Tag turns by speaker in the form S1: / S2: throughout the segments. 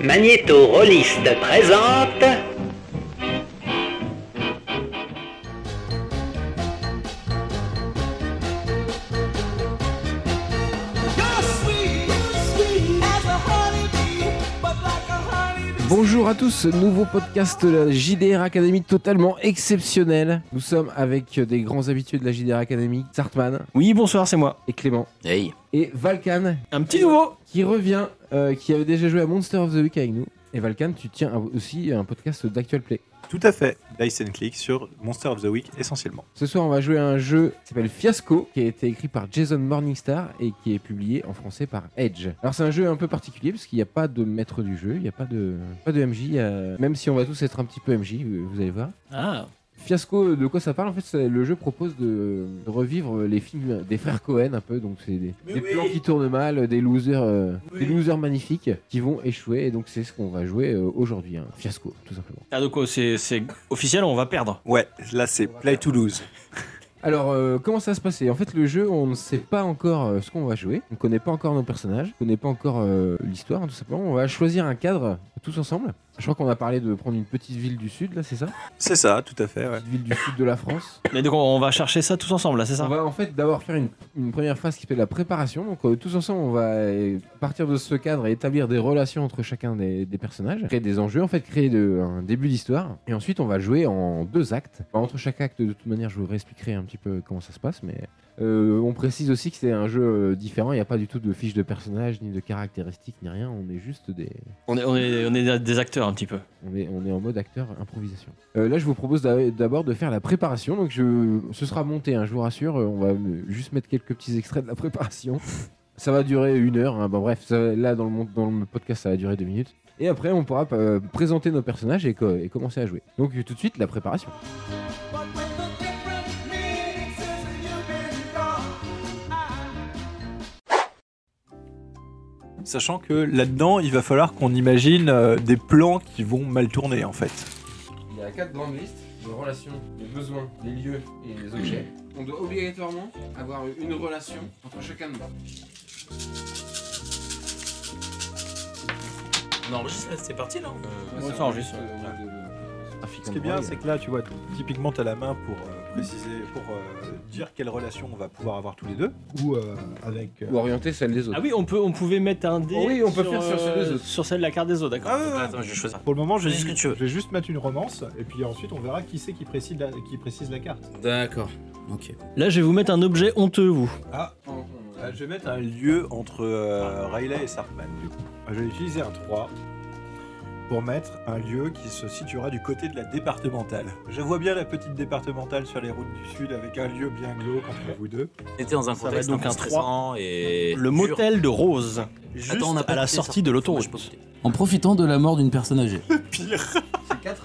S1: Magnéto Rolliste présente.
S2: Bonjour à tous, nouveau podcast de la JDR Academy totalement exceptionnel. Nous sommes avec des grands habitués de la JDR Academy, Sartman
S3: Oui, bonsoir, c'est moi.
S2: et Clément.
S4: Hey.
S2: Et Valkan
S3: Un petit nouveau.
S2: qui revient, euh, qui avait déjà joué à Monster of the Week avec nous. Et Valkan, tu tiens un- aussi un podcast d'actual play.
S5: Tout à fait, Dice and Click sur Monster of the Week essentiellement.
S2: Ce soir, on va jouer à un jeu qui s'appelle Fiasco, qui a été écrit par Jason Morningstar et qui est publié en français par Edge. Alors, c'est un jeu un peu particulier parce qu'il n'y a pas de maître du jeu, il n'y a pas de, pas de MJ, euh, même si on va tous être un petit peu MJ, vous vous allez voir.
S3: Ah.
S2: Fiasco, euh, de quoi ça parle En fait, c'est- le jeu propose de de revivre les films des frères Cohen un peu. Donc, c'est des, des plans qui tournent mal, des losers, euh, des losers magnifiques qui vont échouer. Et donc, c'est ce qu'on va jouer euh, aujourd'hui. hein. Fiasco, tout simplement.
S3: Ah donc oh, c'est c'est officiel, on va perdre.
S5: Ouais, là c'est Play to Lose.
S2: Alors, euh, comment ça va se passer En fait, le jeu, on ne sait pas encore euh, ce qu'on va jouer. On ne connaît pas encore nos personnages. On ne connaît pas encore euh, l'histoire, tout simplement. On va choisir un cadre tous ensemble. Je crois qu'on a parlé de prendre une petite ville du sud, là, c'est ça
S5: C'est ça, tout à fait, ouais.
S2: Une petite ville du sud de la France.
S3: Mais donc on- on va chercher ça tous ensemble, là, c'est ça
S2: On va en fait d'abord faire une, une première phase qui s'appelle la préparation. Donc euh, tous ensemble, on va euh, partir de ce cadre et établir des relations entre chacun des, des personnages, créer des enjeux, en fait créer de- un début d'histoire. Et ensuite, on va jouer en deux actes. Enfin, entre chaque acte, de toute manière, je vous réexpliquerai un petit peu comment ça se passe, mais euh, on précise aussi que c'est un jeu euh, différent. Il n'y a pas du tout de fiche de personnage, ni de caractéristiques, ni rien. On est juste des,
S3: on, est, on, est, on est des acteurs un petit peu.
S2: on est, on est en mode acteur improvisation. Euh, là, je vous propose d'a- d'abord de faire la préparation. Donc, je, ce sera monté, hein, je vous rassure. Euh, On va euh, juste mettre quelques petits extraits de la préparation. Ça va durer une heure. hein. Bon, bref, ça- là, dans le, mon- dans le podcast, ça va durer deux minutes. Et après, on pourra euh, présenter nos personnages et, co- et commencer à jouer. Donc, tout de suite, la préparation.
S5: Sachant que là-dedans, il va falloir qu'on imagine euh, des plans qui vont mal tourner en fait.
S2: Il y a quatre grandes listes de relations, des besoins, des lieux et des objets. On doit obligatoirement avoir une relation entre chacun de nous.
S4: Non, c'est parti là.
S3: Ouais, ça enregistre.
S2: Euh,
S5: Ce qui est bien, c'est que là, tu vois, typiquement, t'as la main pour euh, préciser, pour euh, dire quelle relation on va pouvoir avoir tous les deux. Ou euh, avec. euh,
S2: Ou orienter celle des autres.
S3: Ah oui, on peut on pouvait mettre un dé.
S2: Oh oui, on peut faire sur
S3: euh,
S2: celle des autres.
S3: sur celle de la carte des autres, d'accord.
S5: Ah ouais, ouais.
S4: Attends, je vais choisir.
S6: Pour le moment, je,
S4: Fais ce que tu veux.
S6: je vais juste mettre une romance, et puis ensuite on verra qui c'est qui précise, la, qui précise la carte.
S4: D'accord. Ok.
S3: Là, je vais vous mettre un objet honteux, vous.
S5: Ah, euh, je vais mettre un lieu entre euh, Riley et Sartman. du coup.
S6: Je vais utiliser un 3.
S5: Pour mettre un lieu qui se situera du côté de la départementale. Je vois bien la petite départementale sur les routes du sud avec un lieu bien glauque entre vous deux.
S4: C'était dans un
S3: Ça va
S4: contexte
S3: être donc
S4: un peu
S3: un
S4: stressant et.
S3: Le
S4: dur.
S3: motel de Rose. Juste
S4: Attends, on a pas
S3: à la
S4: noté ça.
S3: sortie de
S4: Faut que je
S3: l'autoroute.
S4: peux noter.
S7: En profitant de la mort d'une personne âgée.
S5: Pire.
S2: Ah, C'est 4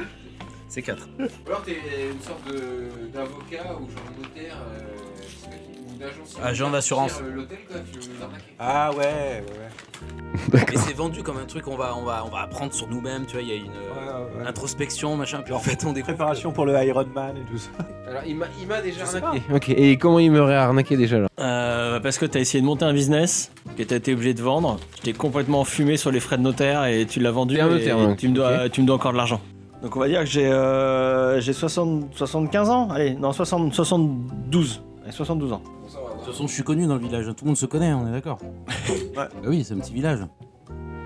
S4: C'est 4.
S2: Alors t'es une sorte de- d'avocat ou genre notaire euh, ou d'agent civil
S4: Agent
S2: qui
S4: d'assurance.
S2: gère, euh, L'hôtel quoi, tu veux nous arnaquer.
S5: Ah ouais, ouais, ouais.
S4: Mais c'est vendu comme un truc, on va, on va, on va apprendre sur nous-mêmes, tu vois, il y a une euh,
S5: Ouais, ouais.
S4: introspection, machin, puis en fait on découvre.
S5: Préparation pour le Iron Man et tout ça.
S2: Alors il m'a- il m'a déjà
S5: Je sais
S2: arnaqué. Ok, et comment il m'aurait arnaqué déjà là
S3: Euh, parce que t'as essayé de monter un business que t'as été obligé de vendre. Je t'ai complètement fumé sur les frais de notaire et tu l'as vendu.
S2: T'es un
S3: et
S2: notaire, ouais.
S3: tu, me dois, tu me dois encore de l'argent. Donc on va dire que j'ai euh, j'ai 60 75 ans. Allez, non, 60 72. Allez, 72 ans.
S4: De
S7: De
S4: toute façon,
S7: toute façon, je suis connu dans le village, tout le monde se connaît, on est d'accord Bah oui, c'est un petit village.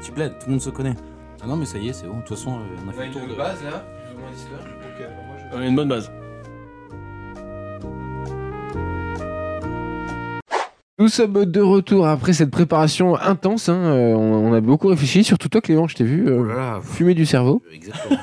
S7: Tu plaides, tout le monde se connaît. Ah non, mais ça y est, c'est bon, de toute façon, euh, on a fait le tour de...
S2: base là, plus ou moins d'histoire.
S6: Ok,
S5: bah,
S6: alors moi je-
S3: On a une bonne base.
S2: Nous sommes de retour après cette préparation intense, hein, euh, on, on a beaucoup réfléchi, surtout toi Clément, je t'ai vu euh,
S4: Oh là là. pff,
S2: fumer du cerveau.
S4: Exactement.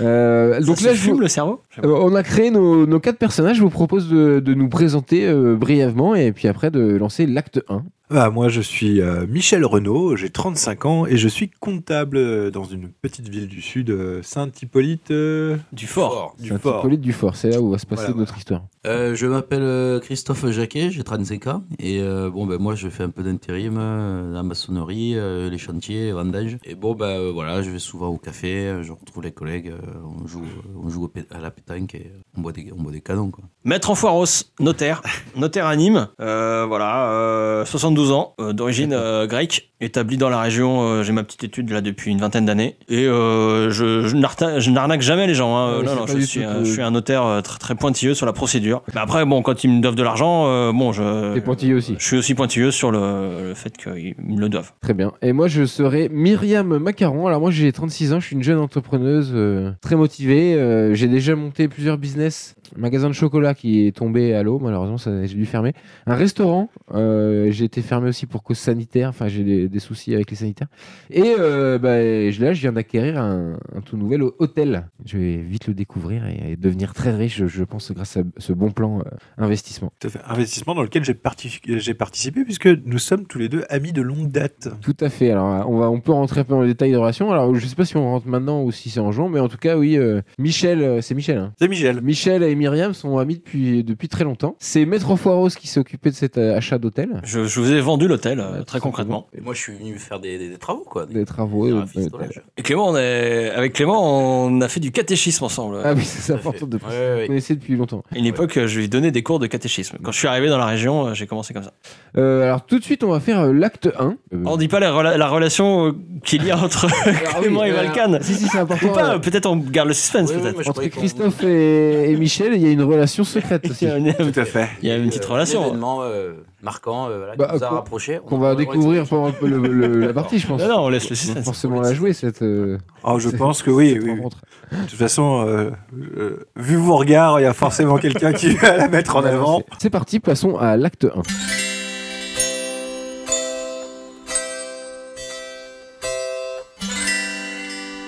S2: Euh, donc
S3: Ça
S2: là
S3: se
S2: je
S3: fume
S2: vous-
S3: le cerveau.
S2: Euh, on a créé nos, nos quatre personnages, je vous propose de, de nous présenter euh, brièvement et puis après de lancer l'acte 1.
S5: Bah, moi, je suis euh, Michel Renaud, j'ai 35 ans et je suis comptable euh, dans une petite ville du sud, euh, Saint-Hippolyte euh,
S3: Du fort.
S5: du
S2: Saint
S5: Fort.
S2: Hippolyte du Fort, c'est là où va se passer
S5: Voilà,
S2: notre histoire.
S7: Euh, je m'appelle euh, Christophe Jacquet, j'ai 35 ans, et euh, bon, ben moi je fais un peu d'intérim, euh, la maçonnerie, euh, les chantiers, vendange. Et bon, ben euh, voilà, je vais souvent au café, euh, je retrouve les collègues, euh, on joue, on joue au pé- à la pétanque et euh, on boit des, on boit des canons, quoi.
S3: Maître Enfoiros, notaire. Notaire à Nîmes. Euh, voilà, euh, 72 ans, euh, d'origine euh, grecque. établi dans la région. euh, j'ai ma petite étude là depuis une vingtaine d'années. Et euh, je, je n'arta- je n'arnaque jamais les gens. hein.
S2: Ah oui,
S3: Non,
S2: c'est
S3: non,
S2: pas
S3: je,
S2: du
S3: suis,
S2: tout
S3: un-
S2: que-
S3: je suis un notaire euh, très, très pointilleux sur la procédure. Mais après, bon, quand ils me doivent de l'argent, euh, bon, je.
S2: T'es pointillé aussi.
S3: Je suis aussi pointilleux sur le, le fait qu'ils me le doivent.
S2: Très bien. Et moi, je serai Myriam Macaron. Alors, moi, j'ai 36 ans, je suis une jeune entrepreneuse euh, très motivée. Euh, j'ai déjà monté plusieurs business. Un magasin de chocolat qui est tombé à l'eau, malheureusement, ça, j'ai dû fermer. Un restaurant, euh, j'ai été fermé aussi pour cause sanitaire. Enfin, j'ai des, des soucis avec les sanitaires. Et euh, bah, je- là, je viens d'acquérir un, un tout nouvel hô- hôtel. Je vais vite le découvrir et, et devenir très riche, je- je pense, grâce à ce bon plan euh, investissement.
S5: Tout à fait. Investissement dans lequel j'ai parti- j'ai participé puisque nous sommes tous les deux amis de longue date.
S2: Tout à fait. Alors, on, va, on peut rentrer un peu dans les détails de relation. Alors, je sais pas si on rentre maintenant ou si c'est en juin, mais en tout cas, oui, euh, Michel, euh, c'est Michel. hein.
S5: C'est Michel.
S2: Michel et Myriam sont amis depuis, depuis très longtemps. C'est Maître Foiros qui s'est occupé de cet euh, achat d'hôtel.
S3: Je, je vous ai vendu l'hôtel, euh,
S2: Ouais,
S3: très
S2: tout simplement.
S3: concrètement.
S4: Et moi, je suis venu faire des, des- des travaux, quoi. Des,
S2: Des travaux.
S4: des
S2: euh,
S4: rafistolages.
S3: Et Clément, on est- avec Clément, on a fait du catéchisme ensemble.
S2: Ah oui, c'est
S4: Tout à fait.
S2: important de
S4: Ouais,
S2: préciser.
S4: ouais,
S2: On
S4: ouais.
S2: connaissait depuis longtemps.
S3: À une époque, euh, je lui donnais des cours de catéchisme. Quand je suis arrivé dans la région, euh, j'ai commencé comme ça.
S2: Euh, alors, tout de suite, on va faire euh, l'acte 1. Euh,
S4: Oh,
S3: On dit pas la, rela- la relation euh, qu'il y a entre
S2: alors,
S3: Clément
S2: oui,
S3: et
S2: euh,
S3: Valkan.
S2: Si, si, c'est
S3: Ou
S2: important.
S3: pas,
S2: euh,
S3: peut-être on garde le suspense,
S4: Ouais, ouais,
S3: peut-être.
S4: moi, je
S2: entre
S4: croyais qu'on-
S2: Christophe et, et Michel, il y a une relation secrète
S3: Il
S2: aussi.
S3: y a une-
S5: Tout à fait.
S3: il y a une petite
S4: Euh, Un
S3: relation.
S4: événement euh, marquant euh, voilà,
S2: Bah,
S4: qui nous a
S2: qu'on-
S4: rapprochés. On
S2: Qu'on
S4: en
S2: va
S4: parlera
S2: découvrir
S4: une
S2: pendant le- le- la partie, je pense.
S3: Non, non, on laisse le suspense.
S2: Forcément la jouer, cette. euh,
S5: Oh, je
S2: C'est-
S5: pense que oui.
S2: cette
S5: oui, oui.
S2: rencontre.
S5: De toute façon, euh, euh, vu vos regards, il y a forcément quelqu'un qui va la mettre en
S2: Ouais,
S5: avant.
S2: Euh, c'est- C'est parti, passons à l'acte 1.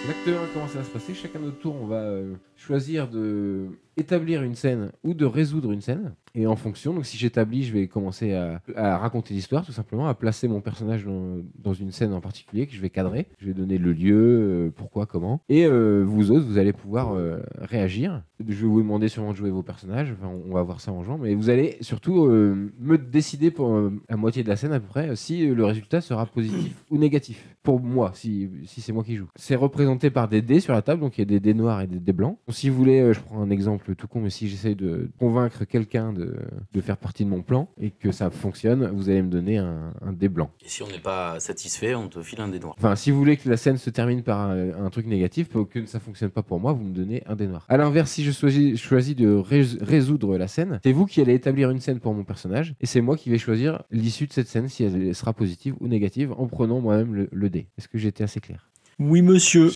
S2: L'acte 1, comment ça va se passer Chacun notre tour, on va euh, choisir de établir une scène ou de résoudre une scène. Et en fonction, donc si j'établis, je vais commencer à, à raconter l'histoire, tout simplement, à placer mon personnage dans, dans une scène en particulier que je vais cadrer. Je vais donner le lieu, euh, pourquoi, comment. Et euh, vous autres, vous allez pouvoir euh, réagir. Je vais vous demander sûrement de jouer vos personnages. Enfin, on, on va voir ça en juin. Mais vous allez surtout euh, me décider pour euh, la moitié de la scène à peu près si le résultat sera positif ou négatif. Pour moi, si, si c'est moi qui joue. C'est représenté par des dés sur la table. Donc il y a des dés noirs et des dés blancs. Si vous voulez, euh, je prends un exemple tout con, mais si j'essaye de convaincre quelqu'un de, de faire partie de mon plan et que ça fonctionne, vous allez me donner un, un dé blanc.
S4: suite. Et si on n'est pas satisfait, on te file un des noirs.
S2: Enfin, si vous voulez que la scène se termine par un, un truc négatif, pour que ça fonctionne pas pour moi, vous me donnez un dé noir. À l'inverse, si je choisis, choisis de rés- résoudre la scène, c'est vous qui allez établir une scène pour mon personnage, et c'est moi qui vais choisir l'issue de cette scène, si elle sera positive ou négative, en prenant moi-même le, le dé. Est-ce que j'étais assez clair
S3: Oui, monsieur.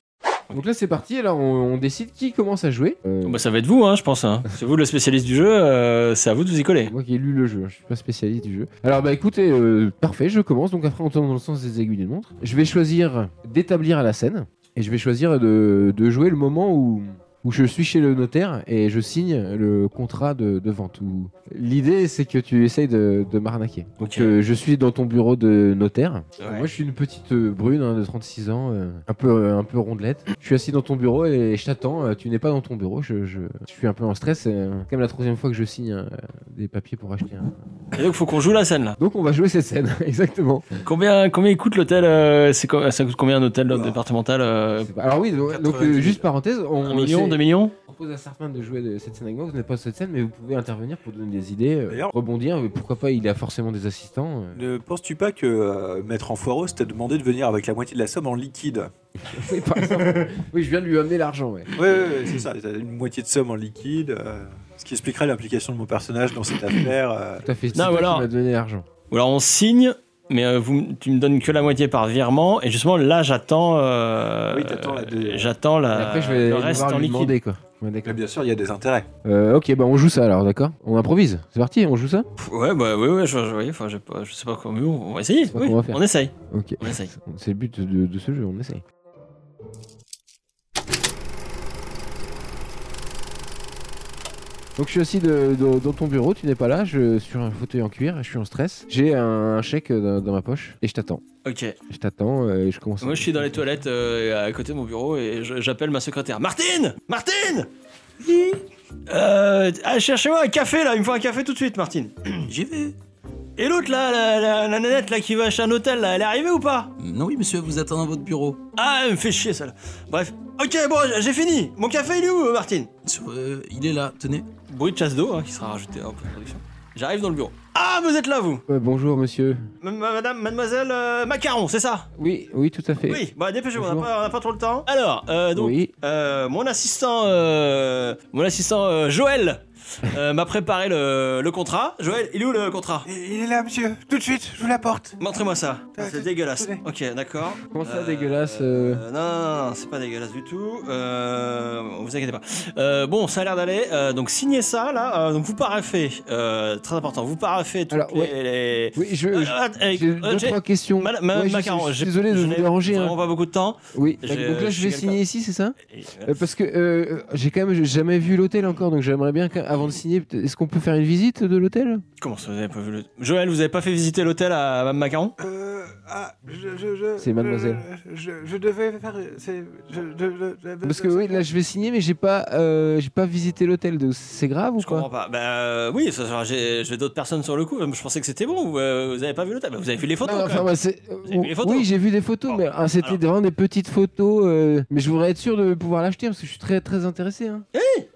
S2: Donc là, c'est parti, et là, on, on décide qui commence à jouer. Euh,
S3: Bah, ça va être vous, hein, je pense. hein. C'est vous le spécialiste du jeu, euh, c'est à vous de vous y coller.
S2: C'est Moi qui ai lu le jeu, hein, je suis pas spécialiste du jeu. Alors bah écoutez, euh, parfait, je commence. Donc après, on tourne dans le sens des aiguilles d'une montre. Je vais choisir d'établir la scène et je vais choisir de, de jouer le moment où, où je suis chez le notaire et je signe le contrat de, de vente. Où L'idée, c'est que tu essayes de, de m'arnaquer. Donc
S3: Ok.
S2: euh, je suis dans ton bureau de notaire.
S3: Ouais.
S2: Moi, je suis une petite euh, brune hein, de 36 ans, euh, un, peu, euh, un peu rondelette. Je suis assis dans ton bureau et je t'attends. euh, tu n'es pas dans ton bureau. Je, je- je suis un peu en stress. C'est euh, quand même la troisième fois que je signe euh, des papiers pour acheter un.
S3: Et donc, faut qu'on joue la scène là.
S2: Donc, on va jouer cette scène, exactement.
S3: Combien, combien il coûte l'hôtel euh, c'est co- Ça coûte combien un hôtel euh, départemental euh,
S2: Alors, oui, donc,
S4: 90
S2: donc, euh, juste parenthèse, on,
S3: Un million,
S2: c'est-
S3: deux millions
S2: on propose à certains de jouer de cette scène avec moi. Vous n'êtes pas sur cette scène, mais vous pouvez intervenir pour donner des idées, euh,
S5: D'ailleurs-
S2: rebondir. mais Pourquoi pas Il a forcément des assistants. euh.
S5: Ne penses-tu pas que euh, Maître Enfoiros t'a demandé de venir avec la moitié de la somme en liquide
S2: Oui, par exemple. oui, je viens de lui amener l'argent. Ouais.
S5: Oui, ouais, ouais, c'est ça. t'as Une moitié de somme en liquide, euh, ce qui expliquerait l'implication de mon personnage dans cette affaire. euh.
S2: Tout à fait. C'est
S3: Non,
S2: toi
S3: ou
S2: qui
S3: alors-
S2: m'as donné l'argent.
S3: Ou alors on signe, mais euh, vous, m- tu me donnes que la moitié par virement. Et justement, là, j'attends. euh,
S5: Oui, t'attends la deux.
S3: J'attends
S2: Et
S3: la-
S2: Après, je vais
S3: Euh, le
S2: devoir
S3: reste en
S2: lui
S3: liquide.
S2: demander quoi. Ouais, d'accord.
S5: Mais bien sûr, il y a des intérêts.
S2: Euh, ok, bah on joue ça alors, d'accord On improvise, c'est parti, on joue ça
S3: Pff, Ouais, bah oui, ouais, je, je, oui, enfin, j'ai pas- je sais pas comment. mais bon, On va essayer.
S2: sais pas
S3: oui,
S2: comment on va faire.
S3: on essaye.
S2: Ok.
S3: On essaye.
S2: C'est le but de, de ce jeu, on essaye. Donc je suis assis de- de- dans ton bureau, tu n'es pas là, je suis sur un fauteuil en cuir, je suis en stress. J'ai un, un chèque dans, dans ma poche et je t'attends.
S3: Ok.
S2: Je t'attends euh, et je commence. à-
S3: Moi, je suis dans les toilettes euh, à côté de mon bureau et je- j'appelle ma secrétaire. Martine Martine Oui euh, ah, Cherchez-moi un café là, il me faut un café tout de suite, Martine.
S7: J'y vais.
S3: Et l'autre là, la, la, la nanette là qui va chez un hôtel là, elle est arrivée ou pas
S7: Non, oui, monsieur, vous attendez à votre bureau.
S3: Ah, elle me fait chier celle-là. Bref. Ok, bon, j'ai fini. Mon café, il est où, euh, Martine
S7: Sur- euh, il est là, tenez.
S3: Bruit de chasse d'eau hein, qui sera rajouté en post-production. J'arrive dans le bureau. Ah, vous êtes là, vous
S2: Euh, bonjour monsieur.
S3: M- Madame, mademoiselle euh, Macaron, c'est ça
S2: Oui, oui, tout à fait.
S3: Oui, bah dépêchez-vous, on n'a
S2: Bonjour.
S3: pas, on n'a pas trop le temps. Alors, euh, donc,
S2: Oui.
S3: euh, mon assistant, euh, mon assistant euh, Joël euh, m'a préparé le, le contrat. Joël, il est où le contrat
S5: Il il est là, monsieur. Tout de suite, je vous l'apporte. Euh,
S3: Montrez-moi ça. Ah, C'est
S5: Attendez.
S3: dégueulasse. Ok, d'accord.
S2: Comment ça,
S3: Euh,
S2: dégueulasse, euh
S3: euh, Non, non, non, c'est pas dégueulasse du tout. Euh, vous inquiétez pas. Euh, bon, ça a l'air d'aller. Euh, donc signez ça là. Euh, donc vous paraffez. euh, très important. Vous paraffez toutes
S2: Alors,
S3: les.
S2: ouais.
S3: les-
S2: Oui, je.
S3: Euh,
S2: je-
S3: euh,
S2: J'ai
S3: euh,
S2: deux,
S3: j'ai-
S2: trois questions.
S3: Madame- Madame
S2: Ouais, je suis-
S3: Macaron,
S2: je suis
S3: j'ai-
S2: désolé de
S3: je
S2: vous
S3: n'ai
S2: déranger. hein.
S3: Vraiment pas beaucoup de temps.
S2: Oui,
S3: j'ai-
S2: donc là
S3: je
S2: je vais
S3: suis
S2: signer ici, c'est ça
S3: Et-
S2: Euh, Parce que euh, j'ai quand même jamais vu l'hôtel encore, donc j'aimerais bien, qu'avant avant de signer, peut- est-ce qu'on peut faire une visite de l'hôtel
S3: Comment ça, vous avez pas vu le... Joël, vous avez pas fait visiter l'hôtel à Mme Macaron
S5: Euh, ah, je, je, je-
S2: C'est mademoiselle.
S5: euh, Je, je, je devais faire. C'est. Je, je- je-
S2: Parce que oui, là je vais signer, mais j'ai pas, euh, j'ai pas visité l'hôtel, donc c'est grave ou
S3: Je comprends
S2: quoi
S3: pas. Bah euh, oui, ça, ça, j'ai j'ai d'autres personnes sur le coup. Je pensais que c'était bon. Vous, euh, vous avez pas vu l'hôtel Bah, Vous avez vu les photos
S2: Non,
S3: quand
S2: enfin,
S3: même.
S2: bah, c'est-
S3: avez vu les photos
S2: oui, j'ai vu des photos,
S3: Bon,
S2: mais ah, c'était
S3: alors.
S2: vraiment des petites photos. euh, mais je voudrais être sûr de pouvoir l'acheter parce que je suis très très intéressé. hein.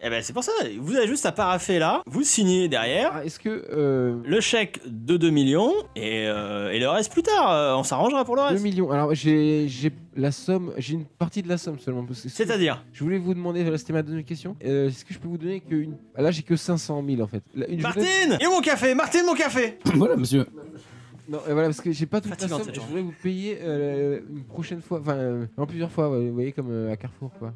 S3: Eh ben c'est pour ça. Vous avez juste à paraffer là. Vous signez derrière
S2: Ah, Est-ce que euh,
S3: le chèque de 2 millions et, euh, et le reste plus tard. euh, on s'arrangera pour le
S2: 2
S3: reste.
S2: millions Alors j'ai j'ai la somme, j'ai une partie de la somme seulement. parce que-
S3: C'est-à-dire
S2: Je voulais vous demander, voilà, c'était ma deuxième question. Euh, Est-ce que je peux vous donner que une... ah, Là, j'ai que 500 000 en fait. Là, une- je voulais-
S3: Martine Et mon café Martine, mon café
S8: voilà, monsieur.
S2: Non, euh, voilà, parce que j'ai pas toute la
S3: Fatigante,
S2: somme.
S3: cette
S2: Je voulais
S3: journée.
S2: vous payer euh, une prochaine fois, enfin, euh, en plusieurs fois, ouais, vous voyez, comme euh, à Carrefour, quoi.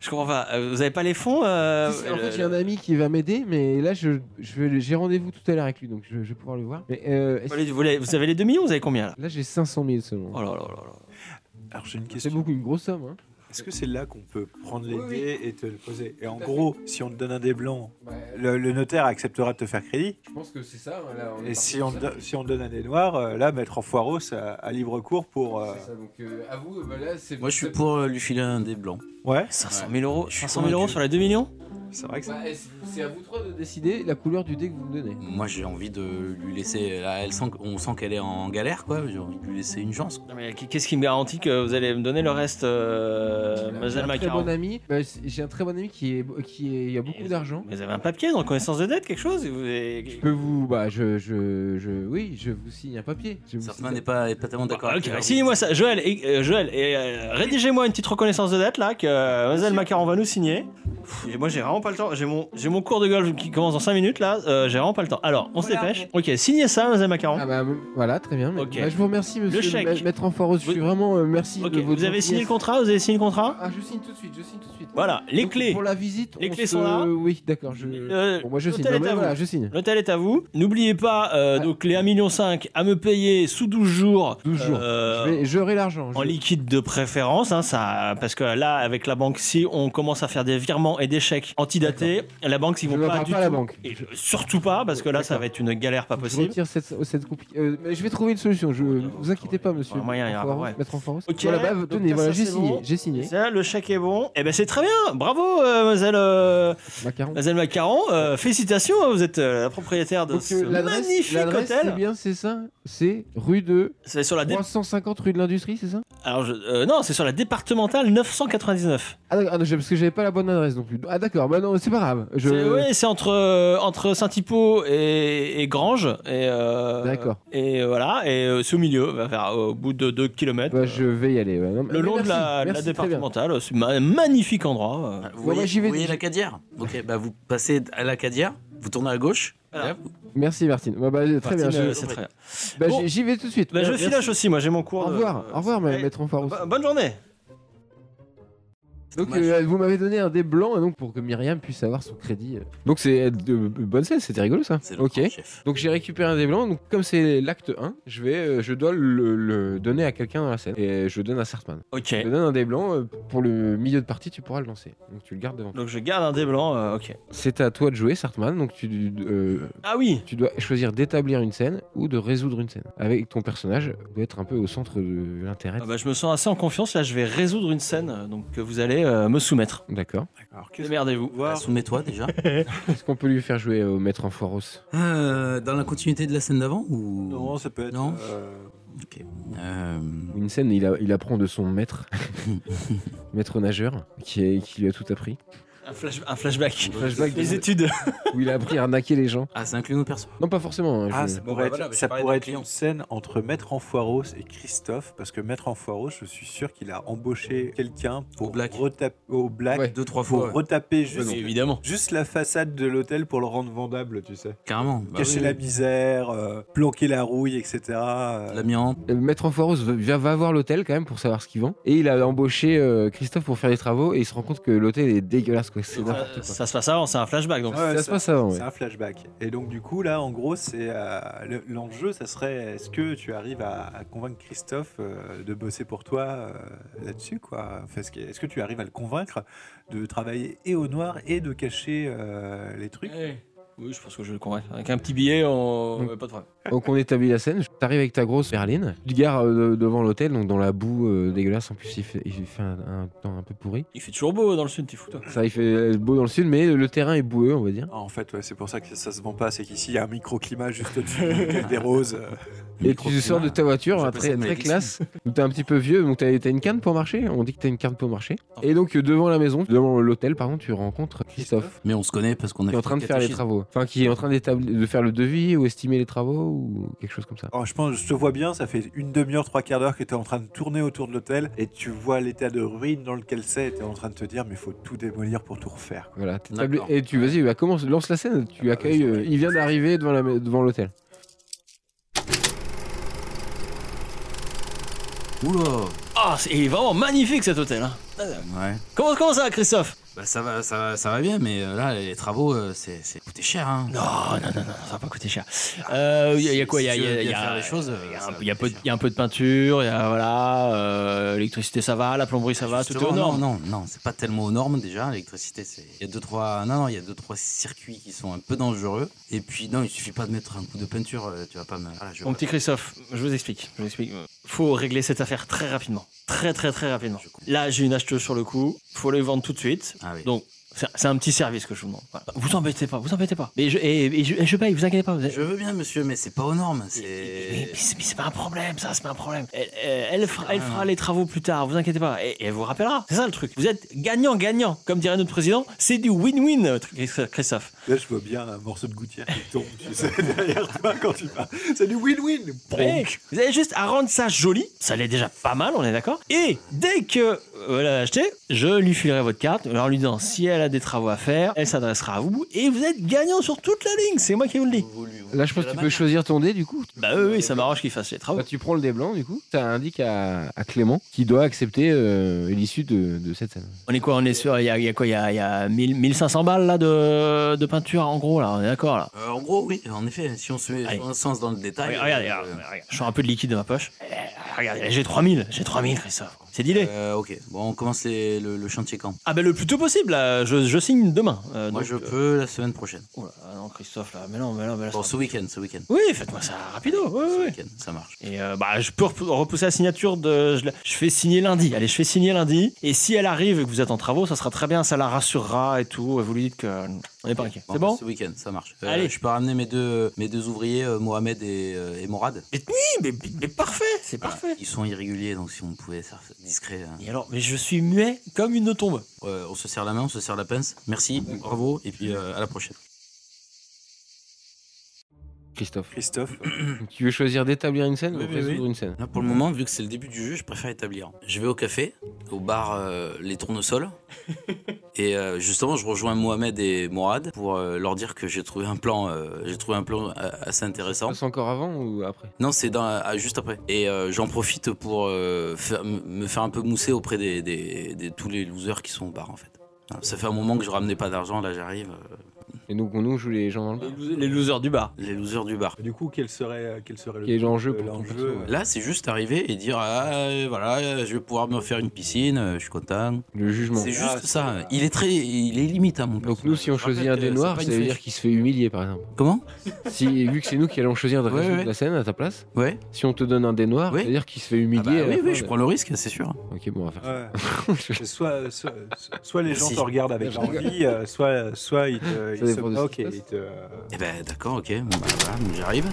S3: Je comprends pas. Euh, Vous avez pas les fonds euh,
S2: Si, si, en
S3: le-
S2: fait, j'ai un ami qui va m'aider, mais là, je, je vais- j'ai rendez-vous tout à l'heure avec lui, donc je, je vais pouvoir le voir. Mais, euh, est-ce-
S3: vous avez- vous avez- vous avez les 2 millions Vous avez combien là
S2: Là, j'ai 500 000 seulement.
S3: Oh là là là là.
S5: Alors, j'ai une
S2: C'est
S5: question.
S2: beaucoup, une grosse somme. Hein.
S5: Est-ce que c'est là qu'on peut prendre les
S2: Oui, oui.
S5: dés et te le poser Et en
S2: Tout à
S5: gros, si on te donne un dé blanc, le, le notaire acceptera de te faire crédit.
S2: Bah, je pense que c'est ça. hein,
S5: Et si on, te do- si on te donne un dé noir, euh, là, mettre en foireau, ça à libre cours pour. euh,
S2: donc à vous, euh, bah, là, c'est.
S7: Moi, je suis pour euh, lui filer un des blancs.
S5: Ouais,
S3: 500 000 euros,
S7: Je suis
S3: 500 000 euros
S7: convaincu.
S3: sur les 2 millions
S5: c'est vrai que ça.
S2: Bah, C'est à vous trois de décider la couleur du dé que vous me donnez.
S7: Moi, j'ai envie de lui laisser. là, elle sent, on sent qu'elle est en galère, quoi. J'ai envie de lui laisser une chance.
S3: Non mais qu'est-ce qui me garantit que vous allez me donner le reste, euh,
S2: J'ai
S3: mademoiselle
S2: un très
S3: Macaron
S2: bon ami. bah, c'est- j'ai un très bon ami qui est qui est, il y a beaucoup d'argent.
S3: Vous avez un papier de reconnaissance de dette, quelque chose vous avez-
S2: Je peux vous bah je je je oui je vous signe un papier. Je vous
S7: Sartman
S2: signe-
S7: n'est pas, est pas tellement d'accord
S3: Ah,
S7: avec
S3: Ok,
S7: elle.
S3: signez-moi ça, Joël, et, euh, Joël, et euh, rédigez-moi une petite reconnaissance de dette là que euh, mademoiselle Macaron va nous signer. Pff, Et moi j'ai vraiment pas le temps, j'ai mon, j'ai mon cours de golf qui commence dans 5 minutes là, euh, j'ai vraiment pas le temps. Alors, on se dépêche. Ok, signez ça, mademoiselle Macaron.
S2: Ah bah voilà très bien.
S3: Ok.
S2: Bah, je vous remercie monsieur
S3: chèque.
S2: Ma- maître Enfoireux. Je
S3: Vous-
S2: suis vraiment euh, merci
S3: ok,
S2: de votre
S3: vous avez signé le
S2: gentillesse.
S3: contrat, vous avez signé le contrat
S2: Ah je signe tout de suite je signe tout de suite.
S3: Voilà, les
S2: Donc,
S3: clés.
S2: pour la visite.
S3: Les
S2: on
S3: clés
S2: se-
S3: sont là.
S2: Oui d'accord je.
S3: Euh,
S2: Bon, moi je signe.
S3: l'hôtel
S2: Non,
S3: est
S2: mais
S3: à vous.
S2: voilà, je signe.
S3: L'hôtel est à vous. N'oubliez pas, euh,
S2: Ah.
S3: donc les 1,5 million à me payer sous 12 jours.
S2: 12 jours.
S3: euh,
S2: Je vais- J'aurai l'argent.
S3: En
S2: je-
S3: liquide de préférence, hein, ça, parce que là, avec la banque, si on commence à faire des virements et des chèques antidatés, la banque, ils
S2: Je
S3: vont
S2: ne
S3: pas
S2: parle
S3: du
S2: pas à
S3: tout.
S2: la banque.
S3: Et surtout pas, parce que là, ça
S2: D'accord.
S3: va être une galère pas
S2: Je
S3: possible.
S2: retire cette, cette compli- euh, mais je vais trouver une solution. Je vous inquiétez pas, monsieur.
S3: Il y aura moyen, il y aura-
S2: Enfoireux,
S3: ouais.
S2: Maître Enfoireux.
S3: Ok,
S2: Voilà, bah,
S3: donc
S2: tenez,
S3: ça,
S2: voilà,
S3: ça,
S2: j'ai
S3: c'est
S2: signé,
S3: bon.
S2: j'ai signé.
S3: Ça, le chèque est bon. Eh ben, c'est très bien. Bravo, euh, mademoiselle, euh,
S2: Macaron.
S3: mademoiselle Macaron. Euh, félicitations, hein, vous êtes euh, la propriétaire de
S2: Donc,
S3: ce
S2: euh, l'adresse,
S3: magnifique
S2: l'adresse, c'est
S3: hôtel. Ah,
S2: bien, c'est ça C'est rue de
S3: C'est sur la dé-
S2: 350 rue de l'Industrie, c'est ça
S3: Alors, je- euh, non, c'est sur la départementale 999.
S2: Ah d'accord, ah non, j'ai- parce que j'avais pas la bonne adresse non plus. Ah d'accord, bah non, c'est pas grave. Je...
S3: C'est ouais, c'est entre euh, entre Saint-Hippo et, et Granges et euh,
S2: D'accord.
S3: Et euh, voilà et euh, c'est au milieu, va faire euh, au bout de 2 km.
S2: Bah, je vais y aller. ouais. Non, mais-
S3: Le long
S2: merci,
S3: de la, la
S2: merci, très bien.
S3: départementale, c'est un magnifique endroit. euh.
S7: Vous
S2: Ouais, moi,
S7: voyez,
S2: j'y vais
S7: vous voyez
S2: déjà.
S7: la cadière Ok, bah vous passez à la cadière, vous tournez à gauche.
S3: Voilà.
S7: Là, vous-
S2: Merci Martine. Bah, bah, très bien,
S3: Martine, euh,
S2: je-
S3: c'est très bien.
S2: bah,
S3: Bon.
S2: j'y- j'y vais tout de suite.
S3: Bah, je
S2: Merci.
S3: filage aussi, moi j'ai mon cours.
S2: Au
S3: de-
S2: revoir,
S3: euh,
S2: au revoir,
S3: allez,
S2: maître Enfoirous.
S3: bo- Bonne journée.
S2: Donc
S7: Dommage.
S2: euh, vous m'avez donné un dé blanc et donc pour que Myriam puisse avoir son crédit. euh. Donc c'est euh, de- bonne scène, c'était rigolo ça.
S7: C'est le
S2: Ok.
S7: grand chef.
S2: Donc j'ai récupéré un dé blanc. Donc comme c'est l'acte 1, je vais, euh, je dois le, le donner à quelqu'un dans la scène et je le donne à Sartman.
S3: Ok.
S2: Je donne un dé blanc euh, pour le milieu de partie, tu pourras le lancer. Donc tu le gardes devant. toi.
S3: Donc je garde un dé blanc. euh, ok.
S2: C'est à toi de jouer Sartman. Donc tu euh,
S3: Ah oui.
S2: tu dois choisir d'établir une scène ou de résoudre une scène. Avec ton personnage, tu dois être un peu au centre de l'intérêt.
S3: Ah bah, je me sens assez en confiance. Là, je vais résoudre une scène. euh, Donc que vous allez euh, me soumettre.
S2: D'accord.
S5: Alors, qu'est-ce
S3: Démerdez-vous.
S7: Bah,
S5: voir
S7: Soumets-toi déjà.
S2: Est-ce qu'on peut lui faire jouer au maître en foros
S7: Euh, dans la continuité de la scène d'avant ou
S5: Non, ça peut être.
S7: Non.
S5: euh,
S7: Ok. Euh,
S2: Une scène, il, a- il apprend de son maître, maître nageur, qui, est- qui lui a tout appris.
S3: Un, flash- un flashback.
S2: Flashback
S3: Les
S2: de-
S3: études.
S2: où il a appris à arnaquer les gens.
S7: Ah, c'est inclus nos perso.
S2: Non, pas forcément. hein,
S5: Ah,
S2: je-
S5: ça
S4: Bon,
S5: pourrait
S4: bah
S5: être,
S4: voilà, mais j'ai
S5: ça
S4: parlé
S5: pourrait
S4: de
S5: être
S4: clients.
S5: une scène entre Maître Enfoiros et Christophe, parce que Maître Enfoiros, je suis sûr qu'il a embauché quelqu'un pour
S7: Au black.
S5: retaper au black,
S2: Ouais.
S7: Deux, trois
S5: pour
S7: fois. ouais.
S5: retaper juste,
S7: Évidemment.
S5: juste la façade de l'hôtel pour le rendre vendable, tu sais.
S7: Carrément. Bah
S5: Cacher
S7: oui,
S5: la
S7: oui.
S5: misère, euh, planquer la rouille, etc. euh,
S7: L'amiante.
S2: Euh, Maître Enfoirous va, va voir l'hôtel quand même pour savoir ce qu'il vend. Et il a embauché euh, Christophe pour faire les travaux et il se rend compte que l'hôtel est dégueulasse quoi. C'est
S3: Ça,
S2: n'importe quoi.
S3: ça se passe avant, c'est un flashback. Donc,
S5: Ah ouais,
S2: ça se passe avant, ouais.
S5: C'est un flashback. Et donc, du coup, là, en gros, c'est euh, le- l'enjeu, ça serait est-ce que tu arrives à, à convaincre Christophe euh, de bosser pour toi euh, là-dessus, quoi Enfin, Est-ce que, est-ce que tu arrives à le convaincre de travailler et au noir et de cacher euh, les trucs
S3: Oui, je pense que je vais le convaincre. Avec un petit billet, on... pas de problème.
S2: Donc on établit la scène. T'arrives avec ta grosse berline. Tu te gares euh, de- devant l'hôtel, donc dans la boue euh, dégueulasse. En plus, il fait, il fait un, un temps un peu pourri.
S3: Il fait toujours beau dans le sud, t'es fou toi.
S2: Ça, il fait euh, beau dans le sud, mais le terrain est boueux, on va dire.
S5: Ah, En fait, ouais, c'est pour ça que ça se vend pas, c'est qu'ici, il y a un microclimat juste au-dessus du Hôtel des roses. euh.
S2: Et tu sors de ta voiture, hein,
S7: J'appelle ça
S2: très,
S7: de la
S2: très
S7: glissade.
S2: classe. Donc, T'es un petit peu vieux, donc t'as t'as une canne pour marcher. On dit que t'as une canne pour marcher. Et donc euh, devant la maison, devant l'hôtel, par contre, tu rencontres Christophe.
S7: Mais on se connaît parce qu'on a
S2: Qui est en train de faire les travaux. Enfin, qui est en train d'établir, de faire le devis ou estimer les travaux ou quelque chose comme ça.
S5: Alors, Oh, je pense, je te vois bien, ça fait une demi-heure, trois quarts d'heure que tu es en train de tourner autour de l'hôtel et tu vois l'état de ruine dans lequel c'est et tu es en train de te dire, mais faut tout démolir pour tout refaire.
S2: Voilà. t'établis-
S7: D'accord.
S2: Et tu vas-y, bah, commence, lance la scène.
S7: Ah
S2: Tu
S7: bah,
S2: accueilles. euh, il vient d'arriver devant la ma- devant l'hôtel.
S7: Oula
S3: Ah, c'est il est vraiment magnifique cet hôtel. hein.
S7: Ouais.
S3: Comment, comment ça, va, Christophe
S7: Bah ça va, ça va, ça va bien, mais euh, là, les travaux, euh, c'est, c'est coûté cher, hein.
S3: Non, non, non, non, ça va pas coûter cher. Euh, Il y, a- il y a quoi Il y a,
S7: Si
S3: il y a-
S7: tu veux
S3: il y
S7: bien
S3: a-
S7: faire les choses, euh,
S3: il y a
S7: ça
S3: un
S7: va
S3: peu- il y a peu
S7: coûter
S3: de- il y a un peu de peinture, il y a, voilà, euh, l'électricité ça va, la plomberie ça va, tout est
S7: Justement,
S3: aux normes.
S7: Non, non, non, c'est pas tellement aux normes déjà. L'électricité, c'est. Il y a deux trois. Non, non, il y a deux trois circuits qui sont un peu dangereux. Et puis non, il suffit pas de mettre un coup de peinture. euh, Tu vas pas me. Voilà, je...
S3: Mon petit Christophe, je vous explique. Je vous explique. Faut régler cette affaire très rapidement. Très, très, très rapidement.
S7: Je comprends.
S3: Là, j'ai une acheteuse sur le coup. Faut les vendre tout de suite.
S7: Ah oui.
S3: Donc, c'est c'est un petit service que je vous demande. Voilà. Vous embêtez pas, vous embêtez pas. Mais je, et, et je, et je paye, vous inquiétez pas. vous-
S7: Je veux bien, monsieur, mais c'est pas aux normes.
S3: Mais,
S7: C'est.
S3: mais c'est mais c'est pas un problème, ça, c'est pas un problème. Elle, elle- elle fera, elle
S7: Ah.
S3: fera les travaux plus tard, vous inquiétez pas. Et, et elle vous rappellera. C'est ça le truc. Vous êtes gagnant-gagnant. Comme dirait notre président, c'est du win-win, euh, Christophe.
S5: Là, je vois bien un morceau de gouttière qui tombe, tu sais, derrière toi quand tu parles. C'est du win-win.
S3: Ouais, vous avez juste à rendre ça joli. Ça l'est déjà pas mal, on est d'accord. Et dès que euh, elle a acheté, je lui filerai votre carte en lui disant si elle a des travaux à faire, elle s'adressera à vous et vous êtes gagnant sur toute la ligne. C'est moi qui vous le dis.
S2: Là, je pense que tu peux choisir ton dé du coup.
S3: Bah oui, oui, ça m'arrange qu'il fasse les travaux.
S2: Bah, tu prends le dé blanc du coup. Ça indique à, à Clément qui doit accepter euh, l'issue de, de cette scène.
S3: On est quoi On est sur. Il y a, il y a quoi Il y a, il y a 1000 1500 balles là de, de peinture en gros là, on est d'accord là.
S7: Euh, en gros, oui, en effet, si on se met
S3: Allez.
S7: sur un sens dans le détail.
S3: Regarde, regarde,
S7: euh,
S3: regarde, regarde. je sors un peu de liquide de ma poche. Eh, Regarde, j'ai 3000, j'ai 3000, Christophe. C'est dilé.
S7: euh, ok, bon, on commence les- le, le chantier quand
S3: Ah ben le plus tôt possible, là, je, je signe demain. Euh,
S7: Moi,
S3: donc,
S7: je
S3: euh,
S7: peux la semaine prochaine.
S3: oh là, ah non, Christophe, là, mais non, mais non, mais là.
S7: Bon,
S3: ça-
S7: ce week-end, ce week-end.
S3: Oui, faites-moi ça rapido. Oui,
S7: Ce
S3: oui.
S7: week-end, ça marche.
S3: Et euh, bah, je peux repou- repousser la signature de. Je, la- je fais signer lundi. Allez, je fais signer lundi. Et si elle arrive et que vous êtes en travaux, ça sera très bien. Ça la rassurera et tout. Et vous lui dites que on n'est pas inquiet. C'est
S7: bah,
S3: bon
S7: Ce week-end, ça marche. Euh,
S3: Allez.
S7: Je peux ramener mes deux, mes deux ouvriers, euh, Mohamed et, euh, et Morad.
S3: mais, mais- mais parfait, c'est parfait.
S7: Ils sont irréguliers, donc si on pouvait faire ça discret. hein.
S3: Et alors, mais je suis muet comme une tombe.
S7: Euh, on se serre la main, on se serre la pince. Merci, bravo, et puis euh, à la prochaine.
S2: Christophe,
S5: Christophe,
S2: tu veux choisir d'établir une scène
S7: Oui,
S2: ou de
S7: oui,
S2: résoudre
S7: oui.
S2: une scène
S7: Là, pour le moment, vu que c'est le début du jeu, je préfère établir. Je vais au café, au bar euh, Les Tournesols. et euh, justement, je rejoins Mohamed et Morad pour euh, leur dire que j'ai trouvé un plan, euh, j'ai trouvé un plan euh, assez intéressant.
S2: Passe encore avant ou après
S7: Non, c'est dans, ah, juste après. Et euh, j'en profite pour euh, faire- m- me faire un peu mousser auprès des, des- des- tous les losers qui sont au bar, en fait. Alors, Ça fait un moment que je ramenais pas d'argent, là j'arrive. euh,
S2: Et donc on nous joue les gens dans le bar.
S3: Les losers du bar.
S7: les losers du bar.
S5: du coup, quel serait, euh, quel serait le
S2: Quel est l'enjeu pour ton perso,
S5: l'enjeu
S2: ouais.
S7: Là, c'est juste arriver et dire ah, euh, voilà, euh, je vais pouvoir me faire une piscine, euh, je suis content.
S2: Le jugement.
S7: C'est juste
S5: Ah, c'est-
S7: ça. Il est très, il est limite à mon
S2: Donc
S7: perso.
S2: nous, si on
S7: Je rappelle
S2: choisit un
S7: que
S2: dé
S7: c'est
S2: noir,
S7: pas
S2: ça
S7: une
S2: veut
S7: flèche.
S2: dire qu'il se fait humilier par exemple.
S7: Comment
S2: Si vu que c'est nous qui allons choisir de
S7: Ouais,
S2: résoudre
S7: ouais.
S2: la scène à ta place,
S7: Ouais.
S2: si on te donne un dé noir,
S7: Oui.
S2: ça veut dire qu'il se fait
S7: Ah
S2: humilier.
S7: bah
S2: à la
S7: oui,
S2: fin
S7: oui,
S2: de-
S7: je prends le risque, c'est sûr.
S2: Ok, bon, on va faire ça.
S5: Ouais. euh? C'est soit, euh, soit, soit les gens
S7: Merci.
S5: te regardent avec
S2: Je
S5: envie, euh, soit, soit ils, te, euh, ils se
S2: dépend de ce
S5: moquent
S2: qui
S5: et
S2: se
S5: ils te.
S7: Eh ben d'accord, ok. Bon, bah, voilà, donc j'arrive.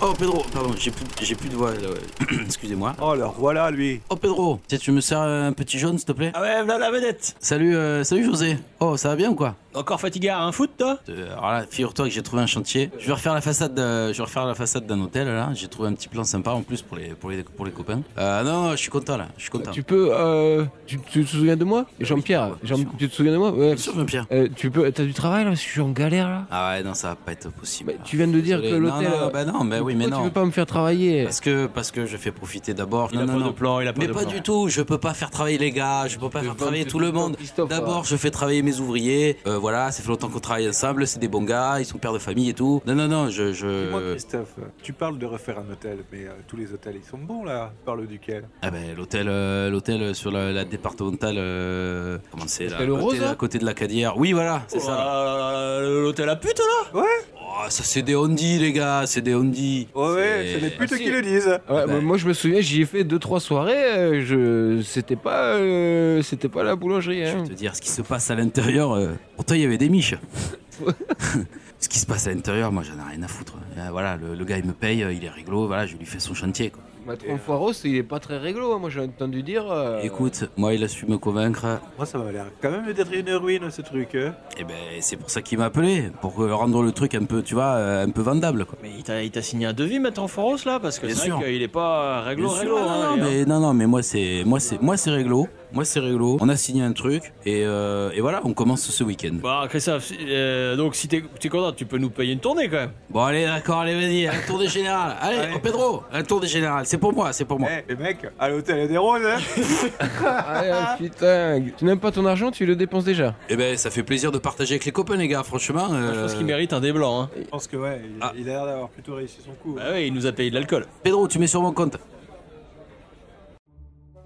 S7: Oh Pedro, pardon, j'ai plus, j'ai plus de voix. là, ouais. Excusez-moi.
S5: Oh, alors voilà, lui.
S7: Oh Pedro, tu sais, tu me sers un petit jaune, s'il te plaît
S3: Ah ouais, voilà la vedette
S7: Salut, euh, salut José. Oh, ça va bien ou quoi
S3: Encore fatigué à un foot, toi
S7: Euh, Alors là, figure-toi que j'ai trouvé un chantier. Je vais refaire la façade, euh, je vais refaire la façade d'un hôtel là. J'ai trouvé un petit plan sympa en plus pour les pour les pour les copains. Euh, non, non, je suis content là, je suis content.
S2: Tu peux. euh, tu, tu te souviens de moi Jean-Pierre,
S7: oui,
S2: Jean-
S7: bien sûr.
S2: tu te souviens de moi Ouais.
S7: Bien sûr, mon Pierre.
S2: Euh, tu peux. T'as du travail là Je suis en galère là
S7: Ah ouais, non, ça va pas être possible.
S2: Bah, Tu viens de dire que
S7: Désolé.
S2: l'hôtel.
S7: Non, non, bah non, bah oui, mais
S2: Pourquoi Tu
S7: non.
S2: veux pas me faire travailler
S7: Parce que parce que je fais profiter d'abord.
S3: Il
S7: Non,
S3: a
S7: non,
S3: pas
S7: non.
S3: de plan, il a pas
S7: Mais
S3: de
S7: pas
S3: plan.
S7: du tout, je peux pas faire travailler les gars, je peux pas
S2: Je
S7: faire
S2: vois
S7: travailler
S2: que
S7: tout
S2: tu
S7: le
S2: te
S7: monde.
S2: Christophe,
S7: D'abord, je fais travailler mes ouvriers. Euh, voilà, ça fait longtemps qu'on travaille ensemble, c'est des bons gars, ils sont pères de famille et tout. Non, non, non, je.
S5: Dis-moi,
S2: Euh,
S7: je...
S5: Christophe, tu parles de refaire un hôtel, mais euh, tous les hôtels, ils sont bons, là. Parle duquel
S7: Ah ben, l'hôtel euh, l'hôtel sur la, la départementale. euh, Comment c'est là
S2: L'hôtel
S7: à côté,
S2: Rose, là
S7: à côté de la Cadière. Oui, voilà, c'est ça.
S3: Oh.
S7: là.
S3: ça. Euh, L'hôtel à pute, là
S7: Oh, ça, c'est des Hondy, les gars, c'est des Hondy.
S5: Ouais, ouais, c'est les putes
S2: Ah, si.
S5: qui le disent.
S2: Ouais,
S7: Ah bah.
S2: bah, moi je me souviens, j'y ai fait deux trois soirées. euh, je c'était pas euh, c'était pas la boulangerie.
S7: Je
S2: Hein.
S7: vais te dire ce qui se passe à l'intérieur. euh, Pourtant, il y avait des miches. ce qui se passe à l'intérieur, moi, j'en ai rien à foutre. Euh, voilà, le, le gars, il me paye, euh, il est réglo, voilà, je lui fais son chantier. quoi.
S2: Matron Foiros, il est pas très réglo. hein, Moi j'ai entendu dire. euh,
S7: Écoute, moi, il a su me convaincre.
S5: Moi, ça m'a l'air quand même d'être une ruine, ce truc. hein.
S7: Et ben, c'est pour ça qu'il m'a appelé, pour euh, rendre le truc un peu, tu vois, euh, un peu vendable. Quoi.
S3: Mais il t'a- il t'a signé un devis, mettre en Foros, là Parce que
S7: Bien
S3: c'est
S7: sûr.
S3: vrai qu'il est pas réglo,
S7: Bien sûr,
S3: réglo.
S7: non,
S3: hein,
S7: non,
S3: les gars.
S7: mais, non, non, mais moi c'est moi c'est moi c'est réglo, moi c'est réglo. On a signé un truc et, euh, et voilà, on commence ce week-end.
S3: Bah, Christophe, si- euh, donc si t'es t'es content, tu peux nous payer une tournée, quand même.
S7: Bon allez, d'accord, allez vas-y, un tour des générales. Allez,
S5: Allez.
S7: oh, Pedro, un tour des générales. C'est pour moi, c'est pour
S5: Eh,
S7: moi.
S5: les mecs, à l'hôtel des roses, hein
S2: Ah, ah, putain, tu n'aimes pas ton argent, tu le dépenses déjà.
S7: Eh ben, ça fait plaisir de partager avec les copains, les gars. Franchement, euh,
S3: Ah, Je pense qu'il mérite un des blancs. Hein.
S5: Je pense que, ouais, il,
S7: Ah.
S5: il a l'air d'avoir plutôt réussi son coup. hein.
S3: Bah ouais, il nous a payé de l'alcool.
S7: Pedro, tu mets sur mon compte. Et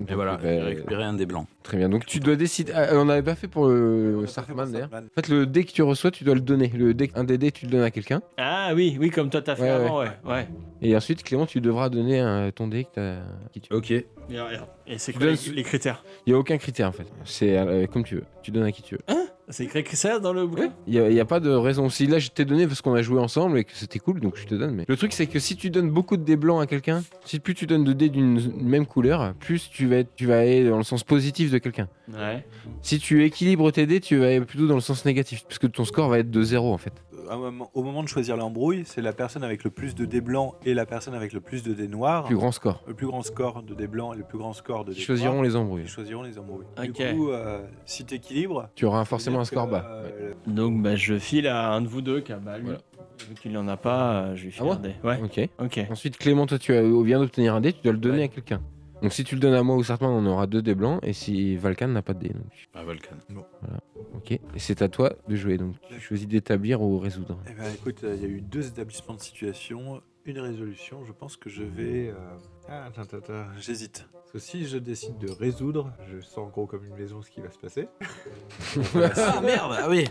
S2: Donc, euh,
S7: voilà, j'ai récupéré un des blancs.
S2: très bien. Donc tu dois décider. ah, on n'avait pas fait pour le Euh, Sartman d'ailleurs. En fait, le dé que tu reçois, tu dois le donner. Le dé, un des dés, tu le donnes à quelqu'un.
S3: Ah oui, oui, comme toi t'as fait
S2: Ouais,
S3: avant, ouais. ouais.
S2: Et ensuite, Clément, tu devras donner euh, ton dé que t'as- qui tu
S7: Ok.
S3: Et regarde. Et c'est
S2: Tu
S3: quoi les,
S2: donnes-
S3: les critères
S2: Il n'y a aucun critère en fait. C'est euh, comme tu veux. Tu donnes à qui tu veux.
S3: C'est écrit critères dans le bouquin
S2: Il n'y a, pas de raison. Si là je t'ai donné parce qu'on a joué ensemble et que c'était cool, donc je te donne. Mais le truc c'est que si tu donnes beaucoup de dés blancs à quelqu'un, si plus tu donnes de dés d'une même couleur, plus tu vas, être- tu vas aller dans le sens positif de quelqu'un.
S3: Ouais.
S2: Si tu équilibres tes dés, tu vas aller plutôt dans le sens négatif, parce que ton score va être de zéro en fait.
S5: Euh, à un moment- Au moment de choisir l'embrouille, c'est la personne avec le plus de dés blancs et la personne avec le plus de dés noirs.
S2: Plus grand score.
S5: Le plus grand score de dés blancs et le plus grand score de
S2: Ils
S5: dés
S2: choisiront
S5: noirs.
S2: les
S5: Ils
S2: embrouilles.
S5: choisiront les embrouilles.
S3: Ok.
S5: Du coup, euh, si t'équilibres,
S2: Tu auras forcément un score
S5: c'est-à-dire
S2: bas.
S5: que,
S2: Ouais.
S5: euh,
S3: Donc bah je file à un de vous deux qui a bah lui.
S2: Voilà.
S3: Vu qu'il en a pas, euh, je lui file
S2: Ah ouais
S3: un dé. Ouais,
S2: Ok.
S3: ok.
S2: Ensuite, Clément, toi tu as- euh, viens d'obtenir un dé, tu dois le donner
S7: Ouais.
S2: à quelqu'un. Donc si tu le donnes à moi ou Sartman, on aura deux dés blancs, et si Valkan n'a pas de dés. donc.
S7: Ah, Volcan.
S2: Ok. Et c'est à toi de jouer. Donc tu choisis d'établir ou résoudre.
S5: Eh ben, écoute, il y a eu deux établissements de situation, une résolution. Je pense que je vais. euh, Ah, attends, attends, attends, j'hésite.
S6: Parce que si je décide de résoudre, je sens en gros comme une maison ce qui va se passer.
S7: Ah merde, ah oui.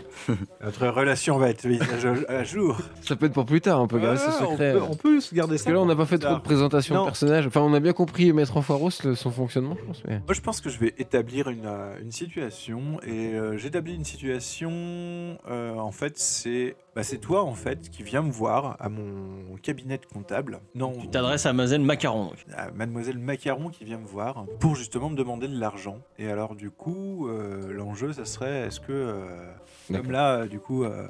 S5: Notre relation va être mise à jo- à jour.
S2: Ça peut être pour plus tard, on peut garder
S5: Ah,
S6: Ouais,
S2: ce
S6: ouais, on
S2: secret. hein.
S6: peut- On, peut, se garder
S2: Parce
S6: ça.
S2: que là, on n'a pas fait trop de présentation
S5: Non.
S2: de personnages. Enfin, on a bien compris mettre en foiros le- son fonctionnement, je pense. Mais...
S5: Moi, je pense que je vais établir une, euh, une situation. Et euh, j'établis une situation. euh, en fait, c'est bah, c'est toi, en fait, qui viens me voir à mon cabinet de comptable. Non,
S3: Tu t'adresses à Mazel Macaron donc.
S5: à Mademoiselle Macaron qui vient me voir pour justement me demander de l'argent. Et alors, du coup, euh, l'enjeu, ça serait est-ce que. euh,
S2: D'accord.
S5: comme là, euh, du coup, euh,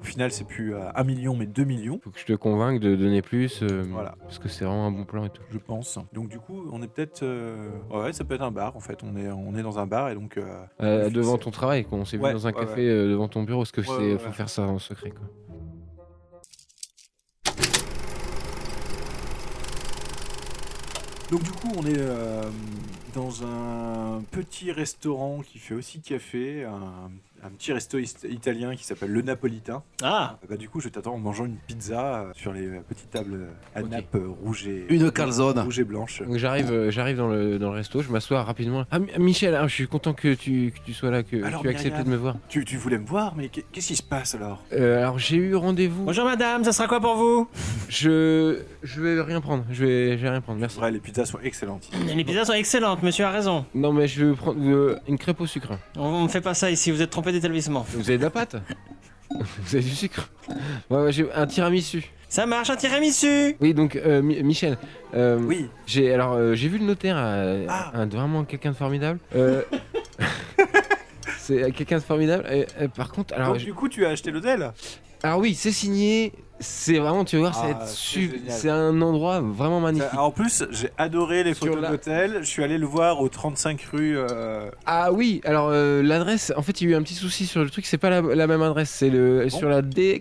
S5: au final, c'est plus euh, 1 million, mais 2 millions.
S2: Faut que je te convainque de donner plus. euh,
S5: Voilà.
S2: Parce que c'est vraiment un bon plan et tout.
S5: Je pense. Donc du coup, on est peut-être. euh, Ouais, ça peut être un bar en fait. On est, on est dans un bar et donc. euh,
S2: Euh,
S5: je vais
S2: devant
S5: fixer.
S2: ton travail, quoi. On s'est
S5: Ouais,
S2: vu dans un
S5: ouais,
S2: café
S5: ouais.
S2: euh, devant ton bureau. Parce que
S5: Ouais,
S2: c'est.
S5: ouais,
S2: Faut
S5: ouais.
S2: faire ça en secret, quoi.
S5: Donc du coup, on est euh, dans un petit restaurant qui fait aussi café, un, un petit resto ist- italien qui s'appelle Le Napolitain.
S3: Ah
S5: Bah du coup, je t'attends en mangeant une pizza euh, sur les euh, petites tables à
S2: Ok.
S5: nappe euh, rouge et
S7: Une calzone.
S5: rouge et blanche.
S2: Donc j'arrive, euh, j'arrive dans le, dans le resto, je m'assois rapidement. Ah, Mi- Michel, ah, je suis content que tu, que tu sois là, que
S5: Alors,
S2: tu aies accepté
S5: Myriam.
S2: de me voir.
S5: Tu, tu voulais me voir, mais qu'est- qu'est-ce qui se passe alors
S2: Euh, alors j'ai eu rendez-vous.
S3: Bonjour madame, ça sera quoi pour vous
S2: Je, je vais rien prendre. Je vais, je vais rien prendre. Merci.
S5: C'est vrai, les pizzas sont excellentes.
S3: Les pizzas sont excellentes, monsieur a raison.
S2: Non mais je vais prendre euh, une crêpe au sucre.
S3: On ne fait pas ça ici, vous êtes trompé d'établissement.
S2: Vous avez de la pâte Vous avez du sucre Ouais, ouais, j'ai un tiramisu.
S3: Ça marche, un tiramisu
S2: Oui, donc, euh, Mi- Michel, euh,
S5: Oui,
S2: j'ai alors euh, j'ai vu le notaire, euh,
S5: Ah.
S2: un- vraiment quelqu'un de formidable. Euh, c'est quelqu'un de formidable. Euh, euh, par contre, alors,
S5: donc
S2: je-
S5: du coup, Oh, tu as acheté l'hôtel
S2: alors oui, c'est signé. C'est vraiment, tu vas voir, ça va
S5: Ah,
S2: être
S5: c'est
S2: su-
S5: génial.
S2: c'est un endroit vraiment magnifique.
S5: Euh, En plus, j'ai adoré les
S2: Sur
S5: photos
S2: la-
S5: de l'hôtel. Je suis allé le voir au 35 rue. euh,
S2: Ah oui, alors euh, l'adresse, en fait, il y a eu un petit souci sur le truc, c'est pas la, la même adresse, c'est
S5: Ah
S2: le sur la D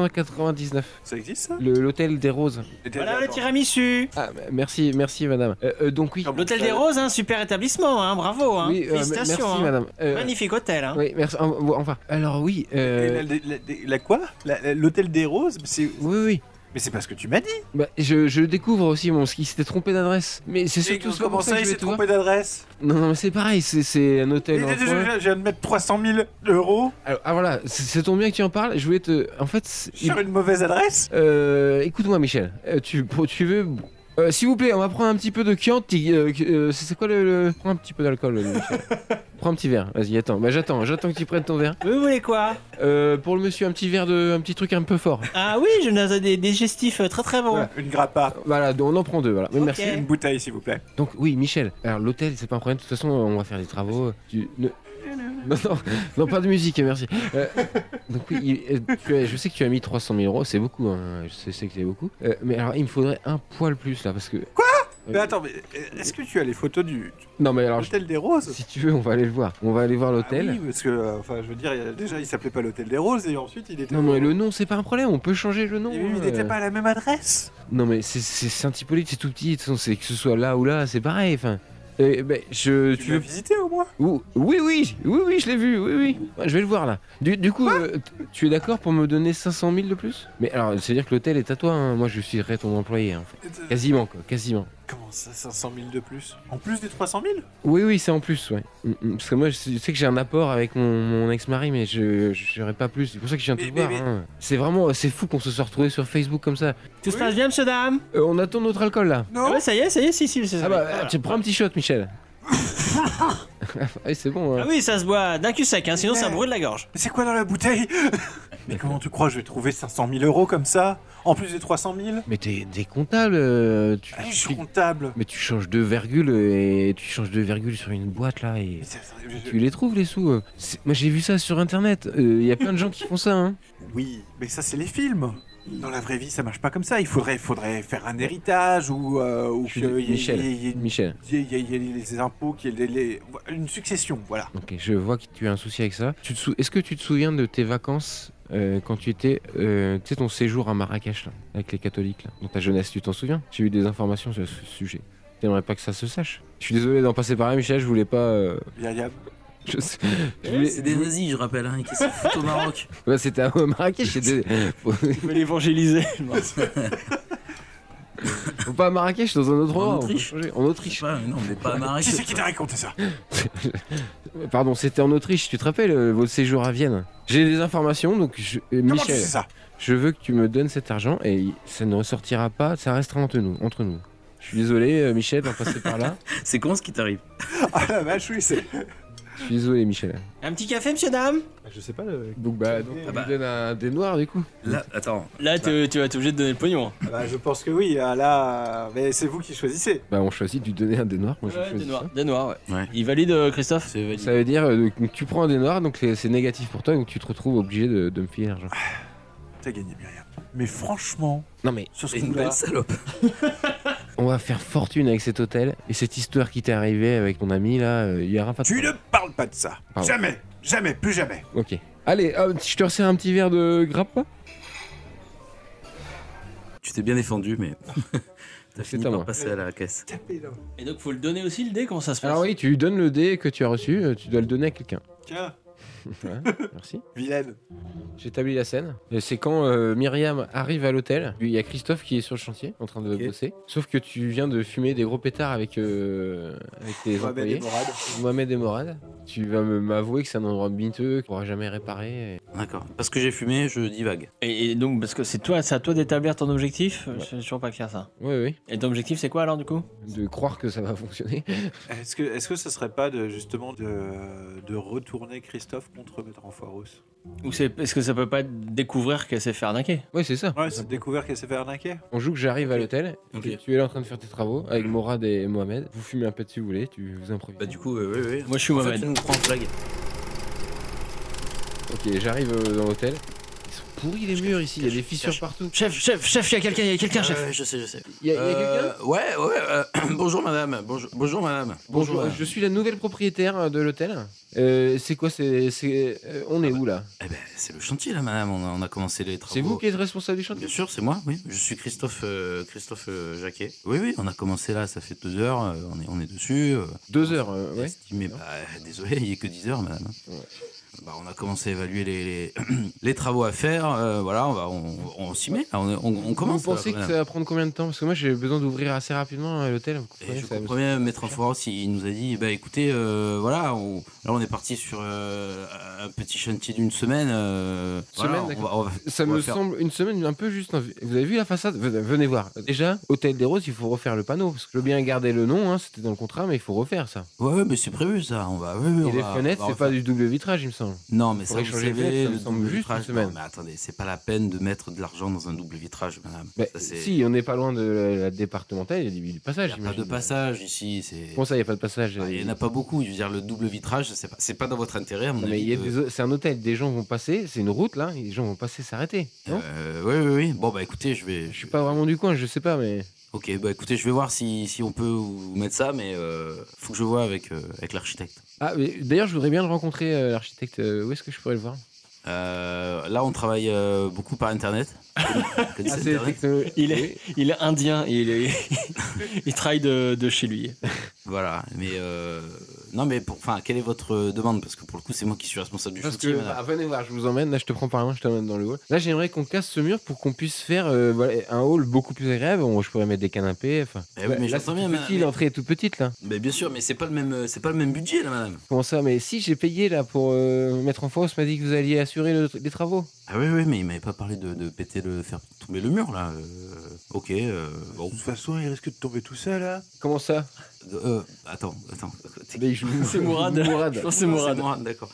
S2: 999,
S5: Ça existe ça
S2: le- l'hôtel des Roses.
S3: Voilà le tiramisu
S2: Ah merci, merci madame. Euh, euh, donc
S5: Ah
S2: oui.
S3: L'hôtel des Roses, hein, super établissement, hein, bravo, hein.
S2: Oui, euh,
S3: félicitations.
S2: merci
S3: hein.
S2: madame. Euh,
S3: Magnifique hôtel. Hein.
S2: Oui, merci. en- Enfin, alors oui,
S5: Et
S2: euh,
S5: la, la- la- la quoi La- la- L'hôtel des roses Mais c'est-
S2: oui, oui.
S5: Mais c'est parce que tu m'as dit.
S2: Bah, je, je découvre aussi mon ski s'était trompé d'adresse. Mais c'est surtout pas
S5: comment
S2: pour ça
S5: ça
S2: que
S5: il
S2: je vais
S5: s'est
S2: te voir.
S5: trompé d'adresse
S2: Non, non, mais c'est pareil, c'est- c'est un
S5: Et- et-
S2: hôtel. en
S5: Je
S2: coin.
S5: je- je viens de mettre 300 000 euros
S2: Alors, ah voilà, c'est c'est ton bien que tu en parles. Je voulais te. En fait, c'est-
S5: sur une mauvaise adresse
S2: Euh, écoute-moi, Michel. Euh, tu, pour- tu veux. Euh, S'il vous plaît, on va prendre un petit peu de Chianti. euh, euh, c'est c'est quoi le, le- Prends un petit peu d'alcool, euh, Michel. Prends un petit verre. Vas-y, attends. Bah, j'attends. J'attends que tu prennes ton verre.
S3: Vous voulez quoi
S2: Euh, pour le monsieur, un petit verre de, un petit truc un peu fort.
S3: Ah oui, je n'ai des digestifs euh, très très bons.
S2: Ouais.
S5: Une grappa.
S2: Voilà, donc on en prend deux. Voilà. Mais
S3: Ok.
S2: Merci.
S5: Une bouteille, s'il vous plaît.
S2: Donc oui, Michel. Alors l'hôtel, c'est pas un problème. De toute façon, on va faire des travaux. Tu- ne- Non, non, non, pas de musique, merci. Euh, donc oui, il- euh, tu as- je sais que tu as mis 300 000 euros, c'est beaucoup, hein, je sais, sais que c'est beaucoup. Euh, mais alors, il me faudrait un poil plus là, parce que... Quoi
S5: Mais attends, mais euh, est-ce que tu as les photos du du
S2: Non, mais alors, je-
S5: hôtel des roses
S2: si tu veux, on va aller le voir. On va aller voir
S5: Ah
S2: l'hôtel.
S5: oui, parce que, euh, enfin, je veux dire, il y a- déjà, il s'appelait pas l'hôtel des roses et ensuite, il était.
S2: Non, mais le nom, c'est pas un problème, on peut changer le nom.
S5: Et oui, mais
S2: hein,
S5: Il n'était
S2: euh.
S5: pas à la même adresse.
S2: Non, mais c'est- c'est Saint-Hippolyte, c'est tout petit, de toute façon, c'est que ce soit là ou là, c'est pareil, enfin... Euh, ben, je,
S5: Tu l'as visité au moins
S2: Ouh, Oui, oui, oui, oui, je l'ai vu, oui, oui. Ouais, Je vais le voir là. Du, du coup, euh, t- tu es d'accord pour me donner 500 000 de plus Mais alors, c'est-à-dire que l'hôtel est à toi, hein. moi je serai ton employé, en fait. Quasiment, quoi, quasiment.
S5: Comment ça, 500 000 de plus En plus des 300 000
S2: Oui, oui, c'est en plus, ouais. Mm, mm, Parce que moi, je sais je sais que j'ai un apport avec mon, mon ex-mari, mais je je serai pas plus. C'est pour ça que je viens te
S5: Mais-
S2: voir.
S5: mais-
S2: hein. C'est vraiment, c'est fou qu'on se soit retrouvé sur Facebook comme ça.
S3: Tout se passe bien, monsieur dame
S2: Euh, on attend notre alcool là.
S3: Ah
S5: Non
S3: ouais, ça y est, ça y est, si, si, c'est ça.
S2: Ah bah,
S3: Voilà.
S2: tu prends un petit shot, Michel. ah oui, c'est bon. hein.
S3: Ah oui, ça se boit d'un cul sec, hein, sinon ça brûle la gorge.
S5: Mais c'est quoi dans la bouteille Mais comment tu crois que je vais trouver 500 000 euros comme ça En plus des 300 000
S2: Mais t'es t'es comptable. euh, tu,
S5: Ah, Je
S2: tu-
S5: suis comptable.
S2: Mais tu changes deux virgules et tu changes deux virgules sur une boîte là et
S5: Mais ça- ça- je-
S2: tu les trouves les sous. euh. C'est- Moi j'ai vu ça sur internet. Il y a plein de gens qui font ça. Hein.
S5: Oui, mais ça c'est les films. Dans la vraie vie, ça marche pas comme ça. Il faudrait, faudrait faire un héritage ou, euh, ou
S2: Je suis
S5: qu'il y ait-
S2: Michel.
S5: il y ait- il y ait une-
S2: Michel,
S5: il y ait- il y ait- il y ait les impôts, qu'il y ait les- les- une succession, voilà.
S2: ok, je vois que tu as un souci avec ça. Tu te sou- Est-ce que tu te souviens de tes vacances euh, quand tu étais, euh, tu sais ton séjour à Marrakech là, avec les catholiques là, dans ta jeunesse, tu t'en souviens J'ai eu des informations sur ce sujet. T'aimerais pas que ça se sache Je suis désolé d'en passer par là, Michel. Je voulais pas. euh,
S5: Myriam,
S2: je sais- je voulais-
S7: C'est des nazis, je rappelle, hein, qui se foutent au Maroc.
S2: Ouais, C'était à Marrakech. c'était-
S3: Vous l'évangéliser.
S2: Faut pas à Marrakech, dans un autre
S7: En
S2: endroit. on peut
S7: Autriche.
S2: changer. En
S7: Je
S2: Autriche.
S7: sais pas, non, mais pas à Maroc.
S5: qui c'est qui t'a raconté ça
S2: Pardon, c'était en Autriche, tu te rappelles euh, votre séjour à Vienne J'ai des informations, donc je- euh,
S5: Comment tu
S2: Michel,
S5: sais ça
S2: je veux que tu me donnes cet argent et ça ne ressortira pas, ça restera entre nous. Entre nous. Je suis désolé, euh, Michel, d'en passer par là.
S7: C'est con ce qui t'arrive.
S5: Ah la vache, oui, c'est.
S2: Je suis désolé, Michel.
S3: Un petit café, monsieur dame
S6: Bah, Je sais pas. le-
S2: Donc bah,
S6: donc,
S2: tu
S6: tu
S2: me
S7: me
S2: donnes des noirs du coup.
S7: Là, attends.
S3: Là, tu tu vas être obligé de donner le pognon. hein.
S5: Ah Bah, je pense que oui, ah là. Mais c'est vous qui choisissez.
S2: Bah on choisit de lui donner un des noirs, moi je
S3: Ouais, des
S2: choisis
S3: noirs,
S2: ça.
S3: des noirs, ouais.
S7: Ouais.
S3: Il valide, euh, Christophe
S7: C'est valide.
S2: Ça veut dire euh, donc, tu prends un des noirs, donc les- c'est négatif pour toi, donc tu te retrouves obligé de, de me filer l'argent.
S5: T'as gagné, Myriam. Mais franchement,
S2: Non mais
S5: sur ce
S7: C'est une
S5: coup-là,
S7: belle salope.
S2: on va faire fortune avec cet hôtel et cette histoire qui t'est arrivée avec ton ami là, euh, il y aura pas de
S5: tu ne parles pas de ça.
S2: Pardon.
S5: Jamais, jamais, plus jamais.
S2: Ok. Allez, hop, je te resserre un petit verre de grappa.
S7: Tu t'es bien défendu, mais. T'as fini
S2: à
S7: par
S2: moi.
S7: passer à la caisse.
S3: Et donc, faut le donner aussi le dé, comment ça se passe
S2: Alors oui, tu lui donnes le dé que tu as reçu, euh, tu dois le donner à quelqu'un.
S5: Tiens,
S2: Voilà, merci.
S5: vilaine.
S2: J'établis la scène. Et C'est quand euh, Myriam arrive à l'hôtel, il y a Christophe qui est sur le chantier en train de bosser. Sauf que tu viens de fumer des gros pétards avec, euh, avec tes
S5: Mohamed
S2: employés.
S5: Elmorad.
S2: Mohamed et Morad. Tu vas me- m'avouer que c'est un endroit miteux qu'on pourra jamais réparer.
S7: D'accord. Parce que j'ai fumé, je divague.
S3: Et, et donc, parce que c'est toi, c'est à toi d'établir ton objectif Euh, Je suis toujours pas clair ça.
S2: Oui, oui.
S3: Et ton objectif, c'est quoi alors du coup
S2: De croire que ça va fonctionner.
S5: Est-ce que, est-ce que ce serait pas de, justement de, de retourner Christophe contre Maître Amphoros.
S3: Ou c'est est-ce que ça peut pas être découvrir qu'elle s'est fait arnaquer
S2: Ouais, c'est ça.
S5: Ouais, c'est découvert qu'elle s'est fait arnaquer.
S2: On joue que j'arrive à l'hôtel,
S7: Ok.
S2: que tu es là en train de faire tes travaux avec Morad et Mohamed. Vous fumez un peu si vous voulez, tu vous improvises.
S4: Bah, du coup, euh, oui, oui.
S3: Moi je suis
S4: En fait,
S3: Mohamed.
S4: tu nous prends en flag.
S2: Ok, j'arrive euh, dans l'hôtel. Ils sont pourris les murs ici, il y a des fissures partout.
S3: Chef, chef, chef, il y a quelqu'un, il y a quelqu'un, chef.
S7: je sais, je sais.
S2: Il y a, il Euh, y a quelqu'un
S7: ouais, ouais. euh, bonjour madame. Bonjour, bonjour euh, madame.
S2: Bonjour, euh,
S7: madame.
S2: je suis la nouvelle propriétaire de l'hôtel. Euh, c'est quoi c'est, c'est- euh, On est où là
S7: Eh ben, c'est le chantier là, madame. On a, on a commencé les travaux.
S2: C'est vous qui êtes responsable du chantier
S7: Bien sûr, c'est moi, oui. Je suis Christophe, euh, Christophe euh, Jacquet. Oui, oui, on a commencé là, ça fait deux heures, euh, on, est, on est dessus. euh,
S2: Deux heures, euh, ouais.
S7: estimé- bah, euh, désolé, il n'y a que 10 heures, madame.
S2: Ouais.
S7: Bah, on a commencé à évaluer les, les, les travaux à faire. euh, voilà, on, va- on, on s'y met, là, on, on- on commence.
S2: Vous pensez
S7: là,
S2: que
S7: madame.
S2: ça va prendre combien de temps Parce que moi j'ai besoin d'ouvrir assez rapidement euh, l'hôtel. Vous
S7: Et
S2: comprenez,
S7: je
S2: ça-
S7: comprends bien, Maître Enfoiré, il nous a dit, bah écoutez, euh, voilà, on- là on est parti sur euh, un petit chantier d'une semaine. euh, voilà,
S2: Semaine,
S7: on va-
S2: d'accord.
S7: on va-
S2: Ça
S7: on va
S2: me
S7: faire-
S2: semble une semaine un peu juste. hein. Vous avez vu la façade Venez venez voir. Déjà, Hôtel des Roses, il faut refaire le panneau. Parce que je veux bien garder le nom, hein, c'était dans le contrat, mais il faut refaire ça.
S7: Ouais, ouais, mais c'est prévu ça. On va. ouais, ouais, on
S2: Et les
S7: va-
S2: fenêtres,
S7: on va
S2: c'est pas du double vitrage, il me semble.
S7: Non, mais ça,
S2: Faudrait
S7: vous
S2: changer les
S7: savez,
S2: fenêtres, ça
S7: le
S2: me semble
S7: double
S2: juste une
S7: vitrage.
S2: semaine.
S7: Non, mais attendez, c'est pas la peine de mettre de l'argent dans un double vitrage, madame.
S2: Bah,
S7: Ça, c'est-
S2: si, on n'est pas loin de la, la départementale, il y a du, du
S7: il
S2: passage.
S7: n'y a pas de
S2: j'imagine.
S7: passage ici. C'est.
S2: Comment ça, il n'y a pas de passage euh,
S7: Ah, Il n'y en a pas beaucoup. Je veux dire, le double vitrage, c'est pas, c'est pas dans votre intérêt, à mon
S2: Non, mais
S7: avis.
S2: il y a
S7: de- euh.
S2: des o- c'est un hôtel, des gens vont passer, c'est une route là, et les gens vont passer s'arrêter. non
S7: Euh, oui, oui, oui. Bon, bah écoutez, je vais.
S2: je suis pas vraiment du coin, je sais pas, mais
S7: Ok, bah écoutez, je vais voir si, si on peut vous mettre ça, mais euh, faut que je vois avec, euh, avec l'architecte.
S2: ah, mais d'ailleurs, je voudrais bien le rencontrer, euh, l'architecte. euh, où est-ce que je pourrais le voir
S7: Euh, là, on travaille euh, beaucoup par internet. Que des
S2: Ah, c'est
S7: Internet.
S2: techno-
S3: Il est, il est indien, il, est- il travaille de, de chez lui.
S7: Voilà, mais euh, non, mais pour, enfin, quelle est votre euh, demande Parce que pour le coup, c'est moi qui suis responsable du
S2: Parce
S7: chantier,
S2: que,
S7: madame.
S2: bah, venez voir, je vous emmène, là je te prends par la main, je t'emmène dans le hall. Là j'aimerais qu'on casse ce mur pour qu'on puisse faire euh, voilà, un hall beaucoup plus agréable, où je pourrais mettre des canapés. enfin.
S7: Eh oui, mais
S2: là
S7: j'entends
S2: c'est
S7: bien,
S2: tout
S7: mais-
S2: petit,
S7: mais-
S2: l'entrée est toute petite là.
S7: Mais bien sûr, mais c'est pas le même, euh, c'est pas le même budget là, madame.
S2: Comment ça Mais si j'ai payé là pour euh, mettre en force, m'a dit que vous alliez assurer le- les travaux.
S7: Ah oui, oui, mais il m'avait pas parlé de, de péter le, faire tomber le mur là. euh, ok. euh, bon.
S5: façon, il risque de tomber tout seul, hein. là.
S2: Comment ça
S7: Euh, attends, attends. T'es-
S2: C'est
S3: Mourad. Je pense que c'est Mourad.
S7: d'accord.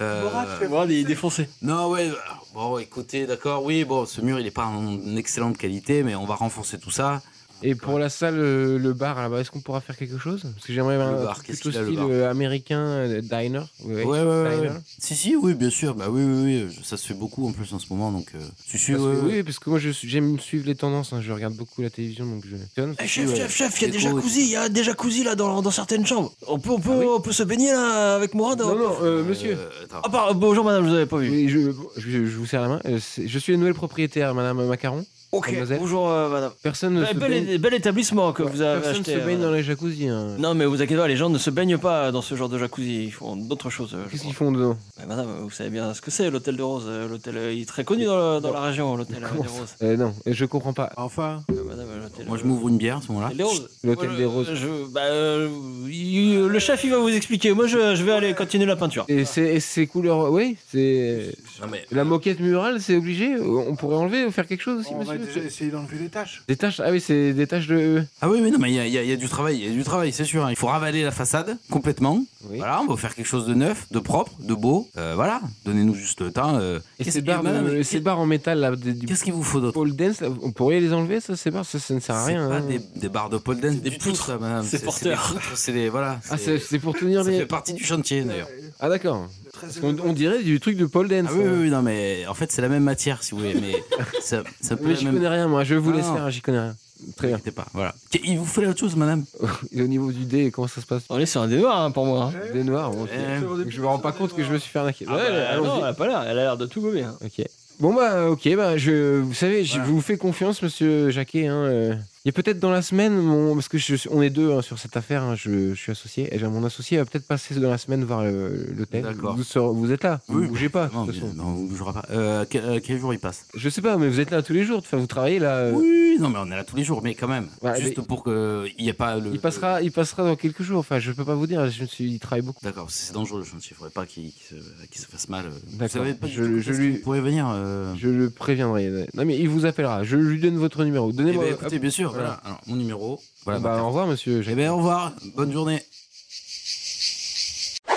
S7: Euh,
S3: Mourad, il est défoncé.
S7: non, ouais. bah, Bon, écoutez, d'accord. Oui, bon, ce mur, il est pas en excellente qualité, mais on va renforcer tout ça.
S2: Et pour la salle, euh, le bar là-bas, est-ce qu'on pourra faire quelque chose Parce que j'aimerais un
S7: bar,
S2: truc
S7: qu'est-ce
S2: plutôt
S7: qu'il a, le
S2: style
S7: bar
S2: euh, américain euh, diner.
S7: Ouais, ouais, ouais.
S2: diner.
S7: ouais. Si, si, oui, bien sûr. Bah oui, oui, oui. je- Ça se fait beaucoup en plus en ce moment, donc. Euh, si, si,
S2: Parce
S7: ouais,
S2: que-
S7: ouais.
S2: oui, parce que moi je suis- j'aime suivre les tendances, hein, je regarde beaucoup la télévision donc je.
S3: Eh,
S7: Ouais.
S3: chef, chef, chef, il y a des
S7: Écoute.
S3: jacuzzi, il y a des jacuzzi là dans, dans certaines chambres. On peut, on peut,
S2: Ah oui
S3: on peut se baigner là avec Mourad
S2: Non, non, euh, monsieur.
S7: Euh, attends.
S3: Ah, par- bonjour madame, je vous avais pas vu.
S2: Oui, je, je- je vous serre la main. Euh, c'est- Je suis la nouvelle propriétaire, Madame Macaron.
S3: ok,
S2: mademoiselle.
S3: bonjour euh, madame.
S2: Personne ne
S7: Bah,
S3: Bel,
S2: se
S3: bel-
S2: baigne,
S3: bel établissement que
S2: Ouais,
S3: vous avez
S2: personne
S3: acheté.
S2: se baigne
S3: euh,
S2: dans les jacuzzis. hein.
S3: Non mais vous inquiétez pas, les gens ne se baignent pas dans ce genre de jacuzzi, ils font d'autres choses. euh, je
S2: Qu'est-ce
S3: crois.
S2: qu'ils font dedans
S3: Mais madame, vous savez bien ce que c'est l'hôtel de Rose. euh, L'hôtel, euh, il est très connu dans, le- dans la région, l'hôtel euh,
S2: Comment
S3: des
S2: ça
S3: Roses.
S2: Euh, Non, je comprends pas.
S5: Enfin,
S3: Euh, madame, euh, l'hôtel,
S7: Moi, je
S3: euh,
S7: m'ouvre une bière à ce moment-là.
S3: l'hôtel des Roses.
S2: L'hôtel
S3: Moi,
S2: des
S3: je-
S2: Roses.
S3: je- bah, euh, il- le chef, il va vous expliquer. Moi, je, je vais aller continuer la peinture.
S2: Et c'est et ces couleurs, oui, c'est
S7: Non, mais
S2: la moquette murale, c'est obligé. On pourrait enlever ou faire quelque chose aussi,
S5: on va
S2: monsieur.
S5: déjà essayer d'enlever les tâches.
S2: Des tâches, ah oui, c'est des tâches de.
S7: Ah oui, mais non, mais il y a, il y a- il y a du travail, il y a du travail, c'est sûr. hein. Il faut ravaler la façade complètement.
S2: Oui.
S7: Voilà, on va faire quelque chose de neuf, de propre, de beau. Euh, voilà, donnez-nous juste le temps. euh.
S2: Et
S7: Qu'est-ce
S2: ces
S7: qu'il-
S2: barres, de-
S7: madame, qu'est-
S2: ces barres en métal là, des- du
S7: Qu'est-ce qu'il vous faut d'autre
S2: pole dance, là, on pourrait les enlever, ça, ces barres, ça, ça ne sert à
S7: C'est
S2: rien.
S7: pas
S2: hein.
S7: des, des barres de pole dance, des
S3: du
S7: poutres,
S3: poutre.
S7: là, madame.
S3: C'est porteur.
S7: C'est des poutres, c'est des. Voilà.
S2: Ah, c'est
S7: c'est-
S2: c'est pour tenir
S7: ça
S2: les.
S7: fait partie du chantier d'ailleurs.
S2: Ah d'accord. Parce qu'on- On, dirait du truc de pole dance.
S7: Ah oui,
S2: hein.
S7: oui, oui, non, mais en fait, c'est la même matière, si vous voulez. Mais ça, ça peut
S2: Mais j'y connais rien, moi. Je vous
S7: Ah,
S2: laisse
S7: non.
S2: faire, j'y connais rien. Très bien.
S7: pas. Voilà. Qu- Il vous fallait autre chose, madame
S2: Et au niveau du dé, comment ça se passe
S3: On est sur un débat hein, pour moi. hein.
S2: Dé noir, bon, ok.
S7: Eh,
S2: Donc, je me rends pas compte que je me suis fait arnaquer.
S3: Ah
S2: Ouais,
S3: bah,
S2: allons-y.
S3: non, elle a pas l'air. Elle a l'air de tout gober. hein.
S2: Ok. Bon bah ok bah je vous savez je vous fais confiance monsieur Jacquet hein. euh. Il y a peut-être dans la semaine mon parce que je suis- on est deux hein, sur cette affaire hein, je, je suis associé et j'ai- mon associé va peut-être passer dans la semaine voir le- l'hôtel.
S7: D'accord.
S2: Vous, serez- vous êtes là.
S7: Oui,
S2: vous bougez pas. de
S7: Non,
S2: toute façon.
S7: non, on bougera pas. Euh, quel, euh, quel jour il passe
S2: Je sais pas mais vous êtes là tous les jours. Enfin vous travaillez là. euh.
S7: Oui, non, mais on est là tous les jours, mais quand même.
S2: Ouais,
S7: juste
S2: mais-
S7: pour qu'il n'y ait pas le.
S2: Il passera il passera dans quelques jours. Enfin je peux pas vous dire je me suis il travaille beaucoup.
S7: D'accord, c'est dangereux le chantier, il faudrait pas qu'il qu'il se, qu'il se fasse mal. euh. Vous
S2: D'accord,
S7: savez pas
S2: je-
S7: du tout
S2: je
S7: quand
S2: lui-
S7: est-ce qu'il pourrait venir. euh
S2: Je le préviendrai. Non mais il vous appellera. Je lui donne votre numéro.
S7: Eh
S2: Donnez-moi.
S7: ben, écoutez, bien sûr, voilà.
S2: voilà.
S7: Alors, mon numéro. Voilà, eh
S2: Hop. bah,
S7: ben, ma
S2: au
S7: carte.
S2: revoir monsieur.
S7: Eh
S2: Jacquet.
S7: ben, au revoir, bonne journée.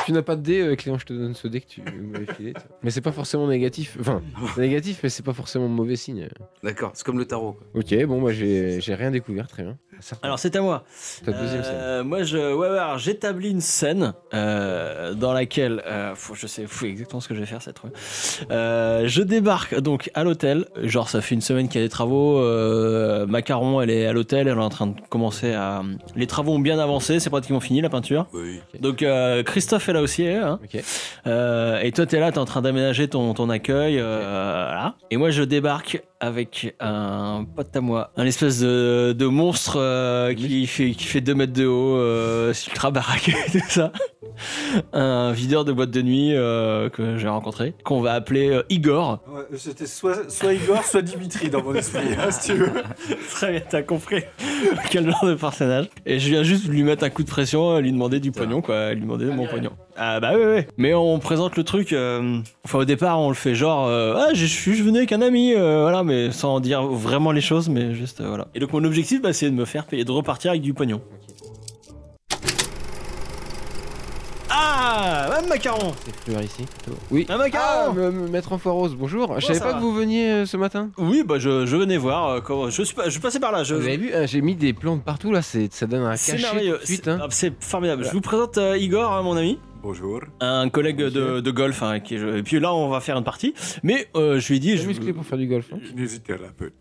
S2: tu n'as pas de dé, euh, client, je te donne ce dé que tu m'avais filé. tu vois. Mais c'est pas forcément négatif. Enfin, c'est négatif, mais c'est pas forcément mauvais signe.
S7: D'accord, c'est comme le tarot. quoi.
S2: Ok, bon, bah j'ai j'ai rien découvert, très bien. Certain.
S3: Alors c'est à moi.
S2: ta deuxième scène.
S3: Euh, Moi, je, ouais, ouais, alors, j'établis une scène euh, dans laquelle, euh, faut- je sais fou exactement ce que je vais faire cette fois. Euh, je débarque donc à l'hôtel. Genre, ça fait une semaine qu'il y a des travaux. euh, Macaron, elle est à l'hôtel, elle est en train de commencer à. Les travaux ont bien avancé, c'est pratiquement fini la peinture.
S7: Oui.
S3: Donc euh, Christophe est là aussi. hein.
S2: Ok.
S3: Euh, et toi, t'es là, t'es en train d'aménager ton, ton accueil. euh, voilà. Et moi, je débarque avec un pote à moi, un espèce de, de monstre euh, qui, fait, qui fait 2 mètres de haut, euh, ultra baraque et tout ça. Un videur de boîte de nuit euh, que j'ai rencontré, qu'on va appeler euh, Igor.
S5: Ouais, C'était soit, soit Igor, soit Dimitri dans mon esprit, hein, si tu veux.
S3: Très bien, t'as compris quel genre de personnage. Et je viens juste lui mettre un coup de pression, euh, lui demander du
S7: Putain.
S3: pognon, quoi, lui demander mon pognon. Ah bah ouais, ouais. Mais on présente le truc. euh, Enfin, au départ, on le fait genre, euh, ah, je suis, je venais avec un ami, euh, voilà, mais sans dire vraiment les choses, mais juste euh, voilà. Et donc mon objectif, bah, c'est de me faire payer, de repartir avec du pognon. Ah, un macaron,
S2: C'est fleur ici. Oui.
S3: un macaron.
S2: Ah, me, me mettre en foire rose, bonjour. je savais
S3: ça
S2: pas
S3: va
S2: que vous veniez euh, ce matin.
S3: Oui, bah je, je venais voir. euh, comment- je suis pas, je passais par là. Je,
S2: Vous avez vu, euh, j'ai mis des plantes partout là, c'est- ça donne un
S3: c'est
S2: cachet
S3: merveilleux.
S2: tout de suite.
S3: c'est-
S2: hein.
S3: ah, C'est formidable. Je vous présente euh, Igor, hein, mon ami.
S5: Bonjour.
S3: un collègue de, de golf hein, qui est- et puis là on va faire une partie mais euh, je lui ai dit
S2: J'ai
S3: je,
S2: musclé pour faire du golf. hein.
S5: Kinésithérapeute.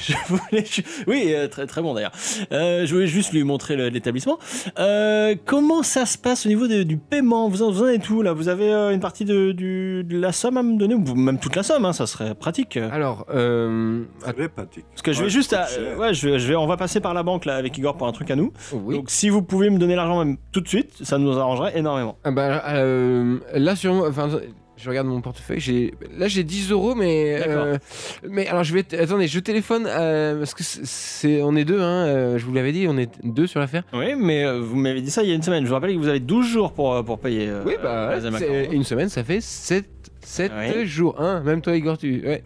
S3: je voulais je- oui euh, très très bon d'ailleurs Euh, je voulais juste lui montrer le- l'établissement Euh, comment ça se passe au niveau de- du paiement vous en, vous en avez tout là vous avez euh, une partie de, du- de la somme à me donner ou même toute la somme hein, ça serait pratique
S2: Alors, euh, att-
S5: Très pratique.
S3: parce que je vais
S5: Ouais,
S3: juste à-
S5: c'est cher.
S3: ouais je vais, je vais on va passer par la banque là avec Igor pour un truc à nous
S2: oh, oui.
S3: donc si vous pouvez me donner l'argent même tout de suite ça nous arrangerait énormément
S2: Ah bah, euh, là sur moi, enfin, je regarde mon portefeuille. J'ai là j'ai 10 euros, mais
S3: D'accord.
S2: euh, mais alors je vais t- attendez, je téléphone euh, parce que c'est- c'est on est deux, hein, euh, je vous l'avais dit, on est deux sur l'affaire.
S3: oui mais euh, vous m'avez dit ça il y a une semaine je vous rappelle que vous avez 12 jours pour, euh, pour payer euh,
S2: oui bah
S3: les
S2: ouais,
S3: Américains.
S2: c'est- une semaine ça fait 7 7
S3: Ouais.
S2: jours, hein, même toi Igor tu. Ouais.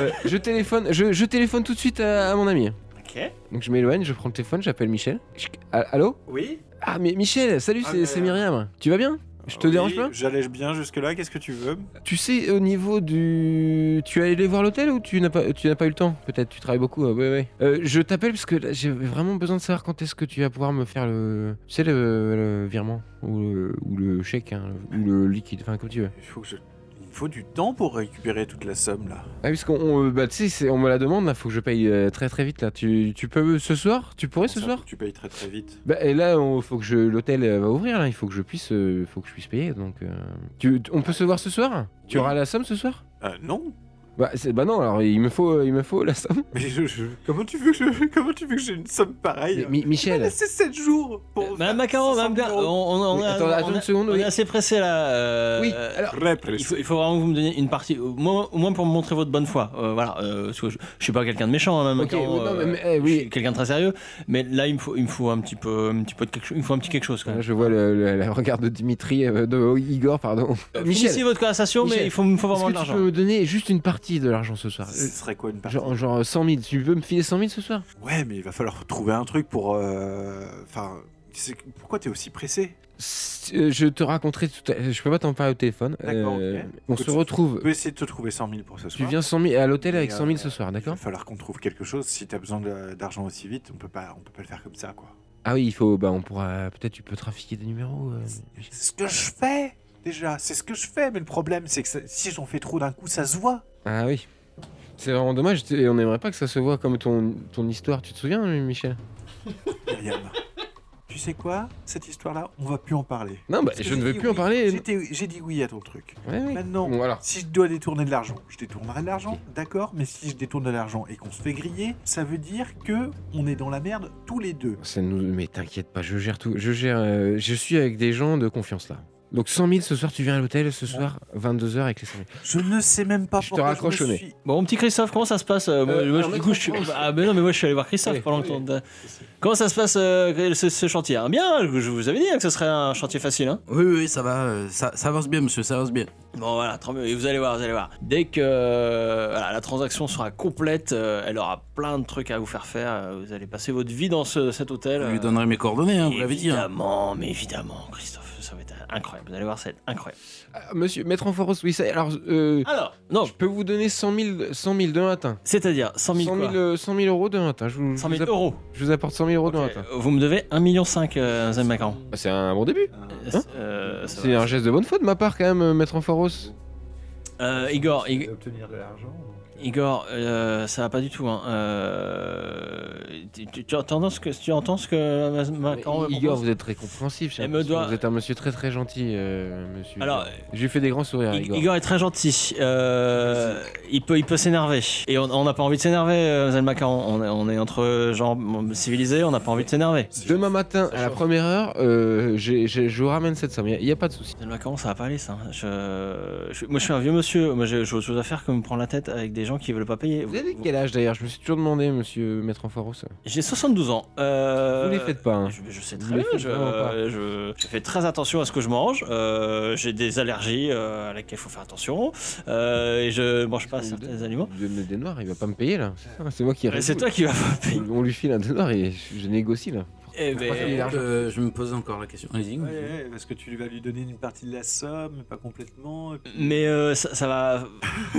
S2: Euh, je téléphone, je, je téléphone tout de suite à, à mon ami.
S3: Ok.
S2: Donc je m'éloigne, je prends le téléphone, j'appelle Michel. Je- Ah, Allô
S5: Oui
S2: Ah mais Michel, salut,
S5: Ah,
S2: c'est
S5: mais-
S2: c'est Myriam. Tu vas bien Je te
S5: Oui,
S2: dérange pas
S5: J'allège bien jusque-là, qu'est-ce que tu veux
S2: Tu sais, au niveau du. Tu es allé voir l'hôtel ou tu n'as pas, tu n'as pas eu le temps Peut-être, tu travailles beaucoup. euh, ouais, ouais. Euh, je t'appelle parce que là, j'ai vraiment besoin de savoir quand est-ce que tu vas pouvoir me faire le. Tu sais, le, le virement ou le, ou le chèque hein, ou le liquide, enfin, comme tu veux.
S5: Il faut, que je- Il me faut du temps pour récupérer toute la somme, là.
S2: Ah, parce qu'on on, euh, bah, tu sais, c'est- on me la demande, là, faut que je paye euh, très très vite, là. Tu, tu peux ce soir Tu pourrais ce
S5: Enfin,
S2: soir
S5: Tu payes très très vite.
S2: bah, et là, on, faut que je, l'hôtel euh, va ouvrir, là. Il faut que je puisse, euh, faut que je puisse payer. Donc, euh, tu, on peut se voir ce soir Tu
S5: Oui.
S2: auras la somme ce soir
S5: Euh, non
S2: bah, c'est- bah non, alors il me faut, il me faut la somme.
S5: Mais je, je- Comment tu veux que je... comment tu veux que j'ai une somme pareille
S2: Mi- Michel. Euh,
S5: C'est 7 jours pour.
S3: Euh, Madame Macaron, Madame Gar-
S2: Oh.
S3: on, on, on,
S2: Mais
S3: est-
S2: attends,
S3: on
S2: attends
S3: est-
S2: une seconde,
S3: on
S2: oui.
S3: est assez pressé là. euh,
S2: oui,
S3: euh,
S2: alors,
S3: il faut, il faut vraiment que vous me donniez une partie, au moins, au moins pour me montrer votre bonne foi. Euh, voilà, euh, parce que je, je suis pas quelqu'un de méchant, hein, Madame
S2: ok,
S3: Macaron,
S2: oui, non, mais-
S3: euh,
S2: mais, eh,
S3: je
S2: oui.
S3: suis quelqu'un de très sérieux. Mais là, il me faut, il me faut un petit peu, un petit peu de quelque chose. Il me faut un petit quelque chose quand
S2: Là,
S3: même.
S2: je vois le, le- le regard de Dimitri, euh, de oh, Igor, pardon.
S3: Euh,
S2: Michel,
S3: finissez votre conversation, mais
S2: Michel,
S3: il faut, il me faut
S2: est-ce
S3: vraiment de
S2: que tu
S3: l'argent.
S2: peux me donner juste une partie de l'argent ce soir Euh,
S5: Ce serait quoi une partie
S2: Genre, genre 100 000, tu veux me filer 100 000 ce soir
S5: Ouais, mais il va falloir trouver un truc pour. euh, Enfin. c'est- Pourquoi t'es aussi pressé
S2: C'est- euh, Je te raconterai tout à Je peux pas t'en parler au téléphone.
S5: D'accord,
S2: Euh,
S5: ok.
S2: On
S5: Écoute,
S2: se retrouve.
S5: On peut essayer de te trouver 100 000 pour ce
S2: Tu
S5: soir.
S2: viens 100 000 à l'hôtel
S5: Et,
S2: avec 100 000 ce
S5: euh,
S2: soir,
S5: Il va
S2: d'accord
S5: falloir qu'on trouve quelque chose. Si t'as besoin de- d'argent aussi vite, on peut pas, on peut pas le faire comme ça, quoi.
S2: Ah oui, il faut. Bah, on pourra. Peut-être tu peux trafiquer des numéros. euh,
S5: C'est ce que je fais déjà. C'est ce que je fais. Mais le problème, c'est que ça- si j'en fais trop d'un coup, ça se voit.
S2: Ah oui. C'est vraiment dommage. tu- Et on aimerait pas que ça se voit comme ton, ton histoire. Tu te souviens, Michel
S5: Myriam, tu sais quoi Cette histoire-là, on va plus en parler.
S2: Non, bah,
S5: Parce que
S2: je ne
S5: j'ai
S2: veux
S5: dit
S2: plus en
S5: oui.
S2: parler.
S5: J'étais- J'ai dit oui à ton truc.
S2: Ouais,
S3: Bah,
S2: ouais.
S5: Maintenant,
S2: Bon, alors.
S5: si je dois détourner de l'argent, je détournerai de l'argent, d'accord Mais si je détourne de l'argent et qu'on se fait griller, ça veut dire que on est dans la merde tous les deux.
S2: Ça nous... Mais t'inquiète pas, je gère tout. Je gère. euh, je suis avec des gens de confiance là. Donc 100 000 ce soir, tu viens à l'hôtel ce soir, 22 h avec les 100 000.
S5: Je ne sais même pas
S2: Je te
S5: pourquoi me
S2: raccroche au nez.
S5: suis-
S3: Bon, mon petit Christophe, comment ça se passe Euh, moi,
S2: Euh,
S3: moi,
S2: alors,
S3: je- Du
S2: mettre
S3: coup,
S2: en
S3: je suis.
S2: France.
S3: Ah, mais non, mais moi, je suis allé voir Christophe
S2: Oui,
S3: pendant
S2: oui.
S3: le temps. de- Comment ça se passe euh, ce, ce chantier hein Bien, je vous avais dit hein, que ce serait un chantier facile. Hein
S7: Oui, oui, ça va, euh, ça, ça avance bien, monsieur, ça avance bien.
S3: Bon voilà, tant mieux. Et vous allez voir, vous allez voir. Dès que euh, voilà, la transaction sera complète, euh, elle aura plein de trucs à vous faire faire. Euh, Vous allez passer votre vie dans ce, cet hôtel.
S7: Je lui
S3: euh,
S7: donnerai mes coordonnées, hein, vous l'avez dit. hein.
S3: Évidemment, mais évidemment, Christophe, ça va être incroyable. Vous allez voir, ça va être incroyable.
S2: Ah, Monsieur, maître Amphoros, oui, ça. Alors, euh,
S3: Alors, Ah, non,
S2: je peux vous donner 100 000, 100 000 d'un matin.
S3: c'est-à-dire 100 000, quoi
S2: 000, 100 000 euros d'un matin. Je vous, je
S3: 100
S2: vous
S3: 000
S2: apporte-
S3: euros.
S2: Je vous apporte 100 000 euros d'un matin.
S3: Ok, Vous me devez 1,5 million, euh, Zen Macaron.
S2: Bah, C'est un bon début.
S3: Euh,
S2: Hein
S3: euh, ça
S2: C'est
S3: va.
S2: un geste de bonne foi de ma part, quand même, euh, maître Amphoros.
S3: Euh, Igor, Ig-
S6: obtenir de l'argent. donc, euh,
S3: Igor, euh, ça va pas du tout. Hein. Euh, tu, tu- tu entends ce que tu entends ce que ma- ma-
S2: Mais
S3: quand on me
S2: Igor,
S3: propose
S2: vous êtes très compréhensif. j'ai
S3: Elle me
S2: l'impression.
S3: doit-
S2: Vous êtes un monsieur très très gentil, euh, monsieur.
S3: Alors,
S2: je lui fais des grands sourires,
S3: I-
S2: Ah, Igor.
S3: Igor est très gentil. euh, il peut, il peut s'énerver. Et on on n'a pas envie de s'énerver, euh, Zen Macaron. On, est- on est entre gens civilisés, on n'a pas envie de s'énerver.
S2: Demain matin, à la première heure, euh, j'ai- j'ai- je vous ramène cette somme. Il n'y a, pas de souci.
S3: Zen Macaron, ça va pas aller, ça. Je, je- moi, je suis un vieux monsieur. Moi, j'ai j'ai autre chose à faire que me prendre la tête avec des gens qui veulent pas payer.
S2: Vous avez quel âge d'ailleurs Je me suis toujours demandé, monsieur Maître Amphoros.
S3: J'ai 72 ans. Euh,
S2: Vous les faites pas, hein.
S3: je, je sais
S2: Vous
S3: très
S2: les
S3: bien.
S2: faites
S3: Je,
S2: vraiment pas.
S3: je- je fais très attention à ce que je mange. Euh, J'ai des allergies euh, à laquelle il faut faire attention. Euh, et je mange pas
S2: Est-ce que vous
S3: certains
S2: donnez-
S3: aliments.
S2: vous donnez des noirs, il va pas me payer là. C'est ça, C'est moi qui
S3: Mais C'est
S2: résout.
S3: toi qui vas pas payer.
S2: On lui file un noir et je je négocie là.
S3: Eh ben,
S2: qu'il est
S7: Euh, je me pose encore la question. Allez-y.
S5: Ouais, ouais, parce que tu vas lui donner une partie de la somme, mais pas complètement. et puis-
S3: mais euh, ça, ça va.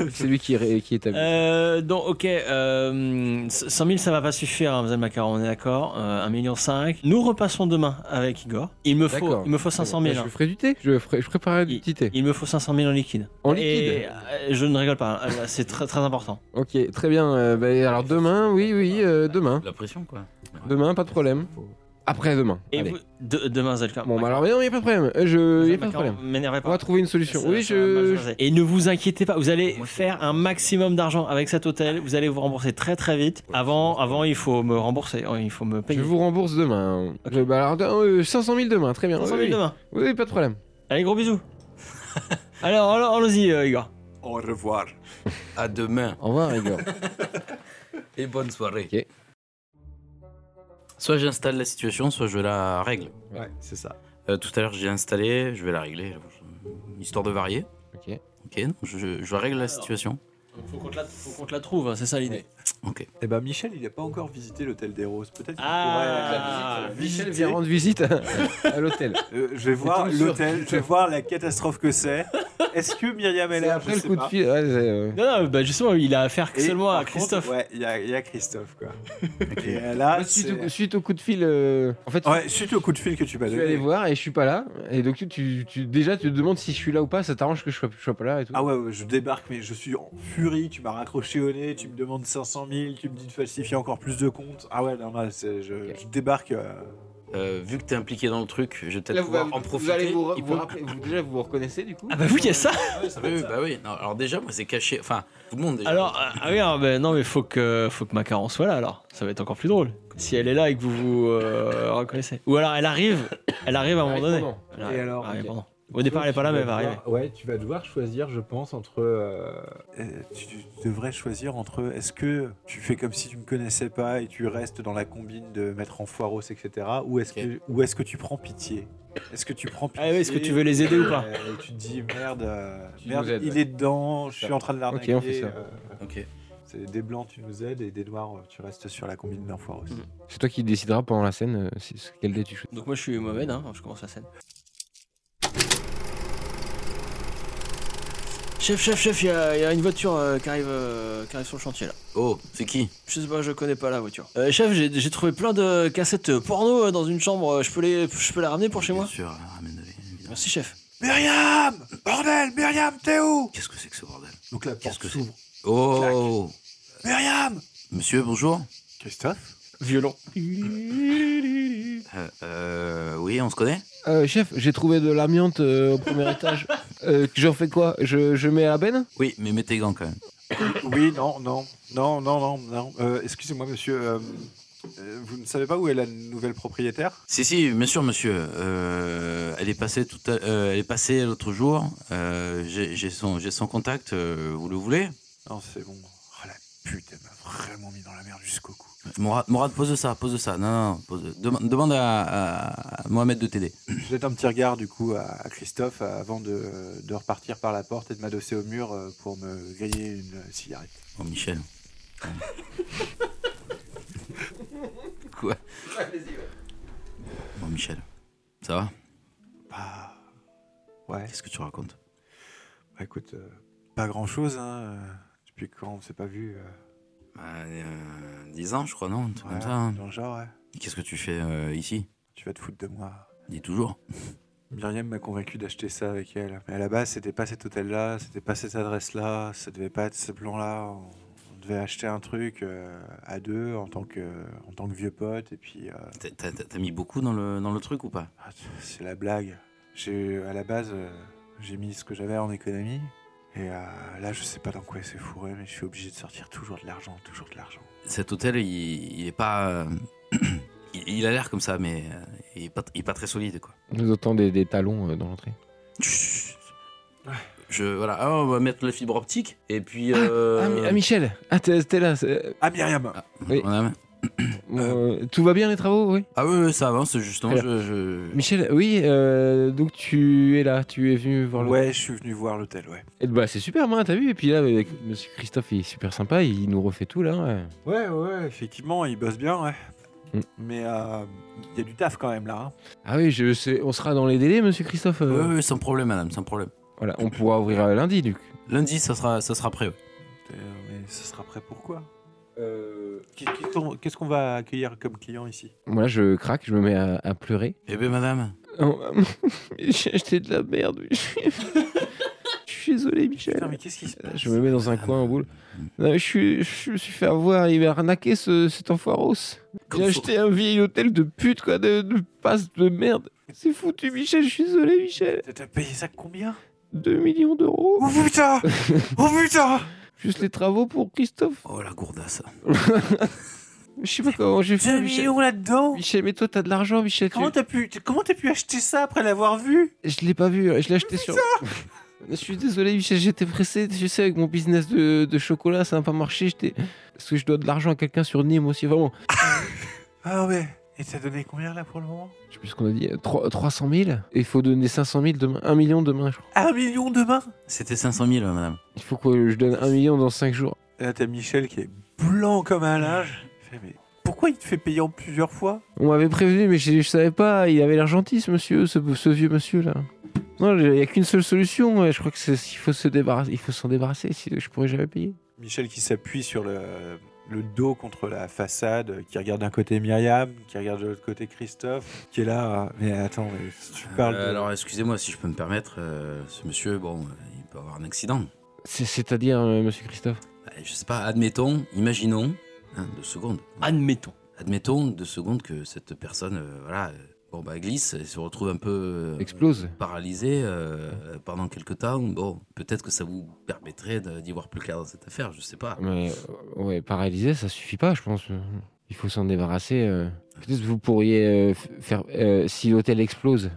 S2: C'est lui qui, ré- qui établit.
S3: Euh, donc, ok. Euh, 100 000, ça va pas suffire, hein, Mme Macaron, on est d'accord. Euh, 1,5 million. Nous repassons demain avec Igor. Il me faut,
S2: D'accord.
S3: il me faut 500 000.
S2: bah, Je
S3: hein.
S2: lui ferai du thé. Je, ferai, je préparerai
S3: Il-
S2: du petit thé.
S3: Il me faut 500 000 en liquide.
S2: En
S3: Et,
S2: liquide.
S3: euh, je ne rigole pas, euh, c'est très très important.
S2: Ok, très bien. euh, bah, alors demain, oui, oui, euh, demain.
S7: La pression, quoi.
S2: Demain, pas de problème. Après demain.
S3: Et
S2: Allez.
S3: vous- de- demain, Zelka.
S2: Bon, bah alors, mais non, il n'y a pas de problème. Euh, Je, il y a pas de problème.
S3: M'énervez
S2: On va
S3: pas.
S2: trouver une solution.
S3: Ça-
S2: Oui,
S3: ça va mal se
S2: je.
S3: passer. Et ne vous inquiétez pas, vous allez faire un maximum d'argent avec cet hôtel. Vous allez vous rembourser très très vite. Avant, avant, il faut me rembourser, Oh, il faut me
S2: Je
S3: payer.
S2: vous rembourse demain. Je- bah, alors, euh, 500 000 demain, très bien.
S3: 500
S2: oui,
S3: 000
S2: oui.
S3: demain.
S2: Oui, oui, pas de problème.
S3: Allez, gros bisous. Alors, allo- allons-y, euh, Igor.
S5: Au revoir.
S7: À demain
S2: Au revoir, Igor.
S7: et bonne soirée.
S2: Ok.
S7: Soit j'installe la situation, soit je la règle.
S5: Ouais, c'est ça.
S7: Euh, tout à l'heure, j'ai installé, je vais la régler, je- histoire de varier.
S2: Ok.
S7: Ok, donc je, je- je règle la situation.
S3: Faut qu'on te la, trouve, hein, c'est ça l'idée.
S7: Ok.
S5: Eh ben, Michel, il n'a pas encore visité l'hôtel des Roses. Peut-être qu'il
S3: Ah,
S5: pourrait
S2: Michel
S5: visiter.
S2: vient rendre visite à, à l'hôtel.
S5: Euh, je vais voir
S2: tombe sur
S5: l'hôtel, je vais
S2: Christophe.
S5: voir la catastrophe que c'est. Est-ce que Myriam est
S2: C'est
S5: là Je
S2: après le
S5: sais
S2: coup de
S5: pas.
S2: fil. ouais, c'est, euh,
S3: Non, non, bah justement, il a affaire
S5: Et
S3: seulement à
S5: par contre,
S3: Christophe.
S5: Ouais, il y, a- il y a Christophe, quoi. Et là,
S2: Moi, suite,
S5: Ah, c'est-
S2: au, suite au coup de fil, euh, en fait,
S5: Ouais, suite au coup de fil que tu m'as
S2: je suis allé
S5: donné.
S2: voir et je suis pas là. Et donc, tu, tu- tu- déjà, tu te demandes si je suis là ou pas. Ça t'arrange que je sois, je sois pas là et tout.
S5: Ah ouais, ouais, je débarque, mais je suis en furie. Tu m'as raccroché au nez, tu me demandes 500 000, tu me dis de falsifier encore plus de comptes. Ah ouais, non, non, c'est- je,
S2: Ok.
S5: je débarque. euh,
S7: Euh, vu que t'es impliqué dans le truc, je vais peut-être
S2: Là,
S7: pouvoir en profiter.
S2: allez vous,
S7: Il
S2: vous
S7: peut-
S2: rappeler- vous- déjà, vous vous reconnaissez du coup
S3: Ah bah oui, il y a ça
S7: Ah oui, oui, bah oui. Non, alors déjà, moi, c'est caché. Enfin, tout le monde déjà.
S3: Alors, ah ah oui, alors, ben, non, mais faut que, faut que Macaron soit là, alors. Ça va être encore plus drôle. Si elle est là et que vous vous euh, reconnaissez. Ou alors elle arrive, elle arrive à un moment donné.
S2: Répondant.
S3: Elle
S6: Et
S3: arrive-
S6: alors,
S3: elle arrive
S2: ok.
S3: pendant. Au départ, elle est pas là, mais elle va
S6: Tu vas
S3: arriver.
S6: devoir- Ouais, tu vas devoir choisir, je pense, entre. euh,
S5: Euh, tu devrais choisir entre est-ce que tu fais comme si tu me connaissais pas et tu restes dans la combine de mettre en foiros, etc. Ou est-ce
S7: Ok.
S5: que, ou est-ce que tu prends pitié Est-ce que tu prends pitié
S3: Ah oui, est-ce que tu veux les aider ou pas
S5: Euh, et tu te dis merde, euh,
S2: Tu
S5: merde
S2: nous aides,
S5: il
S2: ouais.
S5: est dedans, je suis en train de l'arnaquer.
S2: Ok, on fait ça.
S5: euh,
S7: Ok.
S5: c'est des blancs, tu nous aides, et des noirs, euh, tu restes sur la combine d'un foiros.
S2: C'est toi qui décideras pendant la scène euh, si- quel dé tu choisis.
S3: Donc moi, je suis Mohamed, hein, je commence la scène. Chef, chef, chef, il y, a il y a une voiture euh, qui, arrive, euh, qui arrive sur le chantier, là.
S7: Oh, c'est qui
S3: Je sais pas, je connais pas la voiture. Euh, chef, j'ai j'ai trouvé plein de cassettes porno euh, dans une chambre. Je peux les, je peux la ramener pour chez
S7: Bien
S3: moi
S7: sûr, ah, ramène évidemment.
S3: Merci, chef.
S5: Myriam Bordel Myriam, t'es où
S7: Qu'est-ce que c'est que ce bordel
S5: Donc la
S7: Qu'est-ce
S5: porte
S7: que
S5: s'ouvre.
S7: Oh
S5: Myriam
S7: Monsieur, bonjour.
S5: Christophe
S3: Violon.
S7: Euh, euh, oui, on se connaît
S2: Euh, chef, j'ai trouvé de l'amiante euh, au premier étage. Euh, J'en fais quoi je, je mets à la benne
S7: Oui, mais mets tes gants quand même.
S5: Oui, non, non, non, non, non, non. Euh, Excusez-moi, monsieur. euh, euh, vous ne savez pas où est la nouvelle propriétaire
S7: Si, si, bien sûr, monsieur. Euh, elle est passée tout à- euh, elle est passée l'autre jour. Euh, j'ai j'ai son, j'ai son contact. euh, vous le voulez
S5: Non, c'est bon. Oh, la Putain, elle m'a vraiment mis dans la merde jusqu'au cou.
S7: Mourad, Mourad, pose ça, pose ça. Non, non, non, pose- Demande, demande à, à- à Mohamed de t'aider.
S5: Je jette un petit regard du coup à à Christophe euh, avant de, de repartir par la porte et de m'adosser au mur euh, pour me griller une cigarette.
S7: Oh, Michel. Quoi Bon, Michel, ça va
S5: Bah, ouais.
S7: Qu'est-ce que tu racontes
S5: Bah écoute, euh, pas grand chose hein, euh, depuis quand on s'est pas vu. euh,
S7: 10 Bah, euh, ans, je crois, non Un truc
S5: ouais,
S7: comme ça. hein.
S5: Dans le genre, ouais.
S7: Et Qu'est-ce que tu fais euh, ici
S5: Tu vas te foutre de moi.
S7: Dis toujours.
S5: Myriam m'a convaincu d'acheter ça avec elle. Mais à la base, c'était pas cet hôtel-là, c'était pas cette adresse-là, ça devait pas être ce plan-là. On, on devait acheter un truc euh, à deux en tant que, en tant que vieux pote. Et puis, euh,
S7: T'as- T'as t'as mis beaucoup dans le, dans le truc ou pas
S5: ah, c'est la blague. J'ai, à la base, euh, j'ai mis ce que j'avais en économie. Et euh, là, je sais pas dans quoi c'est fourré, mais je suis obligé de sortir toujours de l'argent, toujours de l'argent.
S7: Cet hôtel, il, il est pas. euh, il, il a l'air comme ça, mais euh, il, est pas, il est pas très solide, quoi.
S2: Nous entend des, des talons euh, dans l'entrée.
S7: Chut. Je, voilà, Ah, on va mettre la fibre optique et puis. euh,
S2: Ah, Mi- ah, Michel Ah, t'es t'es là. c'est-
S5: Ah, Myriam
S2: oui.
S7: on a-
S2: euh, tout va bien les travaux, oui
S7: Ah oui, oui, ça avance, justement.
S2: Alors,
S7: Je, je-
S2: Michel, oui, euh, donc tu es là, tu es venu voir le.
S5: Ouais, je suis venu voir l'hôtel, ouais.
S2: Et bah, c'est super, moi, t'as vu Et puis là, bah, avec monsieur Christophe, il est super sympa, il nous refait tout là. ouais.
S6: Ouais, ouais.
S5: Effectivement, il bosse bien, ouais.
S2: Mm.
S5: Mais euh, il y a du taf quand même là. hein.
S2: Ah oui, je sais, on sera dans les délais, monsieur Christophe.
S7: Oui,
S2: euh.
S7: oui, sans problème, madame, sans problème.
S2: Voilà, on pourra ouvrir euh, lundi, Luc.
S7: Lundi, ça sera, ça sera prêt. ouais.
S5: Euh, Mais ce sera prêt pour quoi Qu'est- qu'est-ce qu'on- Qu'est-ce qu'on va accueillir comme client ici
S2: Moi, là, je craque, je me mets à, à pleurer.
S7: Eh bien, madame,
S2: Oh, maman, J'ai acheté de la merde. oui. je suis désolé,
S5: Putain,
S2: Michel.
S5: mais qu'est-ce qui se passe
S2: Euh, Je me mets dans un coin en boule. Non, je, suis- je me suis fait avoir, il m'a arnaqué ce, cet enfoiros.
S7: Comme
S2: J'ai
S7: faut.
S2: acheté un vieil hôtel de pute, quoi, de, de passe de merde. C'est foutu, Michel, je suis désolé, Michel.
S5: T'as payé ça combien
S2: 2 millions d'euros.
S5: Oh putain Oh putain
S2: Juste les travaux pour Christophe.
S7: Oh, la gourdasse.
S2: Je sais pas comment j'ai fait,
S5: 2
S2: Michel.
S5: millions là-dedans
S2: Michel, mais toi, t'as de l'argent, Michel. tu-
S5: Comment t'as pu, comment t'as pu acheter ça après l'avoir vu
S2: Je l'ai pas vu, je l'ai acheté sur. Je suis désolé, Michel, j'étais pressé. Tu sais, avec mon business de, de chocolat, ça n'a pas marché. J'étais... Parce que je dois de l'argent à quelqu'un sur Nîmes aussi. Vraiment,
S5: Ah ouais. Et t'as donné combien là pour le moment
S2: je sais plus ce qu'on a dit. Trois- 300 000 Et il faut donner 500 000 demain. 1 million demain, je crois.
S5: Un million demain
S7: C'était 500 000, madame.
S2: Il faut que je donne 1 million dans 5 jours.
S5: Et Là t'as Michel qui est blanc comme un linge. Il fait, Mais pourquoi il te fait payer en plusieurs fois
S2: On m'avait prévenu, mais je, je savais pas. Il avait l'air gentil, ce monsieur, ce, ce vieux monsieur-là. Non, il n'y a qu'une seule solution. Je crois que c'est, il faut se débarrasser. Il faut s'en débarrasser. Sinon, je pourrais jamais payer.
S5: Michel qui s'appuie sur le, le dos contre la façade, qui regarde d'un côté Myriam, qui regarde de l'autre côté Christophe, qui est là. euh, Mais attends, mais si tu parles.
S7: Euh,
S5: de-
S7: alors, excusez-moi si je peux me permettre, euh, ce monsieur, bon, euh, il peut avoir un accident.
S2: C'est, c'est-à-dire, euh, monsieur Christophe
S7: Bah, Je sais pas, admettons, imaginons, hein, deux secondes,
S3: Admettons.
S7: admettons deux secondes que cette personne, euh, voilà, euh, bon bah glisse, elle se retrouve un peu euh,
S2: Explose.
S7: paralysée euh, pendant quelques temps. Bon, peut-être que ça vous permettrait de- d'y voir plus clair dans cette affaire, je sais pas.
S2: Mais euh, ouais, paralysé, ça suffit pas, je pense. Il faut s'en débarrasser. euh. Peut-être que vous pourriez euh, f- faire euh, si l'hôtel explose.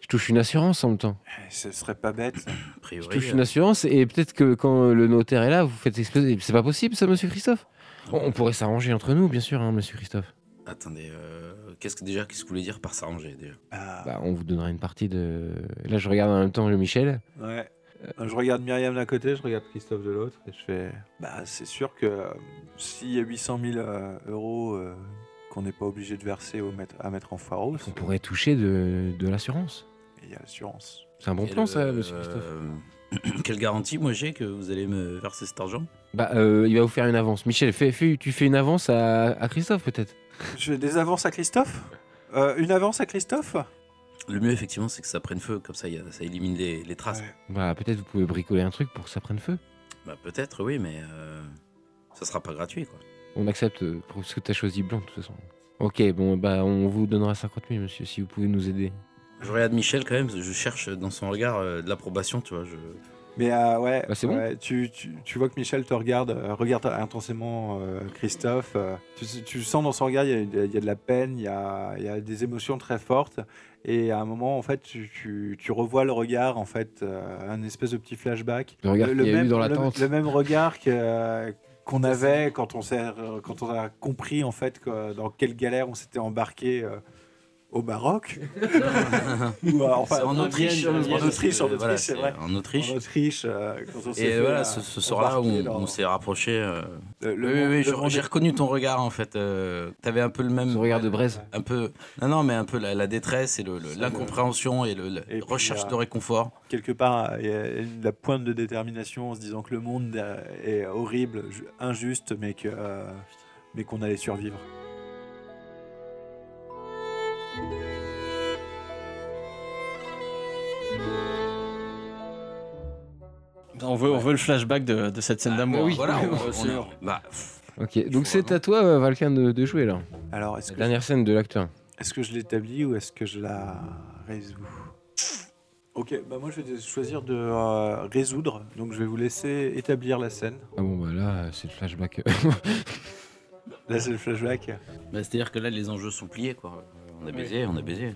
S2: je touche une assurance en même temps.
S5: Eh, Ce serait pas bête. ça.
S7: A
S2: Je
S7: priori,
S2: touche une
S7: euh,
S2: assurance et peut-être que quand le notaire est là, vous faites exploser. C'est pas possible, ça, Monsieur Christophe. On, on pourrait s'arranger entre nous, bien sûr, hein, Monsieur Christophe.
S7: attendez, euh, qu'est-ce que déjà, qu'est-ce que vous voulez dire par s'arranger déjà
S5: Ah,
S2: Bah, on vous donnera une partie de. Là, je regarde en même temps le Michel.
S5: ouais. Euh, Je regarde Myriam d'un côté, je regarde Christophe de l'autre, et je fais. Bah, c'est sûr que euh, s'il y a 800 000 euh, euros euh, qu'on n'est pas obligé de verser au maître- à mettre en foireau,
S2: On pourrait toucher de, de l'assurance.
S5: il y a l'assurance.
S2: C'est un bon
S7: Et
S2: plan,
S7: le-
S2: ça, Monsieur Christophe.
S7: euh, Quelle garantie, moi, j'ai que vous allez me verser cet argent
S2: Bah, euh, il va vous faire une avance. Michel, fais, fais- tu fais une avance à, à Christophe, peut-être.
S5: Je fais des avances à Christophe Euh, Une avance à Christophe
S7: Le mieux, effectivement, c'est que ça prenne feu, comme ça, il y a- ça élimine les, les traces.
S5: Ouais.
S2: Bah, peut-être vous pouvez bricoler un truc pour que ça prenne feu.
S7: Bah, peut-être, oui, mais euh, ça sera pas gratuit, quoi.
S2: On accepte euh, pour ce que t'as choisi blanc, de toute façon. Ok, bon, bah, on vous donnera 50 000, monsieur, si vous pouvez nous aider.
S7: Je regarde Michel quand même, je cherche dans son regard euh, de l'approbation, tu vois. Je...
S5: Mais euh, ouais,
S2: Bah, c'est bon.
S5: ouais, tu, tu- tu vois que Michel te regarde, euh, regarde intensément euh, Christophe. euh, tu, tu sens dans son regard, il y a- il y, a- il y a de la peine, il y a, il y a des émotions très fortes. Et à un moment, en fait, tu, tu- tu revois le regard, en fait, euh, un espèce de petit flashback.
S2: Le regard qu'il y a eu dans la
S5: le-
S2: tente.
S5: le même regard que, euh, qu'on avait quand on, s'est- quand on a compris, en fait, que- dans quelle galère on s'était embarqué euh, au Maroc. Ou, euh, enfin,
S7: en Autriche,
S5: En
S7: euh,
S5: Autriche, en
S7: euh, voilà,
S5: Autriche, c'est vrai
S7: En Autriche.
S5: en Autriche, euh, quand on s'est
S7: Et
S5: fait,
S7: voilà,
S5: euh,
S7: ce, ce soir-là où
S5: embarquer
S7: on,
S5: dans
S7: on s'est rapproché. euh,
S5: le- le
S7: oui, oui,
S5: Mont-
S7: oui,
S5: le
S7: j'ai
S5: Mont-
S7: j'ai reconnu ton regard en fait. euh, T'avais un peu le même.
S2: Son regard de braise.
S7: Un peu. Non, non, mais un peu la, la détresse et l'incompréhension le, l'incompréhension et le, la
S5: Et puis,
S7: recherche
S5: euh,
S7: de réconfort.
S5: quelque part euh, il y a la pointe de détermination en se disant que le monde euh, est horrible, ju- injuste, mais que euh, mais qu'on allait survivre.
S3: On veut, on veut le flashback de, de cette
S7: Ah,
S3: scène d'amour.
S7: Voilà, on- on-
S3: c'est-
S7: on- bah, pff,
S2: Ok, donc c'est à toi, euh, Valkan, de, de jouer là.
S5: Alors est-ce
S2: La
S5: que,
S2: dernière scène de l'acte 1.
S5: est-ce que je l'établis ou est-ce que je la résous Ok, bah moi je vais choisir de euh, résoudre, donc je vais vous laisser établir la scène.
S2: Ah bon, bah là, euh, c'est le flashback.
S5: Là c'est le flashback.
S7: bah, C'est-à-dire que là, les enjeux sont pliés, quoi. On a baisé, on a baisé.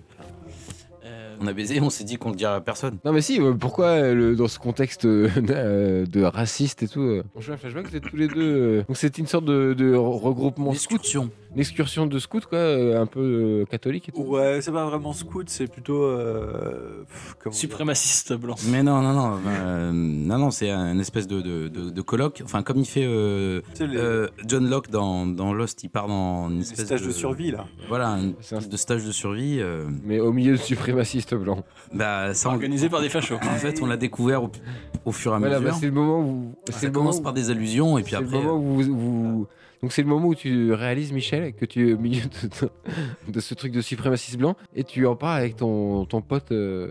S3: Euh,
S7: On a baisé, on s'est dit qu'on le dirait à personne.
S2: non, mais si, euh, pourquoi euh, le- dans ce contexte euh, euh, de raciste et tout euh, On joue un flashback, vous êtes tous les deux. euh, donc c'était une sorte de, de re- regroupement scout,
S7: Discussion.
S2: une excursion de scout, quoi, euh, un peu euh, catholique et tout.
S5: Ouais, c'est pas vraiment scout, c'est plutôt euh, pff, comment dire
S3: Suprémaciste blanc.
S7: Mais non, non, non. ben, euh, non, non, c'est un espèce de, de, de- de colloque. Enfin, comme il fait euh,
S5: Tu sais, les,
S7: euh, John Locke dans, dans Lost, il part dans une
S5: les
S7: espèce
S5: stages de survie là.
S7: Voilà, un
S2: C'est un-
S7: type de stage de survie. euh,
S2: Mais au milieu de suprémacistes blancs.
S7: bah, ça, on-
S3: Organisé par des fachos.
S7: en fait, on l'a découvert au, au fur et à
S2: Voilà,
S7: mesure.
S2: bah, c'est le moment où.
S7: Ah, ça
S2: C'est le moment
S7: commence
S2: où-
S7: par des allusions et puis
S2: c'est le
S7: après.
S2: moment
S7: euh,
S2: où vous- vous- Donc c'est le moment où tu réalises, Michel, que tu es au milieu de, de ce truc de suprémaciste blanc et tu en parles avec ton, ton pote euh,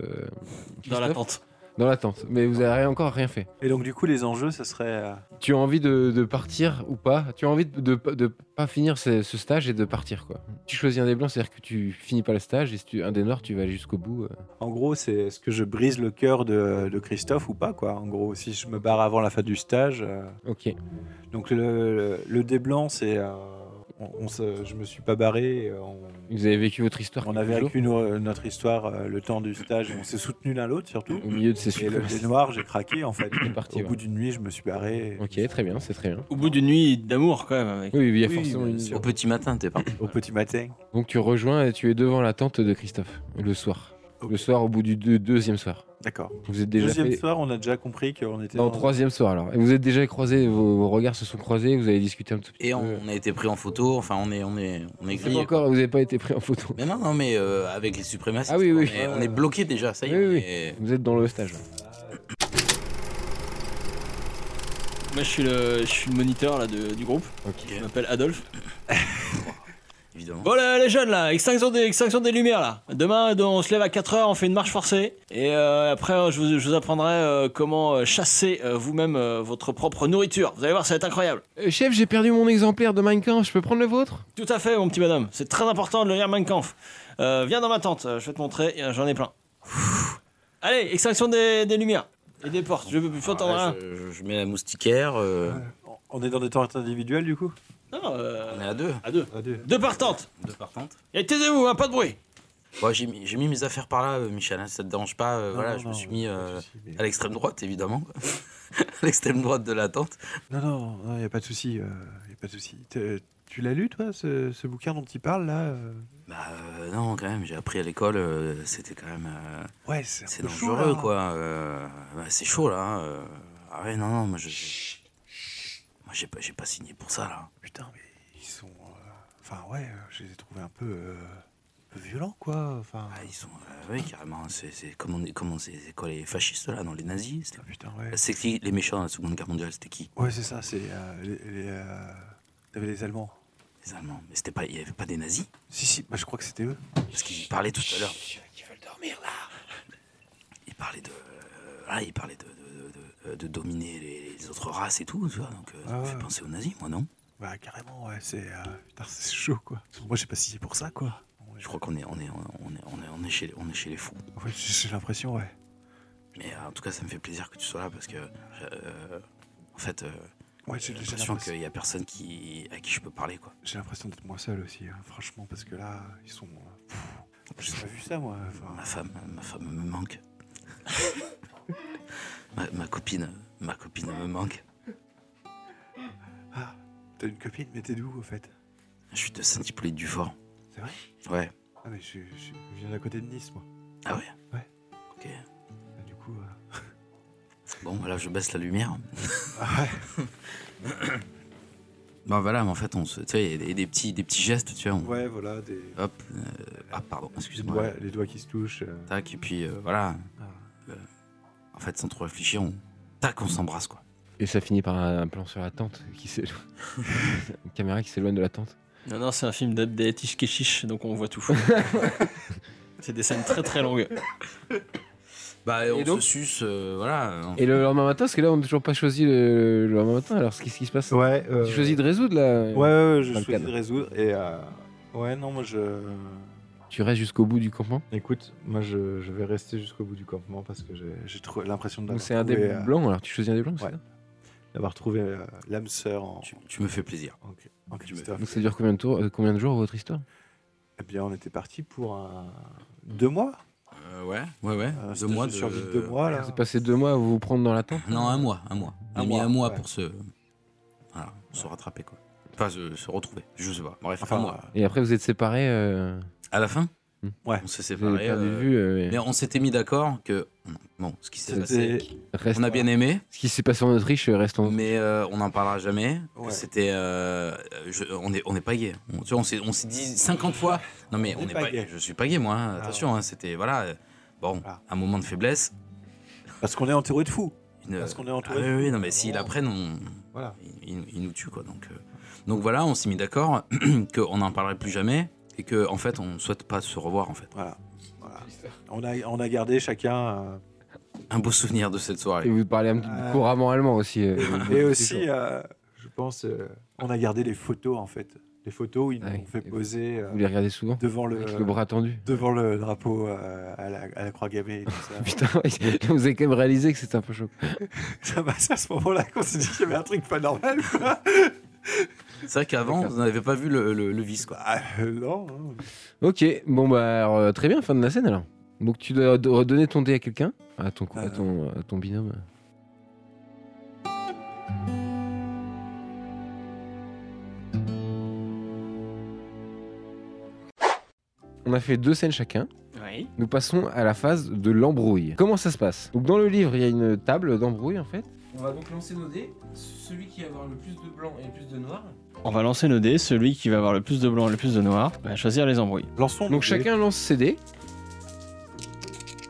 S3: Dans la
S2: Christophe,
S3: tente.
S2: dans la tente. Mais vous n'avez encore rien fait.
S5: Et donc du coup les enjeux ça serait euh,
S2: Tu as envie de, de partir ou pas Tu as envie de, de, de pas finir ce, ce stage et de partir quoi. Tu choisis un des blancs, c'est-à-dire que tu finis pas le stage et si tu, un des noirs, tu vas aller jusqu'au bout. euh.
S5: En gros, c'est est-ce que je brise le cœur de, de Christophe ou pas, quoi. En gros, si je me barre avant la fin du stage. euh,
S2: Ok.
S5: donc, le, le, le dé blanc, c'est. euh, on, on se- je me suis pas barré. euh, On,
S2: Vous avez vécu votre histoire.
S5: on
S2: quelques
S5: a
S2: jours,
S5: vécu nos- notre histoire euh, le temps du stage. On s'est soutenus l'un l'autre, surtout.
S2: au milieu de ces
S5: Et le dé
S2: suprémacistes.
S5: noir, j'ai craqué, en fait.
S2: C'est parti,
S5: Au
S2: ouais.
S5: bout d'une nuit, je me suis barré.
S2: Ok, très bien, c'est très bien.
S3: Au bout d'une nuit d'amour, quand même. Avec...
S2: Oui, il y a
S5: Oui,
S2: forcément
S5: bien
S2: une.
S5: sûr.
S7: euh, Au petit matin, t'es parti.
S5: Au petit matin.
S2: Donc tu rejoins et tu es devant la tente de Christophe le soir.
S5: Ok.
S2: Le soir au bout du deux- deuxième soir.
S5: D'accord.
S2: Vous êtes déjà
S5: Deuxième
S2: fait...
S5: soir, on a déjà compris qu'on était.
S2: Non,
S5: dans-
S2: troisième soir alors. Et vous êtes déjà croisés, vos, vos regards se sont croisés, vous avez discuté un tout petit
S7: Et on,
S2: peu.
S7: on a été pris en photo. Enfin, on est, on est, on
S2: C'est
S7: est
S2: pas
S7: grillé.
S2: encore, vous n'avez pas été pris en photo.
S7: Mais non, non, mais euh, avec les suprémacistes,
S2: Ah oui, oui.
S7: on, est, on est bloqué déjà, ça y est.
S2: Oui,
S7: on
S2: oui.
S7: est-
S2: Vous êtes dans le stage. là.
S3: Moi, je suis le, je suis le moniteur là, de- du groupe. Je m'appelle Adolphe.
S7: Évidemment.
S3: Bon, là, les jeunes, là, extinction des, extinction des lumières, là. Demain, euh, on se lève à 4h, on fait une marche forcée. Et euh, après, euh, je vous, je vous apprendrai euh, comment euh, chasser euh, vous-même euh, votre propre nourriture. Vous allez voir, ça va être incroyable.
S2: Euh, chef, j'ai perdu mon exemplaire de Mein Kampf, je peux prendre le vôtre
S3: Tout à fait, mon petit madame. C'est très important de le lire Mein Kampf. Euh, viens dans ma tente, euh, je vais te montrer, euh, j'en ai plein. Ouh. Allez, extinction des, des lumières et des portes. Je peux plus
S7: Alors
S3: t'en
S7: Ah, là,
S3: un.
S7: je, je- je mets la moustiquaire. euh,
S5: On est dans des tentes individuelles, du coup
S3: Non, euh,
S7: on est à deux,
S3: à deux.
S5: Ah, deux.
S3: Deux par tente.
S7: deux partantes.
S3: Et taisez-vous, hein, pas de bruit.
S7: Bon, j'ai mis, j'ai mis mes affaires par là, euh, Michel. hein, ça te dérange pas euh,
S5: Non,
S7: Voilà,
S5: non,
S7: je
S5: non,
S7: me suis mis
S5: pas de
S7: euh,
S5: souci, mais-
S7: à l'extrême droite, évidemment. quoi. à l'extrême droite de la tente.
S5: Non, non, il n'y a pas de souci. euh, y a pas de souci. T'es- Tu l'as lu, toi, ce, ce bouquin dont il parle, là euh
S7: Bah euh, non, quand même, j'ai appris à l'école, euh, c'était quand même. euh,
S5: Ouais, c'est un
S7: c'est
S5: peu hein. chaud,
S7: dangereux,
S5: là.
S7: quoi. euh, bah, c'est chaud, là. hein, euh. ah ouais, non, non, moi je. Moi j'ai pas, j'ai pas signé pour ça, là.
S5: Putain, mais ils sont. euh, Enfin, ouais, euh, je les ai trouvés un peu. euh, un peu violents, quoi. Enfin.
S7: Ah, ils sont. euh, oui, carrément. C'est c'est comme, on, comme ces écoles fascistes, là, dans les nazis. c'était-
S5: Ah, Putain, ouais.
S7: C'est qui les méchants dans la Seconde Guerre mondiale C'était qui
S5: Ouais, c'est ça, c'est. euh, les. les, euh, T'avais les Allemands.
S7: Les Allemands. Mais c'était pas, il n'y avait pas des nazis
S5: Si, si, bah, je crois que c'était eux.
S7: Parce qu'ils parlaient tout à l'heure. Ils parlaient de. euh, voilà, ils parlaient de, de, de- de- de dominer les, les autres races et tout, tu vois. Donc, euh, ça
S5: Ah
S7: me
S5: ouais.
S7: fait penser aux nazis, moi, non
S5: Bah, carrément, ouais, c'est. euh, Putain, c'est chaud, quoi. Moi, j'ai pas signé pour ça, quoi. Ouais,
S7: Je crois qu'on est, on est, on est, on est, on est chez, les- on est chez les fous.
S5: ouais, j'ai j'ai l'impression, ouais.
S7: Mais euh, en tout cas, ça me fait plaisir que tu sois là parce que, euh, en fait, euh,
S5: Ouais, j'ai j'ai
S7: j'ai l'impression
S5: l'impression
S7: qu'il y a personne qui, à qui je peux parler, quoi.
S5: j'ai l'impression d'être moins seul aussi, hein, franchement, parce que là, ils sont. euh, pff, J'ai pas vu ça, moi. enfin.
S7: Ma femme, ma femme me manque. ma, ma copine, ma copine me manque.
S5: Ah, t'as une copine, mais t'es d'où, au fait
S7: Je suis de Saint-Hippolyte du Fort.
S5: C'est vrai
S7: Ouais.
S5: Ah, mais je, je- je viens d'à côté de Nice, moi.
S7: Ah ouais.
S5: Ouais.
S7: Ok.
S5: Et Du coup. euh,
S7: Bon, voilà, je baisse la lumière.
S5: Ah ouais.
S7: Bah voilà, mais en fait, on se, tu sais, il y a des- des petits, des petits gestes, tu vois. on-
S5: Ouais, voilà, des.
S7: Hop. euh, ah pardon, excuse-moi.
S5: doigts- les doigts qui se touchent. euh,
S7: Tac, et puis euh, voilà.
S5: Ah.
S7: Euh, en fait, sans trop réfléchir, on... Tac, on s'embrasse, quoi.
S2: Et ça finit par un, un plan sur la tente qui s'éloigne. Une caméra qui s'éloigne de la tente.
S3: Non, non, c'est un film d'Abdel Ishkechiche, donc on voit tout. c'est des scènes très très longues.
S7: Bah,
S2: Et
S7: on
S2: donc
S7: se suce, euh, voilà. on-
S2: Et le lendemain matin, parce que là, on n'a toujours pas choisi le, le lendemain matin. Alors, qu'est-ce qui se passe
S6: Ouais. euh,
S2: Tu choisis de résoudre là
S5: Ouais, ouais, ouais, je
S2: Dans le
S5: choisis
S2: cadre.
S5: de résoudre. Et. euh, Ouais, non, moi, je.
S2: Tu restes jusqu'au bout du campement
S6: Écoute, moi je, je vais rester jusqu'au bout du campement parce que j'ai
S5: J'ai trop l'impression
S2: Donc,
S5: d'avoir
S2: c'est un dé
S5: trouvé, euh,
S2: blanc. Alors, tu choisis un dé blanc, c'est
S5: ouais.
S2: ça
S5: d'avoir trouvé euh, l'âme sœur en,
S7: Tu, tu me fais plaisir.
S5: en- en
S7: Tu me-
S5: Christophe.
S2: Donc, ça dure combien de, tours, euh, combien de jours votre histoire
S5: Eh bien, on était parti pour un... deux mois.
S7: Euh, ouais, ouais, ouais.
S5: euh,
S7: deux
S5: stage
S7: mois
S5: de
S7: de...
S5: survie de deux mois là.
S2: C'est passé deux mois à vous prendre dans la tente
S7: Non, hein. un mois, un mois. On
S5: Un
S7: a mis
S5: mois,
S7: un mois
S5: ouais.
S7: pour se... Voilà, se rattraper, quoi. Enfin, se, se retrouver, je sais pas. Bref,
S5: Enfin,
S7: un mois.
S5: euh,
S2: Et après, vous êtes séparés. euh,
S7: À la fin
S2: Hmm.
S5: Ouais.
S7: On s'est
S2: vous avez
S7: séparés.
S2: perdu de
S7: euh,
S2: vue. euh,
S7: Mais on s'était mis d'accord que... Bon, ce qui s'est
S5: c'était
S7: passé...
S2: reste-
S7: On a bien aimé,
S2: Ce qui s'est passé en Autriche euh, reste en.
S7: mais euh, on n'en parlera jamais. que
S5: Mmh. Ouais.
S7: C'était, euh, je- on est, on n'est pas gay. On, tu vois, on s'est, on s'est dit 50 fois. Non mais
S5: On
S7: on
S5: est
S7: n'est
S5: pas
S7: pas.
S5: gay.
S7: Je suis pas gay moi. hein,
S5: Ah.
S7: Attention, hein, c'était voilà. euh, Bon,
S5: Ah.
S7: un moment de faiblesse.
S5: parce qu'on est entouré de fous.
S7: Une,
S5: Parce qu'on est
S7: ah
S5: entouré.
S7: oui,
S5: de fous.
S7: oui, non mais s'ils apprennent, on,
S5: Voilà.
S7: ils, ils- ils nous tuent quoi. Donc, euh, donc voilà, on s'est mis d'accord qu'on n'en parlerait plus jamais et que en fait on ne souhaite pas se revoir en fait.
S5: Voilà. Voilà. On a on a gardé chacun. euh,
S7: Un beau souvenir de cette
S2: Et
S7: soirée.
S2: vous parlez un petit
S5: Euh,
S2: couramment allemand aussi. euh,
S5: Et
S2: vous-
S5: aussi, euh, je pense, euh, on a gardé les photos en fait. Les photos où ils nous
S2: Ah oui.
S5: ont fait
S2: Et
S5: poser euh,
S2: Vous les regardez souvent
S5: devant le,
S2: Avec le bras tendu.
S5: devant le drapeau euh, à la, à la croix gammée et tout ça.
S2: Putain, ouais, vous avez quand même réalisé que c'était un peu chaud.
S5: Ça m'a- C'est à ce moment-là qu'on s'est dit qu'il y avait un truc pas normal. Quoi.
S7: C'est vrai qu'avant on n'avait pas vu le, le, le vice quoi.
S5: Bah, euh, non. hein.
S2: Ok, bon bah alors, euh, très bien, fin de la scène alors. Donc tu dois do- redonner ton dé à quelqu'un, à ton, co- à
S5: Euh.
S2: ton, à ton binôme. On a fait deux scènes chacun.
S3: Oui.
S2: Nous passons à la phase de l'embrouille. Comment ça se passe Donc dans le livre, il y a une table d'embrouille en fait. On va donc lancer nos dés. Celui qui va avoir le plus de blanc et le plus de noir.
S3: On va lancer nos dés. Celui qui va avoir le plus de blanc et le plus de noir va choisir les embrouilles.
S5: Lançons.
S2: Donc chacun lance ses dés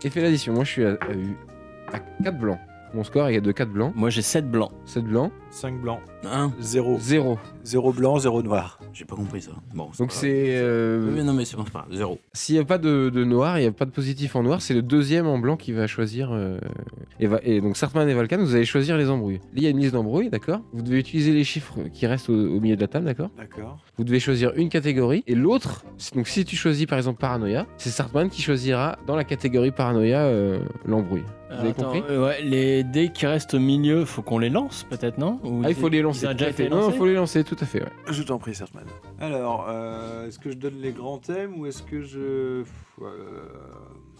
S2: et fait l'addition. Moi je suis à, 4 blancs. Mon score est de 4 blancs,
S3: Moi j'ai 7 blancs.
S2: 7 blancs,
S5: 5 blancs,
S7: Hein
S5: 0.
S2: 0.
S5: 0 blanc, 0 noir.
S7: J'ai pas compris ça. Bon.
S2: Donc
S7: pas grave.
S2: c'est... euh,
S7: Ah. Oui, non mais c'est bon, c'est pas grave. zéro.
S2: S'il n'y a pas de, de noir, il n'y a pas de positif en noir, c'est le deuxième en blanc qui va choisir. euh, et, va- et donc Sartman et Valkan, vous allez choisir les embrouilles. Il y a une liste d'embrouilles, d'accord Vous devez utiliser les chiffres qui restent au, au milieu de la table, d'accord
S5: D'accord.
S2: Vous devez choisir une catégorie et l'autre. Donc si tu choisis par exemple paranoïa, c'est Sartman qui choisira dans la catégorie paranoïa euh, l'embrouille. Vous avez compris
S3: euh, ouais, les dés qui restent au milieu, faut qu'on les lance peut-être, non Ou
S2: Ah, il faut les
S3: ils
S2: lancer.
S3: ont
S2: tout
S3: déjà
S2: à fait.
S3: été
S2: Non,
S3: lancés
S2: il faut les lancer, tout à fait. ouais.
S5: Je t'en prie, Sertman. Alors, euh, est-ce que je donne les grands thèmes ou est-ce que je. Pff, euh,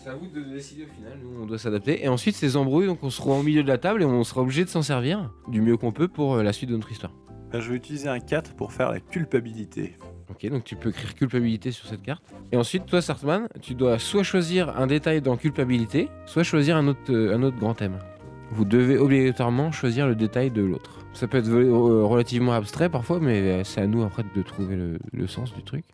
S2: C'est à vous de décider au final, nous on doit s'adapter. Et ensuite, ces embrouilles, donc on sera au milieu de la table et on sera obligé de s'en servir du mieux qu'on peut pour euh, la suite de notre histoire.
S5: ben, je vais utiliser un 4 pour faire la culpabilité.
S2: Ok, donc tu peux écrire culpabilité sur cette carte. Et ensuite, toi, Sartman, tu dois soit choisir un détail dans culpabilité, soit choisir un autre, euh, un autre grand thème. Vous devez obligatoirement choisir le détail de l'autre. Ça peut être euh, relativement abstrait parfois, mais euh, c'est à nous après de trouver le, le sens du truc.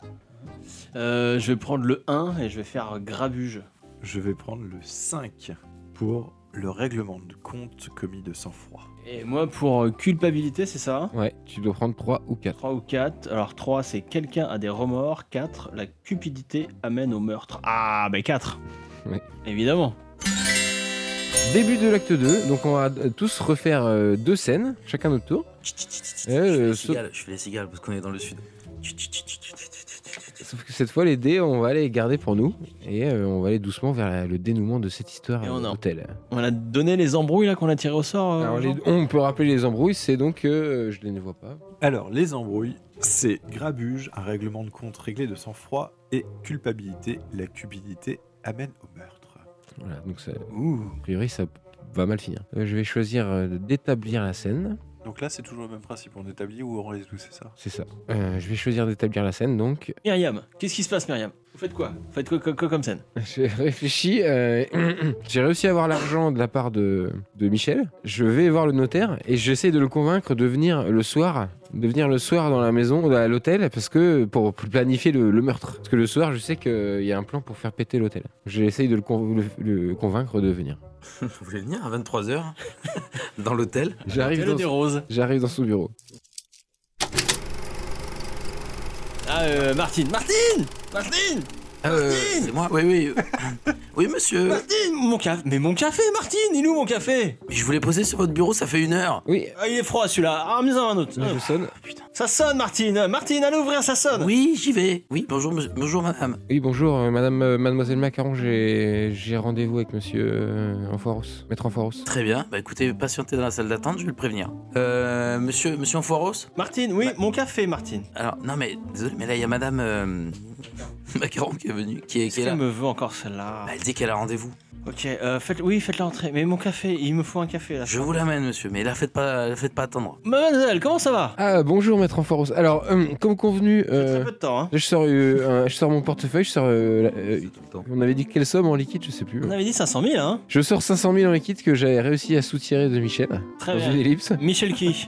S3: Euh, Je vais prendre le 1 et je vais faire grabuge.
S5: Je vais prendre le 5 pour le règlement de compte commis de sang-froid.
S3: Et moi pour euh, culpabilité, c'est ça
S2: Ouais, tu dois prendre 3 ou 4.
S3: 3 ou 4. Alors 3 c'est quelqu'un a des remords. 4 la cupidité amène au meurtre. Ah ben 4
S2: Oui.
S3: Évidemment.
S2: Début de l'acte 2, donc on va euh, tous refaire euh, deux scènes, chacun notre
S3: Eh,
S2: tour.
S7: Je
S2: Euh,
S7: fais les
S2: ce-
S7: cigales, je fais les cigales parce qu'on est dans le sud.
S2: Sauf que cette fois, les dés, on va les garder pour nous et euh, on va aller doucement vers la- le dénouement de cette histoire
S3: Et
S2: euh,
S3: on en-
S2: d'hôtel.
S3: On a donné les embrouilles là qu'on a tirées au sort. euh,
S2: Alors, les-
S3: Jean
S2: on peut rappeler les embrouilles, c'est donc euh, je ne les vois pas.
S5: Alors, les embrouilles, c'est grabuge, un règlement de compte réglé de sang-froid et culpabilité. La cupidité amène au meurtre.
S2: Voilà, donc ça- a
S5: Ouh.
S2: priori, ça va mal finir. Euh, je vais choisir euh, d'établir la scène.
S5: Donc là, c'est toujours le même principe. On établit où on résout, c'est ça
S2: C'est ça. Euh, je vais choisir d'établir la scène, donc
S3: Myriam, qu'est-ce qui se passe, Myriam Vous faites quoi Vous faites quoi, quoi- quoi comme scène
S2: j'ai réfléchi. euh, J'ai réussi à avoir l'argent de la part de, de Michel. Je vais voir le notaire et j'essaie de le convaincre de venir le soir, de venir le soir dans la maison, à l'hôtel, parce que pour, pour planifier le, le meurtre. Parce que le soir, je sais qu'il y a un plan pour faire péter l'hôtel. J'essaie de le con- le- le convaincre de venir.
S4: Vous voulez venir à 23h dans l'hôtel
S2: J'arrive
S3: Quelle des
S2: dans,
S3: roses.
S2: j'arrive dans son bureau.
S3: Ah, euh, Martine. Martine Martine
S7: Euh,
S3: Martine
S7: c'est moi Oui, oui. oui, monsieur.
S3: Martine Mon café Mais mon café, Martine Il est où mon café
S7: Mais Je voulais poser sur votre bureau, ça fait une heure.
S2: Oui,
S3: Ah, il est froid celui-là. Ah, Ramenez-en un autre.
S2: je sonne.
S3: Ça sonne, Martine. Martine, allez ouvrir, ça sonne.
S7: Oui, j'y vais. Oui, bonjour, monsieur- bonjour madame.
S2: Oui, bonjour, euh, madame, euh, mademoiselle Macaron, j'ai j'ai rendez-vous avec monsieur euh, Enfoiros, maître Enfoiros.
S7: Très bien. Bah écoutez, patientez dans la salle d'attente, je vais le prévenir. Euh, monsieur, monsieur Enfoiros
S3: Martine, oui,
S7: Bah,
S3: mon café, Martine.
S7: Alors, non, mais désolé, mais là, il y a madame euh, Macaron qui est venue, qui est,
S3: Qu'est-ce
S7: qui est
S3: qu'elle
S7: là.
S3: me veut encore celle-là
S7: Bah, elle dit qu'elle a rendez-vous.
S3: Ok, euh, faites, oui, faites-la entrer. Mais mon café, il me faut un café là.
S7: Je vous l'amène, monsieur, mais là, faites pas, la faites pas attendre.
S3: Mademoiselle, comment ça va
S2: Ah, bonjour, maître Enfoiros. Alors, hum, comme convenu,
S3: J'ai
S2: euh,
S3: Très peu de temps. Hein.
S2: je, sors, euh, un- je sors mon portefeuille, je sors. euh, la-
S3: Eh
S2: euh, on avait dit quelle somme en liquide, je sais plus.
S3: On avait dit 500 000, hein
S2: Je sors 500 000 en liquide que j'avais réussi à soutirer de Michel.
S3: Très
S2: dans
S3: bien.
S2: une ellipse.
S3: Michel qui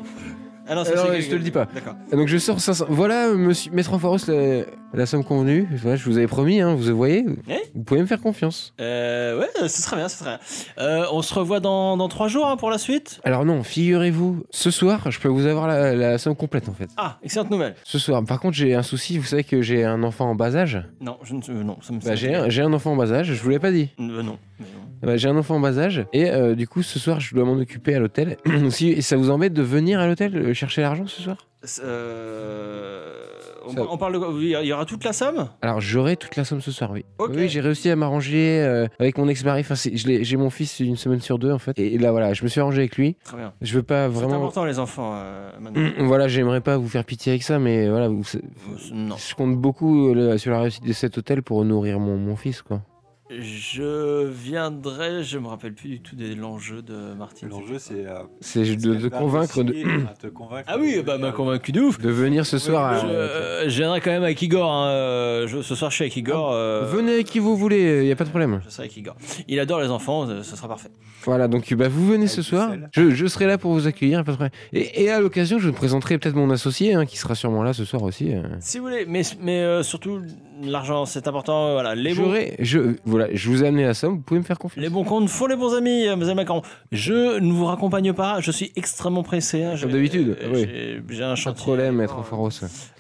S3: Ah non, ça,
S2: Alors, euh,
S3: c'est
S2: je te le dis pas.
S3: D'accord.
S2: Donc je sors 500. Voilà, monsieur, maître Enfoiros, la, la somme convenue. Voilà, je vous avais promis, hein, vous voyez.
S3: Eh
S2: vous pouvez me faire confiance.
S3: Euh, ouais, ce serait bien, ce serait bien. Euh, on se revoit dans, dans 3 jours hein, pour la suite
S2: Alors non, figurez-vous, ce soir, je peux vous avoir la, la somme complète en fait.
S3: Ah, excellente nouvelle.
S2: Ce soir, par contre, j'ai un souci, vous savez que j'ai un enfant en bas âge.
S3: Non, je ne euh, non, ça me
S2: Bah,
S3: ça-
S2: j'ai un, j'ai un enfant en bas âge, je vous l'ai pas dit.
S3: Euh, non. mais non.
S2: Bah, j'ai un enfant en bas âge et euh, du coup, ce soir, je dois m'en occuper à l'hôtel. si ça vous embête de venir à l'hôtel euh, chercher l'argent ce soir
S3: C'est, Euh, on,
S2: Ça-
S3: on parle de quoi Il y a- il y aura toute la somme
S2: alors j'aurai toute la somme ce soir, oui.
S3: Ok.
S2: Oui, j'ai réussi à m'arranger euh, avec mon ex-mari. Enfin, c'est- je l'ai- j'ai mon fils une semaine sur deux en fait. Et là voilà, je me suis arrangé avec lui.
S3: Très bien.
S2: Je veux pas
S3: C'est
S2: vraiment. Mm. Hum,
S3: important les enfants, euh, maintenant.
S2: voilà, j'aimerais pas vous faire pitié avec ça, mais voilà, vous,
S3: Euh, Non.
S2: Je compte beaucoup euh, le- sur la réussite de cet hôtel pour nourrir mon, mon fils, quoi.
S3: Je viendrai, je me rappelle plus du tout de l'enjeu de Martine.
S5: L'enjeu, c'est. euh,
S2: C'est de,
S5: est-ce
S2: de
S5: qu'elle va
S2: convaincre de,
S5: réussir à te convaincre
S3: Ah oui,
S2: euh,
S3: bah m'a convaincu de ouf.
S2: de venir ce soir. à-
S3: Je, euh, je viendrai quand même avec Igor. hein, euh, je- ce soir, je suis avec Igor. euh,
S2: Ah, Venez avec qui vous voulez, il y a pas de problème.
S3: Je serai avec Igor. Il adore les enfants, euh, ce sera parfait.
S2: Voilà, donc bah, vous venez ce
S5: Avec
S2: soir.
S5: Gisèle.
S2: Je, je serai là pour vous accueillir, pas de problème. Et, et à l'occasion, je vous présenterai peut-être mon associé, hein, qui sera sûrement là ce soir aussi. euh.
S3: Si vous voulez, mais, mais euh, surtout, l'argent, c'est important. euh, Voilà, les bons,
S2: J'aurai- je, voilà, je vous ai amené la somme, vous pouvez me faire confiance.
S3: les bons comptes font les bons amis, euh, Mademoiselle Macron. Je ne vous raccompagne pas, je suis extrêmement pressé. hein, j'ai-
S2: d'habitude,
S3: euh,
S2: oui.
S3: j'ai- J'ai un
S2: Pas de
S3: chantier.
S2: problème, maître
S3: euh,
S2: Enforos.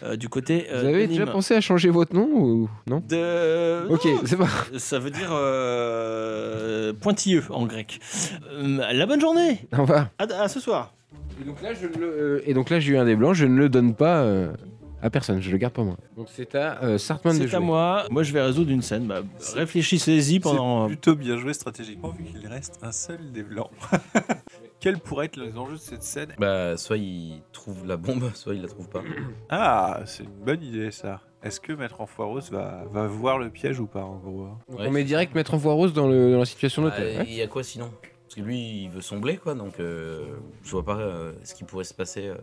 S3: euh, Du côté. euh,
S2: vous avez
S3: de
S2: déjà
S3: Nîmes.
S2: pensé à changer votre nom ou non
S3: De.
S2: Ok,
S3: Non,
S2: c'est pas.
S3: Ça veut dire euh, pointilleux en grec. Euh, la bonne journée.
S2: Au revoir.
S3: À, à ce soir.
S2: Et donc là, je ne le- euh, et donc là, j'ai eu un des blancs, je ne le donne pas euh, à personne, je le garde pour moi. Donc c'est à euh, Sartman de
S3: C'est
S2: jouer.
S3: à moi. Moi, je vais résoudre une scène. Bah, réfléchissez-y pendant.
S5: C'est plutôt bien joué stratégiquement, vu qu'il reste un seul des blancs. Quels pourraient être les enjeux de cette scène
S7: Bah, soit il trouve la bombe, soit il la trouve pas.
S5: Ah, c'est une bonne idée ça. Est-ce que Maître Enfoirose va, va voir le piège ou pas en gros hein
S2: Donc
S7: Ouais.
S2: On met direct Maître Enfoirose dans, le- dans la situation
S7: Bah, Il
S2: d'hôtel. ouais.
S7: y a quoi sinon Parce que lui, il veut sembler, quoi, donc euh, je vois pas euh, ce qui pourrait se passer. euh,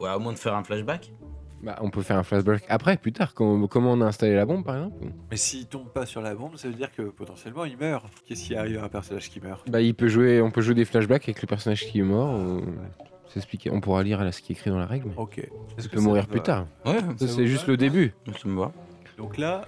S7: ouais, à moins de faire un flashback.
S2: Bah, on peut faire un flashback après, plus tard, quand- comment on a installé la bombe par exemple.
S5: Mais s'il tombe pas sur la bombe, ça veut dire que potentiellement il meurt. Qu'est-ce qui arrive à un personnage qui meurt
S2: Bah, il peut jouer, on peut jouer des flashbacks avec le personnage qui est mort. ou- C'est expliqué. On pourra lire là, ce qui est écrit dans la règle. mais
S5: Ok.
S2: Il
S5: Est-ce
S2: peut mourir plus
S5: va
S2: tard.
S7: Ouais,
S2: Ça,
S5: vous
S2: c'est
S5: va
S2: juste le début.
S7: tu me vois.
S5: Donc là,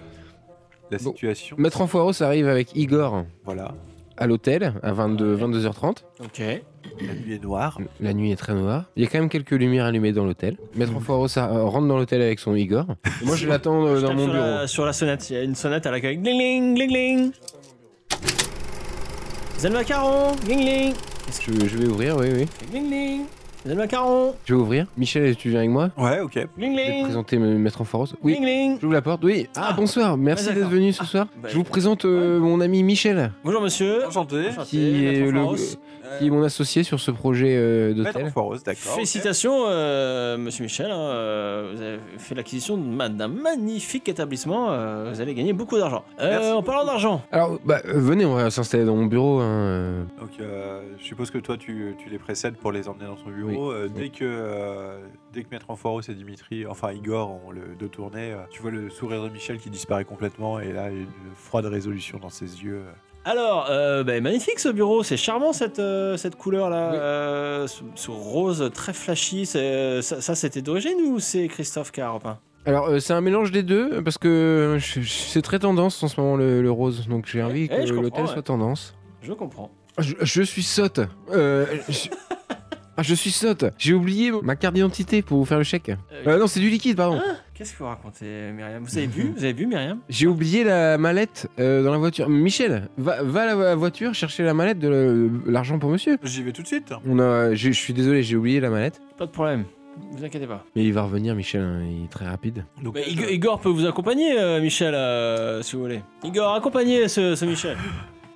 S5: la
S2: Bon.
S5: situation.
S2: Maître Enfoirose arrive avec Igor
S5: Voilà,
S2: à l'hôtel à 22, 22h30.
S3: Ok.
S5: la nuit est noire.
S2: La nuit est très noire. Il y a quand même quelques lumières allumées dans l'hôtel. Maître Enfoirose euh, rentre dans l'hôtel avec son Igor. Et moi, je l'attends euh,
S3: Je
S2: dans
S3: tape
S2: mon
S3: sur,
S2: bureau.
S3: la, sur la sonnette. Il y a une sonnette à l'accueil. Gling gling gling gling. Zen Macaron. Gling gling.
S2: Je, je vais ouvrir, oui, oui.
S3: Gling gling. Mademoiselle Macaron
S2: Je vais ouvrir. Michel, tu viens avec moi
S5: Ouais, ok.
S3: Gling
S2: Je vais te
S3: gling
S2: présenter me mettre en force. Oui.
S3: Gling gling
S2: J'ouvre la porte, oui. Ah,
S3: Ah.
S2: bonsoir, merci
S3: Ah, d'accord.
S2: d'être venu ce soir.
S3: bah,
S2: je vous
S3: je-
S2: présente euh, mon ami Michel,
S3: Bonjour monsieur
S5: Enchanté.
S3: Enchanté,
S2: qui est, le-
S3: maître Floros.
S2: qui est mon associé sur ce projet euh,
S5: Maître
S2: d'hôtel.
S5: Foros,
S3: Ah,
S5: d'accord.
S3: Félicitations, euh, monsieur Michel. hein, euh, vous avez fait l'acquisition d'un d'un magnifique établissement. euh, vous allez gagner beaucoup d'argent. Euh,
S5: Merci
S3: en
S5: beaucoup.
S3: parlant d'argent,
S2: Alors, bah, euh, venez, on va s'installer dans mon bureau. hein, euh.
S5: ok. Donc, euh, je suppose que toi, tu, tu les précèdes pour les emmener dans son bureau. Euh, Dès que euh, dès que Maître Foros et Dimitri, enfin Igor, ont le dos tourné, euh, tu vois le sourire de Michel qui disparaît complètement et là, une froide résolution dans ses yeux.
S3: alors, euh, bah, magnifique ce bureau, c'est charmant cette, euh, cette couleur-là,
S2: Oui.
S3: euh, ce, ce rose très flashy, c'est, euh, ça, ça, c'était d'origine ou c'est Christophe qui a repeint
S2: Alors, euh, c'est un mélange des deux, parce que euh, je- je- c'est très tendance en ce moment le, le rose, donc j'ai envie que
S3: eh, je comprends,
S2: l'hôtel
S3: ouais.
S2: soit tendance.
S3: Je comprends.
S2: Je, je suis sotte. Euh, je... Ah, je suis sotte. J'ai oublié ma carte d'identité pour vous faire le chèque. Euh, non, c'est du liquide, pardon.
S3: Qu'est-ce que vous racontez, Myriam Vous avez bu Vous avez bu, Myriam
S2: J'ai oublié la mallette euh, dans la voiture. Michel, va, va à la voiture chercher la mallette de le- l'argent pour monsieur.
S5: J'y vais tout de suite.
S2: On a, je je suis désolé, j'ai oublié la mallette.
S3: Pas de problème. Vous inquiétez pas.
S2: Mais il va revenir, Michel, hein, il est très rapide.
S5: Donc,
S3: Bah,
S5: euh,
S3: Igor, Igor peut vous accompagner, euh, Michel, euh, si vous voulez. Igor, accompagnez ce, ce Michel.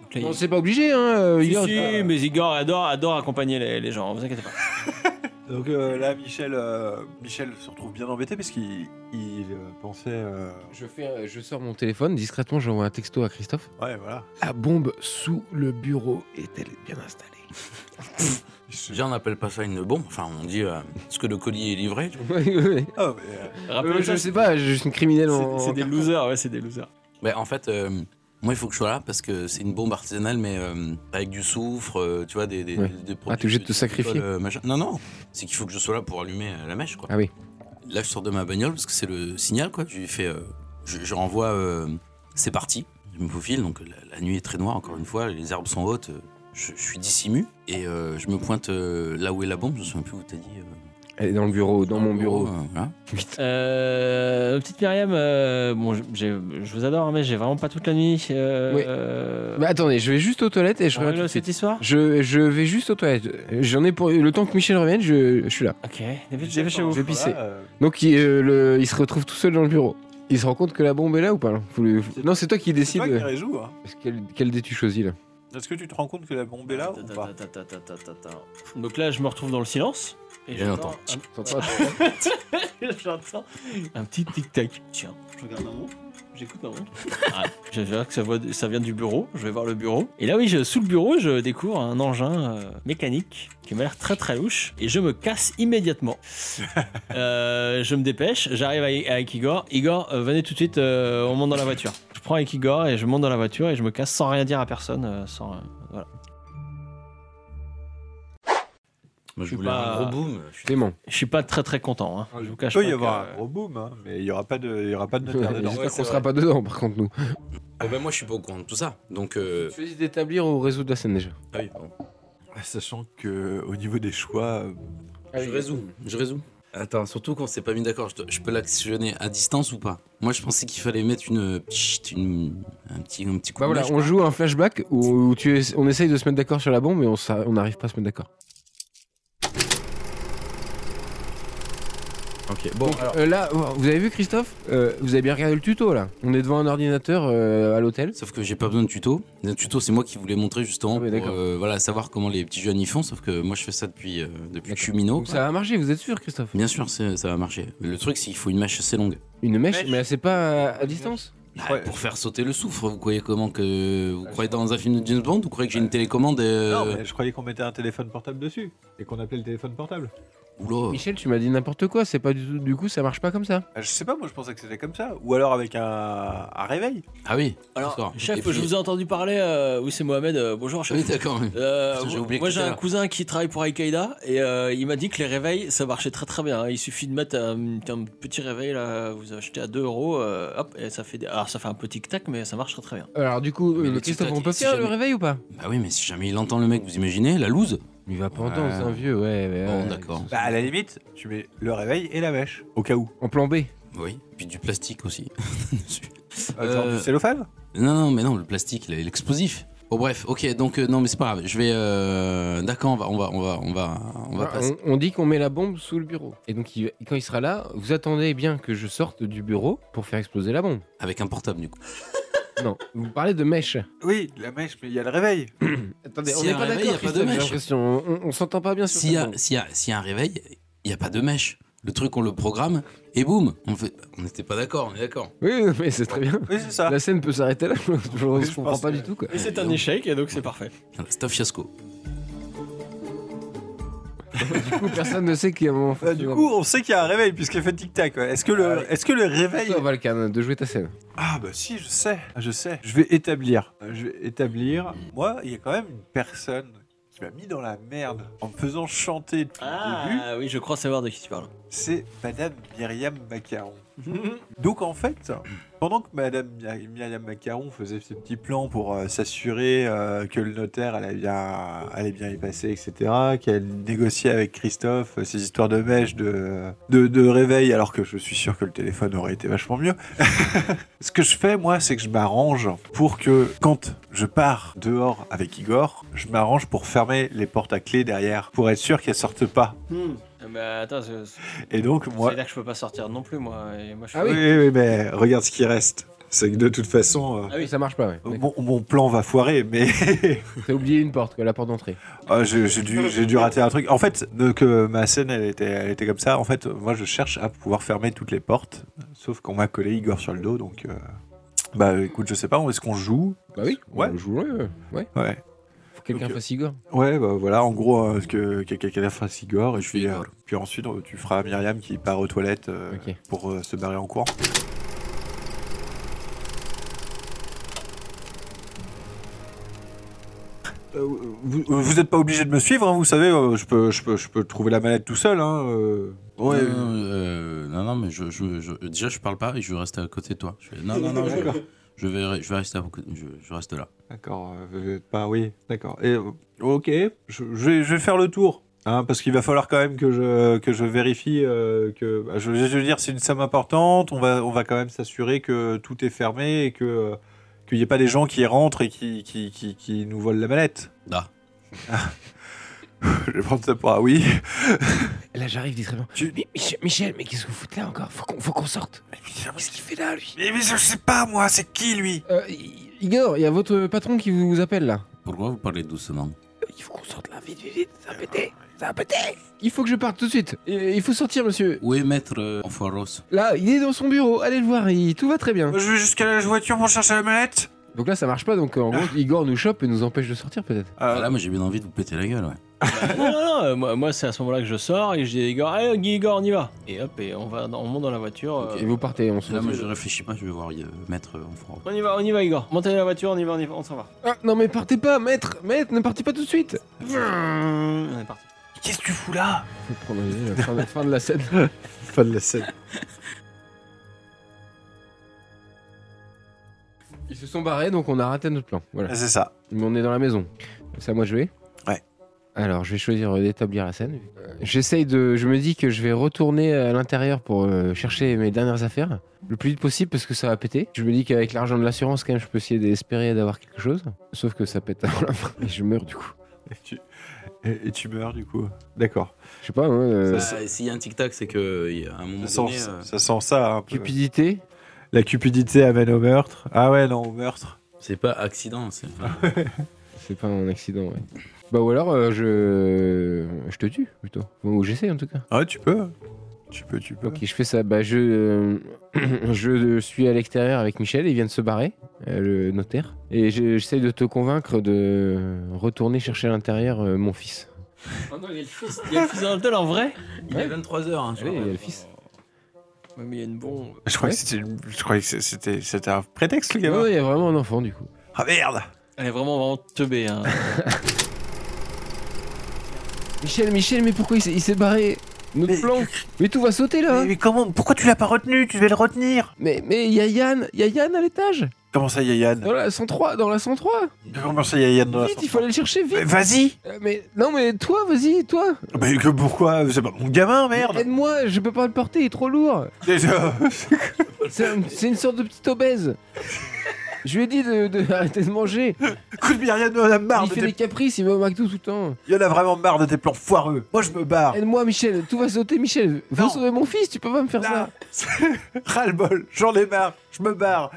S3: Donc là, il-
S2: On c'est pas obligé, hein. euh,
S3: Si,
S2: Igor,
S3: si,
S2: euh,
S3: mais Igor adore, adore accompagner les, les gens, vous inquiétez pas.
S5: Donc euh, là, Michel, euh, Michel se retrouve bien embêté parce qu'il il, euh, pensait. euh,
S2: Je, fais, euh, je sors mon téléphone, discrètement, j'envoie un texto à Christophe.
S5: Ouais, voilà.
S2: La bombe sous le bureau est-elle bien installée
S7: Déjà, on n'appelle pas ça une bombe. Enfin, on dit euh, ce que le colis est livré.
S2: Ouais, ouais.
S5: Oh, mais, euh,
S3: Rappelez
S2: Euh, Je sais pas, je suis une criminelle en.
S3: c'est c'est des losers, ouais, c'est des losers.
S7: Mais en fait, euh, moi, il faut que je sois là parce que c'est une bombe artisanale, mais euh, avec du soufre, euh, tu vois, des, des,
S2: Ouais.
S7: des- des
S2: Ah, t'es obligé de te
S7: du
S2: sacrifier.
S7: pétrole, euh, machin. Non, non. C'est qu'il faut que je sois là pour allumer euh, la mèche, quoi.
S2: Ah oui.
S7: Là, je sors de ma bagnole parce que c'est le signal, quoi. Je lui fais, euh, je, je renvoie, euh, c'est parti. Je me faufile, donc la, la nuit est très noire, encore une fois, les herbes sont hautes. euh, Je, je suis dissimu et euh, je me pointe euh, là où est la bombe. Je ne sais même plus où t'as dit. euh,
S2: Elle est dans le bureau, dans mon bureau.
S3: Oh.
S7: euh, voilà.
S3: Euh, petite Myriam, euh, bon, j'ai- je vous adore, hein, mais j'ai vraiment pas toute la nuit. euh,
S2: Oui.
S3: euh,
S2: Bah attendez, je vais juste aux toilettes et je
S3: on
S2: reviens tout
S3: règle
S2: de
S3: cette
S2: suite.
S3: histoire
S2: Je, je vais juste aux toilettes. J'en ai pour le temps que Michel revienne, je, je suis là.
S3: Ok, dépêche- dépêchez-vous.
S2: Je vais pisser.
S5: voilà, euh,
S2: Donc il, euh, le- il se retrouve tout seul dans le bureau. Il se rend compte que la bombe est là ou pas là Faut le- faut- Non, c'est toi qui
S5: c'est
S2: décides.
S5: toi qui
S2: euh,
S5: réjouis. hein.
S2: parce Quel, quel dé tu choisis là
S5: Est-ce que tu te rends compte que la bombe est là ou pas
S3: Ah, Attends, attends, attends, attends, attends. Donc là, je me retrouve dans le silence. Et
S7: Bien
S3: j'entends
S2: Sympa.
S3: un- j'entends un petit tic-tac. Tiens, je regarde ma montre, j'écoute ma montre. Ah, je vois que ça, voit- ça vient du bureau, je vais voir le bureau. Et là, oui, je- sous le bureau, je découvre un engin euh, mécanique qui m'a l'air très très louche. Et je me casse immédiatement. Euh, je me dépêche, j'arrive à- avec Igor. Igor, euh, venez tout de suite, euh, on monte dans la voiture. Je prends avec Igor et je monte dans la voiture et je me casse sans rien dire à personne. euh, sans, euh, voilà.
S7: Moi,
S3: Je suis
S7: je voulais
S3: pas-
S7: un gros boom. Je suis-
S2: Clément.
S3: Je suis pas très très content. Hein. Je vous cache
S5: Il peut
S3: pas
S5: y
S3: que-
S5: avoir un gros boom, hein, mais il n'y aura pas de, il y aura pas de notaire dedans.
S2: J'espère
S7: Ouais,
S2: qu'on
S7: c'est
S2: sera
S7: vrai.
S2: pas dedans par contre nous.
S7: Oh, ben, moi, je suis pas au courant de tout ça. Donc, euh,
S2: Tu choisis d'établir ou résoudre la scène déjà
S7: ah oui, pardon.
S5: Sachant que au niveau des choix, euh,
S7: je résous. Je résous. Attends, surtout qu'on s'est pas mis d'accord. Je, te- je peux l'actionner à distance ou pas Moi, je pensais qu'il fallait mettre une, euh, pchit, une- un petit, un petit coup.
S2: Bah
S7: de
S2: voilà,
S7: lâche,
S2: on
S7: quoi.
S2: joue un flashback où, où tu es- on essaye de se mettre d'accord sur la bombe mais on s'a- on n'arrive pas à se mettre d'accord.
S7: Ok. Bon, alors,
S2: Euh, là, vous avez vu Christophe Euh, Vous avez bien regardé le tuto là. On est devant un ordinateur euh, à l'hôtel.
S7: Sauf que j'ai pas besoin de tuto. Le tuto, c'est moi qui voulais montrer justement
S2: Ah oui,
S7: pour
S2: d'accord.
S7: euh, voilà, savoir comment les petits jeunes y font. Sauf que moi, je fais ça depuis, euh, depuis que je suis minot.
S2: Donc ça va marcher, vous êtes sûr Christophe
S7: Bien sûr, c'est- ça va marcher. Le truc, c'est qu'il faut une mèche assez longue.
S2: Une mèche,
S5: Mèche.
S2: mais c'est pas à, à distance
S7: Ah,
S5: Ouais.
S7: Pour faire sauter le soufre, vous croyez comment que.
S2: Ah,
S7: Vous croyez dans un film de James Bond Vous croyez que j'ai une télécommande euh,
S5: non, mais je croyais qu'on mettait un téléphone portable dessus et qu'on appelait le téléphone portable.
S7: Oula.
S2: Michel, tu m'as dit n'importe quoi, c'est pas du tout. Du coup, ça marche pas comme ça.
S5: Ah, Je sais pas, moi je pensais que c'était comme ça, ou alors avec un, un réveil.
S7: Ah oui.
S4: Alors,
S7: d'accord.
S3: Chef,
S7: Et puis-
S3: je vous ai entendu parler. euh, oui, c'est Mohamed. euh, bonjour,
S7: Oui,
S3: chef.
S7: d'accord. oui.
S3: Euh,
S7: Putain, j'ai
S3: moi-
S7: oublié que
S3: moi, j'ai
S7: t'étais
S3: un
S7: là.
S3: cousin qui travaille pour Al-Qaïda et euh, il m'a dit que les réveils, ça marchait très très bien. hein. Il suffit de mettre un, un petit réveil là, vous achetez à 2 euros, euh, hop, et ça fait des... Alors ça fait un petit tac, mais ça marche très très bien.
S2: Alors du coup,
S7: Mais
S2: euh,
S7: le
S2: Christophe,
S7: tic-tac,
S2: on peut
S7: si
S2: faire le
S7: jamais-
S2: réveil ou pas
S7: Bah oui, mais si jamais il entend le mec, vous imaginez la loose
S2: Il va pas
S7: Ouais.
S2: entendre, c'est un vieux, ouais. ouais,
S7: Bon,
S2: ouais.
S7: d'accord.
S5: Bah à la limite, tu mets le réveil et la mèche, au cas où.
S2: En plan B.
S7: Oui. Puis du plastique aussi.
S5: Euh, genre
S7: Euh,
S5: du cellophane
S7: non, non, mais non, le plastique, il a l'explosif. Bon bref, ok, donc euh, non mais c'est pas grave, je vais... euh, D'accord, on va, on va, on va, on va, on va
S2: Alors,
S7: passer.
S2: on- on dit qu'on met la bombe sous le bureau. Et donc, il- quand il sera là, vous attendez bien que je sorte du bureau pour faire exploser la bombe.
S7: Avec un portable du coup.
S2: Non, vous parlez de mèche.
S5: Oui, la mèche, mais il y a le réveil.
S2: Attendez,
S7: S'il
S2: on
S7: y a
S2: n'est
S7: un
S2: pas
S7: réveil,
S2: d'accord,
S7: il y a
S2: Christophe,
S7: pas de
S2: j'ai
S7: mèche.
S2: l'impression. On, on- on s'entend pas bien sur
S7: S'il y,
S2: ça.
S7: a- s'il y a- s'il y a un réveil, il n'y a pas de mèche. Le truc, on le programme et boum, on fait... On n'était pas d'accord, on est d'accord.
S2: Oui, oui, mais c'est très bien.
S5: Oui, c'est ça. Bah,
S2: La scène peut s'arrêter là. Je ne
S5: je
S2: comprends
S5: pense
S2: pas
S5: que-
S2: du tout, quoi.
S3: Et c'est un échec, et donc c'est parfait.
S7: Voilà, C'est un fiasco.
S2: Du coup, personne ne sait qu'il y a un moment.
S5: Bah, du coup, on sait qu'il y a un réveil puisqu'elle fait tic-tac. ouais. Est-ce que, le... est que le réveil.
S2: Toi, Valkan, de jouer ta scène.
S5: Ah, bah si, je sais. Je sais. Je vais établir. Euh, Je vais établir. Moi, il y a quand même une personne qui m'a mis dans la merde en me faisant chanter depuis le début.
S3: Ah oui, je crois savoir de qui tu parles.
S5: C'est Madame Myriam Macaron. Donc en fait, pendant que Madame My- Myriam Macaron faisait ses petits plans pour euh, s'assurer euh, que le notaire allait bien, allait bien y passer, etc., qu'elle négociait avec Christophe euh, ces histoires de mèche, de, de, de réveil, alors que je suis sûr que le téléphone aurait été vachement mieux, ce que je fais, moi, c'est que je m'arrange pour que, quand je pars dehors avec Igor, je m'arrange pour fermer les portes à clé derrière, pour être sûr qu'elle sorte pas.
S3: Ah, Mais attends, c'est c'est
S5: Et donc, moi,
S3: là que je peux pas sortir non plus, moi. et moi, je
S2: Ah
S3: suis-
S5: oui. oui, oui, mais regarde ce qui reste. C'est que de toute façon, euh,
S3: Ah oui.
S2: Ça marche pas, ouais.
S5: mon, mon plan va foirer, mais
S2: T'as oublié une porte, quoi, la porte d'entrée.
S5: Ah, j'ai j'ai dû, j'ai dû rater un truc. En fait, de- que ma scène, elle était, elle était comme ça. En fait, moi, je cherche à pouvoir fermer toutes les portes, sauf qu'on m'a collé Igor sur le dos, donc. euh, Bah écoute, je sais pas, est-ce qu'on joue
S2: Bah oui,
S5: Ouais.
S2: on joue, ouais. ouais.
S5: Ouais.
S2: Faut que quelqu'un
S7: euh,
S5: Ok.
S2: fasse Igor.
S5: Ouais, bah voilà, en gros, euh, que que quelqu'un fasse Igor, et
S7: Je
S5: puis,
S7: fais
S5: euh,
S7: Igor.
S5: puis ensuite, euh, tu feras Myriam qui part aux toilettes euh,
S2: Ok.
S5: pour euh, se barrer en courant. Euh, vous, euh, vous êtes pas obligé de me suivre, hein, vous savez, euh, je, peux, je, peux, je peux trouver la manette tout seul. Hein, euh. Ouais,
S7: Non, non, euh, non, non, mais je, je- je- déjà, je parle pas et je vais rester à côté de toi. Je fais, non, non, non, je, je vais, re- je vais rester à côté- je, je reste là.
S5: D'accord, euh, vous êtes pas, oui, d'accord. Et, euh, ok, je, je vais, je vais faire le tour. hein, parce qu'il va falloir quand même que je, que je vérifie euh, que. bah, je, je veux dire, c'est une somme importante. On va, on va quand même s'assurer que tout est fermé et que. euh, qu'il n'y ait pas des gens qui rentrent et qui, qui, qui, qui nous volent la mallette.
S7: Ah.
S5: je vais prendre ça pour un oui.
S2: Là, j'arrive, dis très bien.
S5: Tu-
S2: Mais Michel, Michel, mais qu'est-ce que vous foutez là encore Faut qu'on faut qu'on sorte. Qu'est-ce qu'il fait là, lui
S5: Mais, mais je sais pas, moi, c'est qui lui
S2: Euh, I- Igor, il y a votre patron qui vous appelle là.
S7: Pourquoi vous parlez doucement
S2: Euh, Il faut qu'on sorte là, vite, vite, vite, ça va péter, ça va péter. Il faut que je parte tout de suite. Euh, Il faut sortir, monsieur.
S7: Où est maître euh, Enfoiros
S2: Là, il est dans son bureau, allez le voir, il- tout va très bien.
S5: Je vais jusqu'à la voiture pour chercher la mallette
S2: Donc là, ça marche pas, donc en gros, Igor nous chope et nous empêche de sortir, peut-être.
S5: Euh,
S7: Ah, Là, moi, j'ai bien envie de vous péter la gueule, ouais.
S3: non, non, non, moi, moi, c'est à ce moment-là que je sors et je dis à Igor, allez, Guy, Igor, on y va. Et hop, et on, va, dans- on monte dans la voiture.
S7: Ok.
S2: Et
S3: euh,
S2: vous partez, on se
S7: Là, moi,
S2: retrouve.
S7: je réfléchis pas, je vais voir euh, maître Enfoiros.
S3: On y va, on y va, Igor. Montez dans la voiture, on y va, on y va, on s'en va.
S2: Ah, non, mais partez pas, maître, maître, ne partez pas tout de suite.
S3: On est parti.
S5: Qu'est-ce que tu fous là
S2: Faut prendre la fin de- fin de la scène.
S5: Fin de la scène.
S2: Ils se sont barrés, donc on a raté notre plan. Voilà.
S5: C'est ça.
S2: Mais on est dans la maison. C'est à moi de jouer
S5: Ouais.
S2: Alors, je vais choisir euh, d'établir la scène. Euh, J'essaye de. Je me dis que je vais retourner à l'intérieur pour euh, chercher mes dernières affaires le plus vite possible parce que ça va péter. Je me dis qu'avec l'argent de l'assurance, quand même, je peux essayer d'espérer d'avoir quelque chose. Sauf que ça pète avant la fin et je meurs du coup.
S5: Et tu, et, et tu meurs du coup. D'accord.
S2: Je sais pas, moi. euh,
S7: Bah, S'il y a un tic-tac, c'est euh, qu'à un
S5: Ça,
S7: moment
S5: sent-
S7: donné... euh,
S5: ça sent ça. hein, un peu.
S2: Cupidité.
S5: La cupidité amène au meurtre. Ah ouais, non, au meurtre.
S7: C'est pas accident, c'est...
S2: Ah C'est pas un accident, ouais. Bah, ou alors, euh, je. Je te tue plutôt. Ou j'essaie en tout cas.
S5: Ah ouais, tu peux. Tu peux, tu peux.
S2: Ok, je fais ça. Bah, je, euh, je suis à l'extérieur avec Michel, il vient de se barrer, euh, le notaire. Et je- j'essaie de te convaincre de retourner chercher à l'intérieur euh, mon fils.
S7: Oh non, il y a le fils
S3: Il y a le fils dans l'hôtel en vrai
S7: Il est 23h, hein,
S2: Ah Oui, il
S7: je
S2: y a
S7: rappelle.
S2: le fils.
S3: Oui, mais il y a une bombe.
S5: Je
S2: Ouais.
S5: croyais que c'était une- je croyais que c'était c'était un prétexte, le
S2: Ouais,
S5: gamin.
S2: ouais, il y a vraiment un enfant du coup.
S5: Ah merde
S3: Elle est vraiment, vraiment teubée. Hein.
S2: Michel, Michel, mais pourquoi il s'est- il s'est barré Notre
S5: Mais-
S2: plan Mais tout va sauter là hein.
S5: mais comment Pourquoi tu l'as pas retenu Tu devais le retenir
S2: Mais mais il y a Yann, il y a Yann à l'étage
S5: Comment ça, Yayan
S2: Dans la 103, dans la 103
S5: Comment ça, Yayan dans la
S2: Ah. Vite,
S5: sortie
S2: il faut aller le chercher, vite
S5: Mais Vas-y
S2: Euh, Mais non, mais toi, vas-y, toi
S5: Mais que pourquoi C'est pas mon gamin, merde
S2: Aide-moi, je peux pas le porter, il est trop lourd
S5: Déjà
S2: C'est un- c'est une sorte de petite obèse. Je lui ai dit de, de- arrêter de manger.
S5: Coup de bière, il y en a- il y en a marre
S2: il
S5: de
S2: fait
S5: tes-
S2: des caprices, il va au McDo tout le temps.
S5: il y en a vraiment marre de tes plans foireux. Moi, je me barre.
S2: Aide-moi, Michel. Tout va sauter, Michel.
S5: Non.
S2: Vous sauvez mon fils, tu peux pas me faire
S5: Là,
S2: ça.
S5: ras-le-bol, j'en ai marre, je me barre.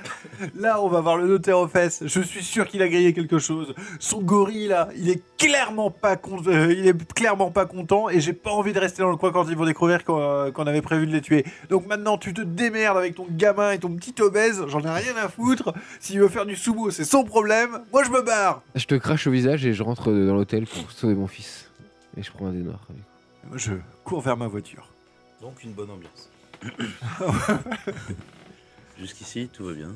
S5: Là, on va voir le notaire aux fesses. Je suis sûr qu'il a grillé quelque chose. Son gorille, là, il est clairement pas, con- euh, il est clairement pas content et j'ai pas envie de rester dans le coin quand ils vont découvrir qu'on euh, qu'on avait prévu de les tuer. Donc maintenant, tu te démerdes avec ton gamin et ton petit obèse. J'en ai rien à foutre. S'il veut faire du sumo, c'est son problème. Moi, je me barre.
S2: Je te crache au visage et je rentre dans l'hôtel pour sauver mon fils. Et je prends un dé noir.
S5: Et moi, je cours vers ma voiture.
S7: Donc une bonne ambiance. Jusqu'ici, tout va bien.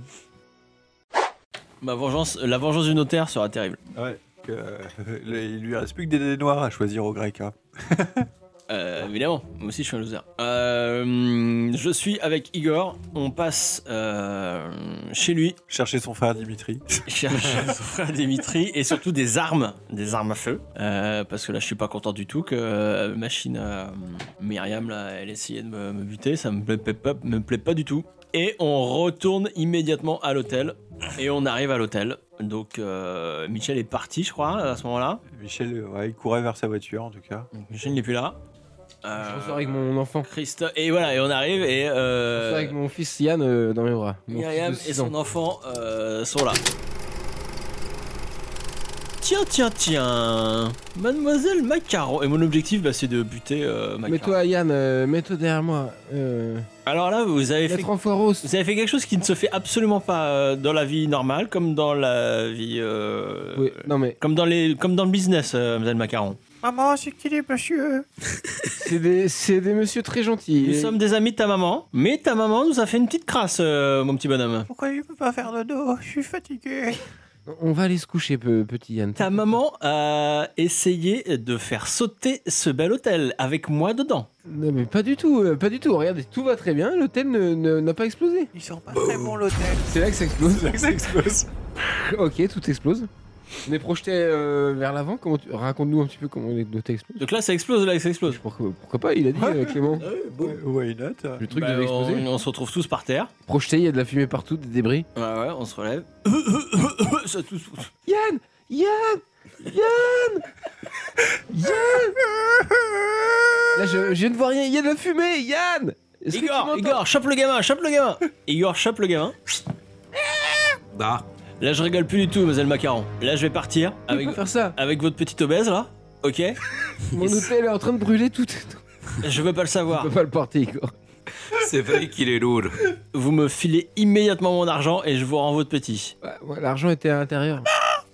S3: Ma vengeance, la vengeance du notaire sera terrible.
S5: Ouais. que, euh, il lui reste plus que des dés noirs à choisir au grec. hein.
S3: Euh, évidemment, moi aussi je suis un loser. Euh, je suis avec Igor, on passe euh, chez lui,
S5: Chercher son frère Dimitri.
S3: cherche son frère Dimitri et surtout des armes, des armes à feu. Euh, parce que là je suis pas content du tout que euh, machine à Myriam là, elle essayait de me, me buter, ça me plaît, pas, me plaît pas du tout. Et on retourne immédiatement à l'hôtel et on arrive à l'hôtel. Donc euh, Michel est parti je crois à ce moment-là.
S5: Michel, euh, ouais, il courait vers sa voiture en tout cas.
S3: Donc, Michel n'est plus là.
S2: Je
S3: Euh,
S2: ressors avec mon enfant.
S3: Christophe. Et voilà, et on arrive et
S2: Je ressors avec
S3: euh,
S2: mon fils Yann euh, dans mes bras. Mon
S3: Myriam
S2: fils de
S3: et
S2: six ans.
S3: son enfant euh, sont là. Tiens, tiens, tiens, Mademoiselle Macaron. Et mon objectif, bah, c'est de buter euh, Macaron.
S2: Mets-toi, Yann, euh, mets-toi derrière moi. Euh,
S3: Alors là, vous avez
S2: il y a
S3: fait,
S2: trois fois Rose.
S3: vous avez fait quelque chose qui ne se fait absolument pas euh, dans la vie normale, comme dans la vie, euh,
S2: Oui, non mais
S3: comme dans les, comme dans le business, euh, Mademoiselle Macaron.
S5: Maman, c'est qui les monsieur
S2: c'est des, c'est des messieurs très gentils.
S3: Nous
S2: Et-
S3: sommes des amis de ta maman, mais ta maman nous a fait une petite crasse, euh, mon petit bonhomme.
S5: Pourquoi il peut pas faire de dos Je suis fatigué.
S2: On va aller se coucher, pe- petit Yann.
S3: Ta maman a essayé de faire sauter ce bel hôtel avec moi dedans.
S2: Non mais pas du tout, euh, pas du tout. Regardez, tout va très bien. L'hôtel ne- ne- n'a pas explosé.
S5: Ils sont pas très bons l'hôtel.
S2: C'est là que ça explose.
S5: ça explose.
S2: ok, tout explose. On est projeté euh, vers l'avant. Comment tu- Raconte-nous un petit peu comment l'hôtel explose.
S3: Donc là, ça explose, là, ça explose.
S2: Pourquoi, pourquoi pas Il a dit euh, Clément.
S5: Why not
S2: Le truc
S3: Bah,
S2: devait
S3: on,
S2: exploser.
S3: on se retrouve tous par terre.
S2: Projeté, il y a de la fumée partout, des débris.
S3: Ouais, ouais, on se relève. Ça, tous-
S2: Yann, Yann, Yann, Yann. Là, je, je ne vois rien. Il y a de la fumée, Yann. Est-ce que tu
S3: Igor,
S2: m'entends
S3: Igor, chope le gamin, chope le gamin. Igor, chope le gamin.
S7: Bah,
S3: Là, je rigole plus du tout, mademoiselle Macaron. Là, je vais partir
S2: Tu peux
S3: avec,
S2: pas faire ça.
S3: avec votre petite obèse, là. Ok
S2: Mon hôtel est en train de brûler tout. On
S3: Je veux pas le savoir.
S2: peut pas le porter, Igor.
S7: c'est vrai qu'il est lourd.
S3: Vous me filez immédiatement mon argent et je vous rends votre petit.
S2: Ouais, ouais, L'argent était à l'intérieur.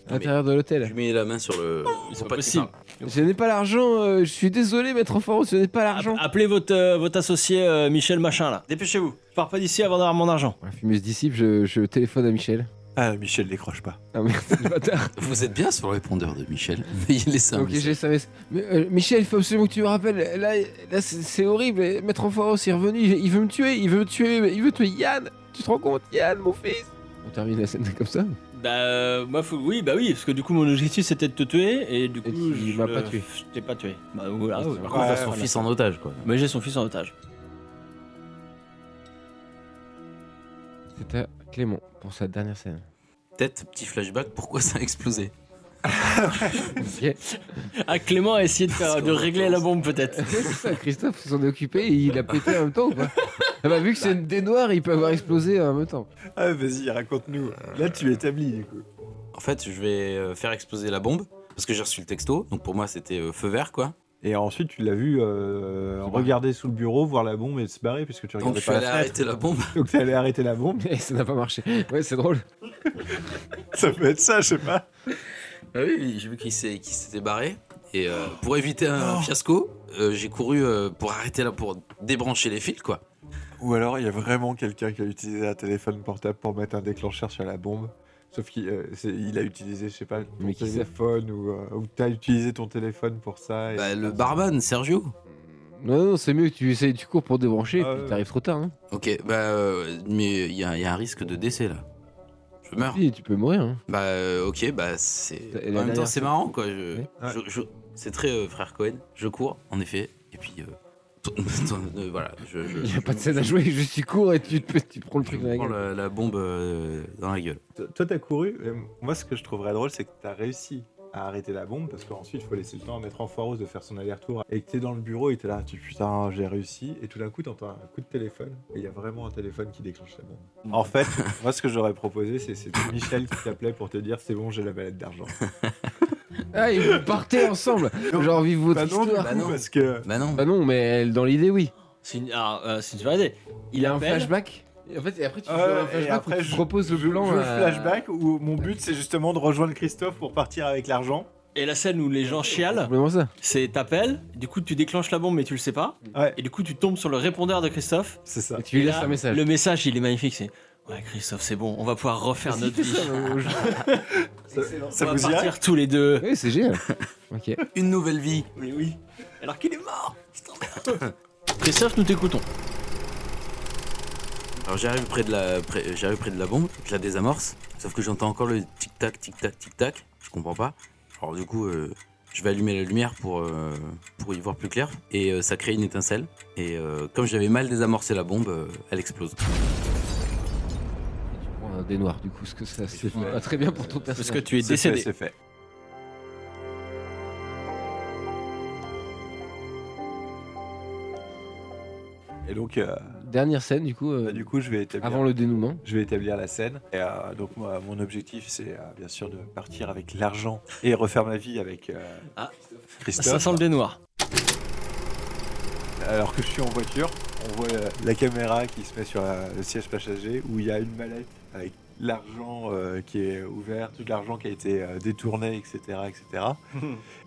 S2: À l'intérieur de
S7: Je
S2: l'hôtel.
S7: mets la main sur le.
S3: C'est
S7: Faut
S3: pas
S7: pas
S3: possible.
S2: Je Ah, n'ai pas l'argent. euh, je suis désolé, maître Enfaro, ce n'est pas l'argent.
S3: Appelez votre, euh, votre associé euh, Michel Machin, là. Dépêchez-vous. Je pars pas d'ici avant d'avoir mon argent.
S2: Un bah, ah. fumeuse disciple, je, je téléphone à Michel.
S5: Ah, Michel décroche pas.
S2: Ah merde, c'est le bâtard.
S7: Vous êtes bien sur le répondeur de Michel. Veuillez laisser un
S2: ok, j'ai
S7: message.
S2: SMS. Mais, euh, Michel, il faut absolument que tu me rappelles. Là, là c'est c'est horrible. Et Maître Enfaro, c'est revenu. Il il veut me tuer. Il veut me tuer. Il veut tuer Yann. Tu te rends compte Yann, mon fils. On termine la scène comme ça.
S3: Bah, euh, moi, faut... oui, bah oui, parce que du coup, mon objectif c'était de te tuer et du coup,
S2: tu
S3: je
S2: m'as
S3: le-
S2: pas tué.
S3: Je t'ai pas tué. Bah voilà. ouais.
S7: Par contre,
S5: Ouais,
S7: à son
S5: voilà.
S7: fils en otage, quoi.
S3: Mais j'ai son fils en otage.
S2: C'était à Clément pour sa dernière scène.
S7: Peut-être, petit flashback, pourquoi ça a explosé
S2: Ok.
S3: Ah, Clément a essayé de, faire,
S7: Parce
S3: de
S7: qu'on
S3: régler
S7: pense.
S3: la bombe peut-être.
S2: C'est ça, Christophe s'en est occupé et il a pété en même temps ou pas Ah bah, Vu que c'est une dé noire, il peut avoir explosé en même temps.
S5: Ah, vas-y, raconte-nous. Là, tu établis du coup.
S7: En fait, je vais euh, faire exploser la bombe parce que j'ai reçu le texto. Donc pour moi, c'était euh, feu vert, quoi.
S5: Et ensuite, tu l'as vu euh,
S7: C'est
S5: regarder sous le bureau, voir la bombe et se barrer puisque tu
S7: Donc
S5: regardais
S7: je suis
S5: pas
S7: allé
S5: la fenêtre.
S7: arrêter la bombe.
S5: Donc t'es allé arrêter la bombe.
S2: Et ça n'a pas marché. Ouais, c'est drôle.
S5: Ça peut être ça, je sais pas.
S7: Ah oui, j'ai vu qu'il s'est- qu'il s'était barré. Et euh, pour éviter un fiasco, euh, j'ai couru euh, pour arrêter là, pour débrancher les fils, quoi.
S5: Ou alors, il y a vraiment quelqu'un qui a utilisé un téléphone portable pour mettre un déclencheur sur la bombe. Sauf qu'il euh, c'est- il a utilisé, je sais pas, ton
S2: Mais qui sait
S5: téléphone ou, euh, ou t'as utilisé ton téléphone pour ça. et-
S7: Bah, le barman, Sergio.
S2: Non, non, c'est mieux que tu essayes, tu cours pour débrancher,
S5: Ah
S2: puis
S5: ouais.
S2: t'arrives trop tard. Hein.
S7: Ok, bah, euh, mais il y, a il y a un risque de décès là. Je meurs.
S2: Oui, tu peux mourir. Hein.
S7: Bah, euh, ok, bah,
S2: Et
S7: c'est.
S2: la
S7: En même
S2: dernière
S7: temps, c'est
S2: fois-
S7: marrant, quoi. je-
S2: Ouais.
S7: je- je- C'est très euh, frère Cohen. Je cours, en effet. Et puis, euh, Euh, voilà, je, je-
S2: Il n'y
S7: je
S2: a pas de scène à jouer, juste tu cours et tu, te- tu prends le truc dans la
S7: prends
S2: gueule.
S7: la, la bombe euh, dans la gueule.
S5: Toi- Toi, t'as couru. euh, Moi, ce que je trouverais drôle, c'est que t'as réussi à arrêter la bombe parce qu'ensuite, il faut laisser le temps à mettre en foireuse de faire son aller-retour. Et que t'es dans le bureau et t'es là, tu putain, j'ai réussi. Et tout d'un coup, t'entends un coup de téléphone et il y a vraiment un téléphone qui déclenche la bombe. En fait, moi, ce que j'aurais proposé, c'est c'était Michel qui t'appelait pour te dire c'est bon, j'ai la balade d'argent.
S2: Ah, et vous partez ensemble Genre, envie votre
S5: Bah non, du
S2: histoire.
S5: coup,
S7: non.
S5: parce que.
S7: Bah non.
S2: Bah non, mais elle, dans l'idée, oui.
S3: C'est une, alors, euh, c'est une bonne idée.
S2: Il a un
S3: appelle.
S2: flashback. Et en fait, et après, tu fais
S5: Euh,
S2: un
S5: et
S2: flashback où
S5: après,
S2: tu
S5: je
S2: proposes le
S5: je-
S2: plan.
S5: je
S2: à-
S5: flashback où mon but, c'est justement de rejoindre Christophe pour partir avec l'argent.
S3: Et la scène où les gens chialent,
S2: Complètement ça.
S3: c'est t'appelles, du coup tu déclenches la bombe mais tu le sais pas,
S5: Ouais,
S3: et du coup tu tombes sur le répondeur de Christophe.
S5: c'est ça.
S2: Et tu lui
S3: Et
S2: laisses
S3: là,
S2: un message.
S3: Le message il est magnifique, c'est Ouais Christophe c'est bon, on va pouvoir refaire
S2: Si,
S3: notre
S2: fais
S3: vie.
S2: ça, euh, je-
S5: Ça, ça
S3: On va
S5: vous irait
S3: partir tous les deux.
S2: Oui, c'est génial. Ok.
S7: Une nouvelle vie.
S3: Mais oui. Alors qu'il est mort Christophe, nous t'écoutons.
S7: Alors j'arrive près de la, près- j'arrive près de la bombe, je la désamorce, sauf que j'entends encore le tic tac, tic tac, tic tac. Je comprends pas. Alors du coup, euh, je vais allumer la lumière pour euh, pour y voir plus clair, et euh, ça crée une étincelle. Et euh, comme j'avais mal désamorcé la bombe, euh, elle explose.
S2: Bon, un dé noir, euh, du coup, ce que ça c'est
S7: Ouais.
S2: pas très bien pour ton
S3: Parce que
S2: personnage.
S3: tu es
S5: C'est fait,
S3: décédé.
S5: C'est fait. Et donc, euh,
S2: Dernière scène, du coup, euh,
S5: bah, du coup, je vais établir,
S2: avant le dénouement.
S5: je vais établir la scène. Et, euh, donc, moi, mon objectif, c'est euh, bien sûr de partir avec l'argent et refaire ma vie avec euh,
S3: Ah. Ça
S5: Christophe.
S3: sent le dénoir.
S5: Alors que je suis en voiture, on voit euh, la caméra qui se met sur la- le siège passager où il y a une mallette avec l'argent euh, qui est ouvert, tout l'argent qui a été euh, détourné, etc., etc.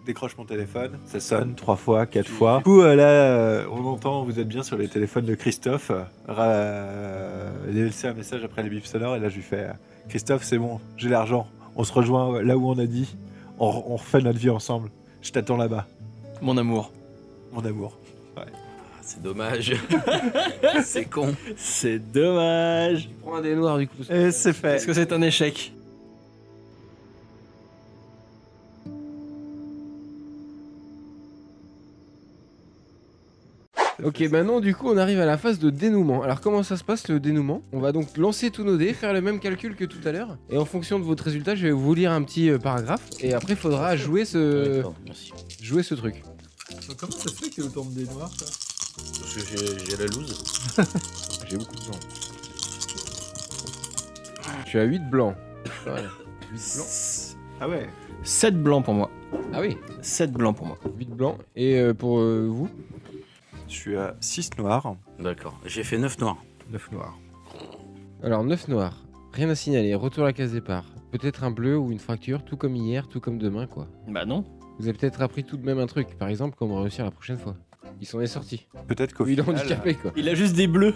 S5: Décroche mon téléphone, ça sonne trois fois, quatre fois. Du coup, euh, là, euh, on entend, vous êtes bien sur les téléphones de Christophe. Euh, il a laissé un message après les bips sonores et là, je lui fais euh, Christophe, c'est bon, j'ai l'argent. On se rejoint euh, là où on a dit. On, re- on refait notre vie ensemble. Je t'attends là-bas,
S3: Mon amour.
S5: mon amour.
S7: Ah, c'est dommage. c'est con.
S3: C'est dommage.
S2: Tu prends un dé noir, du coup.
S3: Eh,
S5: Et c'est fait.
S3: Est-ce que c'est un échec
S2: Ok, maintenant du coup on arrive à la phase de dénouement. Alors comment ça se passe le dénouement On va donc lancer tous nos dés, faire le même calcul que tout à l'heure, et en fonction de votre résultat, je vais vous lire un petit euh, paragraphe, et après il faudra jouer ce,
S7: D'accord, merci.
S2: jouer ce truc.
S6: Comment ça se fait que t'aies autant de dés noirs toi
S7: Parce que j'ai, j'ai la loose.
S2: J'ai beaucoup de temps. Je suis à 8 blancs. Ouais. 8 blancs
S5: Ah ouais
S3: 7 blancs pour moi.
S2: Ah oui,
S3: 7 blancs pour moi.
S2: 8 blancs. Et euh, pour euh, vous
S5: Je suis à 6 noirs.
S7: D'accord. J'ai fait 9 noirs.
S5: 9 noirs.
S2: Alors 9 noirs, rien à signaler, retour à la case départ. Peut-être un bleu ou une fracture, tout comme hier, tout comme demain quoi.
S3: Bah non.
S2: Vous avez peut-être appris tout de même un truc, par exemple comment réussir la prochaine fois. Ils sont est sortis.
S5: Peut-être qu'au
S2: Oui, il est
S5: final,
S2: handicapé quoi.
S3: Il a juste des bleus.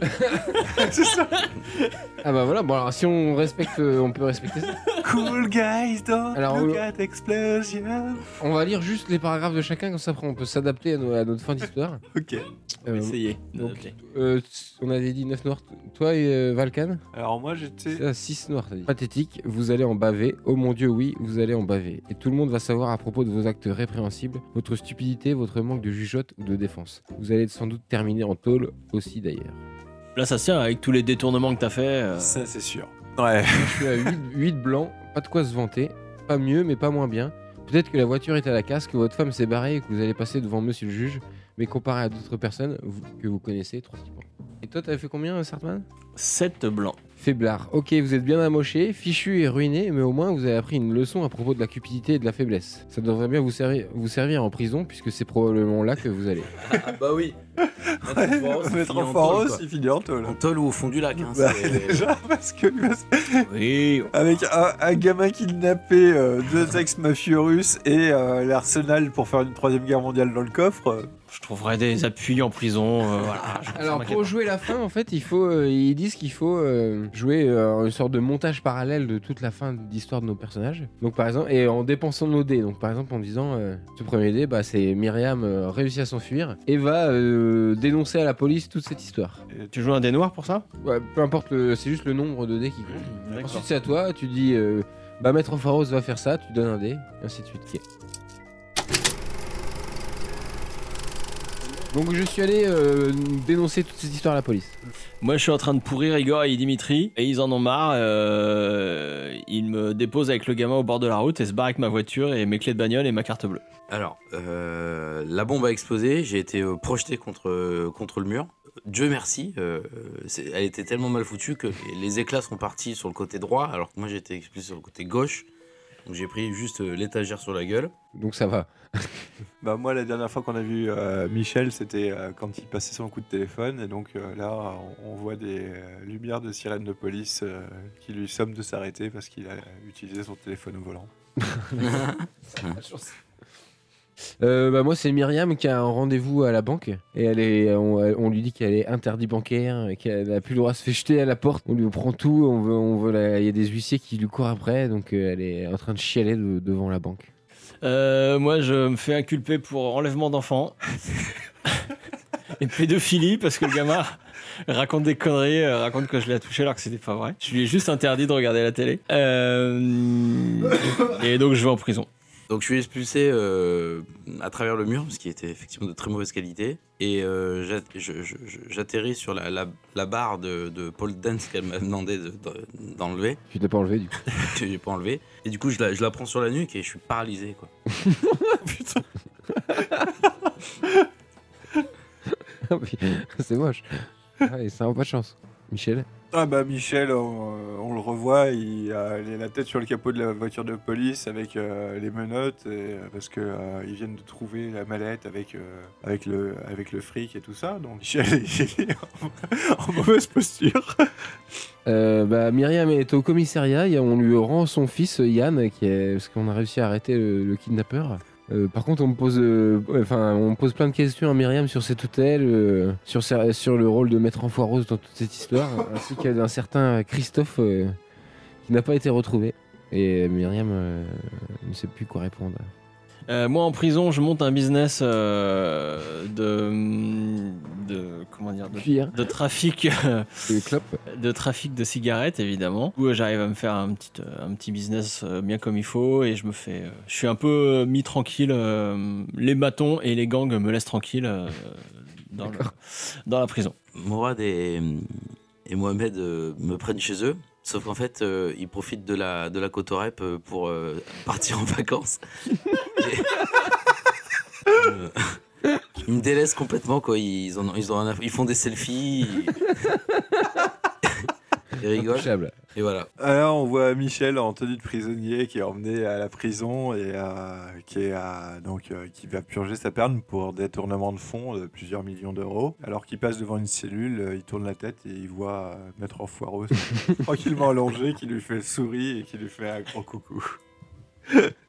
S2: Ah bah voilà, bon alors si on respecte, euh, on peut respecter ça.
S5: Cool guys, don't
S2: Alors,
S5: look
S2: on-
S5: at explosion.
S2: On va lire juste les paragraphes de chacun, comme ça après on peut s'adapter à, nos- à notre fin d'histoire.
S5: Ok.
S2: Euh,
S3: Essayez.
S2: donc,
S3: Ok.
S2: euh, t- on avait dit 9 noirs. T- Toi et euh, Valkan,
S5: Alors moi j'étais.
S2: c'est 6 Ah, noirs t'as dit. Pathétique, vous allez en baver. Oh mon dieu, oui, vous allez en baver. Et tout le monde va savoir à propos de vos actes répréhensibles, votre stupidité, votre manque de jugeote ou de défense. Vous allez sans doute terminer en tôle aussi d'ailleurs.
S3: Là, ça se tient avec tous les détournements que t'as fait. euh,
S5: Ça c'est sûr. Ouais.
S2: Je suis à 8, blancs, pas de quoi se vanter, pas mieux mais pas moins bien. Peut-être que la voiture est à la casse, que votre femme s'est barrée et que vous allez passer devant monsieur le juge, mais comparé à d'autres personnes vous- que vous connaissez, trois petits points. Et toi, t'avais fait combien, euh, Sartman
S3: 7 blancs.
S2: Faiblard. Ok, vous êtes bien amoché, fichu et ruiné, mais au moins vous avez appris une leçon à propos de la cupidité et de la faiblesse. Ça devrait bien vous, servi- vous servir en prison, puisque c'est probablement là que vous allez.
S7: Ah bah oui.
S5: Mettre en foreuse, il finit en tôle.
S7: En tôle ou au fond du lac. hein,
S5: Bah,
S7: c'est-
S5: déjà parce que parce-
S3: Oui.
S5: avec un, un gamin kidnappé, euh, deux ex-mafieux russes et euh, l'arsenal pour faire une troisième guerre mondiale dans le coffre. euh,
S3: Je trouverai des appuis en prison. euh, voilà. je- ça
S2: Alors
S3: m'inquiète
S2: pour
S3: pas.
S2: jouer la fin, en fait, il faut, euh, ils disent qu'il faut euh, jouer euh, une sorte de montage parallèle de toute la fin d'histoire de nos personnages. Donc par exemple, et en dépensant nos dés. Donc par exemple en disant, euh, ce premier dé, bah, c'est Myriam euh, réussit à s'enfuir et va euh, dénoncer à la police toute cette histoire.
S3: Euh, Tu joues un dé noir pour ça
S2: Ouais, peu importe, le- c'est juste le nombre de dés qui compte.
S3: Mmh,
S2: Ensuite c'est à toi, tu dis, euh, bah maître Faros va faire ça, tu donnes un dé, et ainsi de suite. Ok. Donc je suis allé euh, dénoncer toutes ces histoires à la police.
S3: Moi, je suis en train de pourrir Igor et Dimitri, et ils en ont marre. euh, ils me déposent avec le gamin au bord de la route et se barrent avec ma voiture et mes clés de bagnole et ma carte bleue.
S7: Alors, euh, la bombe a explosé, j'ai été euh, projeté contre, euh, contre le mur. Dieu merci, euh, c'est- elle était tellement mal foutue que les- les éclats sont partis sur le côté droit, alors que moi j'étais expulsé sur le côté gauche. Donc j'ai pris juste euh, l'étagère sur la gueule.
S2: Donc ça va.
S5: Bah moi la dernière fois qu'on a vu euh, Michel c'était euh, quand il passait son coup de téléphone et donc euh, là on- on voit des euh, lumières de sirène de police euh, qui lui somment de s'arrêter parce qu'il a utilisé son téléphone au volant.
S2: Euh, bah moi c'est Myriam qui a un rendez-vous à la banque et elle est, on, elle- on lui dit qu'elle est interdit bancaire, et qu'elle n'a plus le droit de se faire jeter à la porte. On lui prend tout, on veut, on veut la- il y a des huissiers qui lui courent après, donc euh, elle est en train de chialer de- devant la banque.
S3: Euh, moi, je me fais inculper pour enlèvement d'enfants et pédophilie parce que le gamin raconte des conneries, euh, raconte que je l'ai touché alors que c'était pas vrai. Je lui ai juste interdit de regarder la télé. Euh, et donc, je vais en prison.
S7: Donc je suis expulsé euh, à travers le mur, ce qui était effectivement de très mauvaise qualité. Et euh, j'at- je- je- je- j'atterris sur la, la- la barre de, de Paul Dance qu'elle m'a demandé de- de- d'enlever.
S2: Tu t'es pas enlevé du coup.
S7: que j'ai pas enlevé. Et du coup, je la, je la prends sur la nuque et je suis paralysé, quoi.
S2: Ah c'est moche. Ouais, ça n'a pas de chance. Michel
S5: Ah bah Michel on, euh, on le revoit, il a il a la tête sur le capot de la voiture de police avec euh, les menottes et, euh, parce que euh, ils viennent de trouver la mallette avec, euh, avec, le, avec le fric et tout ça. Donc Michel il est en- en mauvaise posture.
S2: Euh, bah, Myriam est au commissariat, et on lui rend son fils euh, Yann, qui est... parce qu'on a réussi à arrêter le, le kidnappeur. Euh, par contre, on me pose, euh, ouais, enfin, on me pose plein de questions à Myriam sur ses tutelles, euh, sur, sa- sur le rôle de maître en foireuse dans toute cette histoire, ainsi qu'à d'un certain Christophe euh, qui n'a pas été retrouvé. Et Myriam euh, ne sait plus quoi répondre.
S3: Euh, moi, en prison, je monte un business euh, de, de. Comment dire de,
S2: Puis, hein,
S3: de trafic. euh,
S2: c'est clope.
S3: de trafic de cigarettes évidemment où euh, j'arrive à me faire un petit euh, un petit business euh, bien comme il faut et je me fais euh, je suis un peu euh, mis tranquille euh, les bâtons et les gangs me laissent tranquille euh, dans, le- dans la prison
S7: Morad et, et Mohamed euh, me prennent chez eux. Sauf qu'en fait, euh, ils profitent de la, de la Cotorep euh, pour euh, partir en vacances. Et- Euh, ils me délaissent complètement, quoi. Ils, en ont- ils, ont rien à- ils font des selfies. Ils, ils rigolent.
S2: Intouchable.
S7: Et voilà.
S5: Alors, on voit Michel en tenue de prisonnier qui est emmené à la prison et euh, qui, est, euh, donc, euh, qui va purger sa perne pour des tournements de fonds de plusieurs millions d'euros. Alors qu'il passe devant une cellule, euh, il tourne la tête et il voit euh, Maître Enfoireux tranquillement allongé qui lui fait sourire et qui lui fait un grand coucou.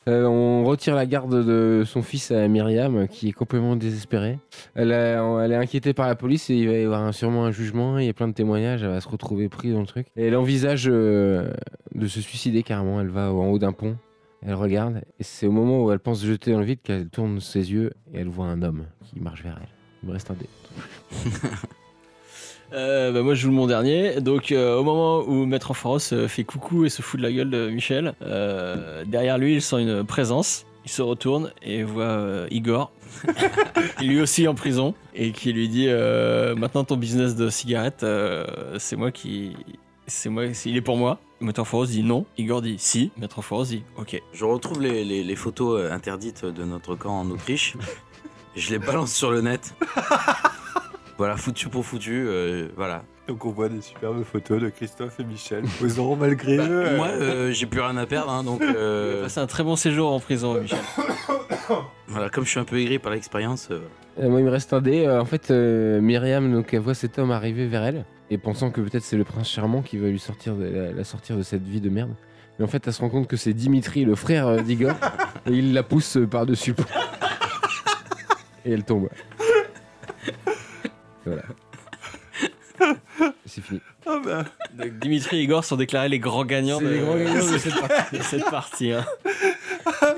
S2: Euh, on retire la garde de son fils à Myriam, qui est complètement désespérée. Elle, a- elle est inquiétée par la police et il va y avoir un- sûrement un jugement. Il y a plein de témoignages. Elle va se retrouver prise dans le truc. Et elle envisage euh, de se suicider carrément. Elle va en haut d'un pont. Elle regarde. Et c'est au moment où elle pense se jeter dans le vide qu'elle tourne ses yeux et elle voit un homme qui marche vers elle. Il me reste un dé.
S3: Euh, bah, moi je joue mon dernier donc euh, au moment où Maître Enforos euh, fait coucou et se fout de la gueule de Michel euh, derrière lui il sent une présence il se retourne et voit euh, Igor lui aussi en prison et qui lui dit euh, maintenant ton business de cigarette euh, c'est moi qui c'est moi c'est- il est pour moi Maître Enforos dit non Igor dit si Maître Enforos dit ok
S7: Je retrouve les, les- les photos euh, interdites de notre camp en Autriche. Je les balance sur le net. Voilà, foutu pour foutu, euh, voilà.
S5: Donc on voit des superbes photos de Christophe et Michel posant malgré eux. euh,
S7: Moi, euh, j'ai plus rien à perdre, hein, donc
S3: Il a
S7: euh,
S3: passé un très bon séjour en prison Michel
S7: voilà, comme je suis un peu aigri par l'expérience, euh,
S2: Euh, moi, il me reste un dé. Euh, en fait, euh, Myriam, donc, elle voit cet homme arriver vers elle et pensant que peut-être c'est le prince charmant qui va lui sortir de- la, la sortir de cette vie de merde. Mais en fait, elle se rend compte que c'est Dimitri, le frère euh, d'Igor, et il la pousse euh, par-dessus. le pont. et elle tombe. Voilà. C'est fini.
S5: ah bah,
S3: donc Dimitri et Igor sont déclarés les grands gagnants
S2: C'est
S3: de,
S2: les grands gagnants de
S3: cette partie, de cette partie, hein.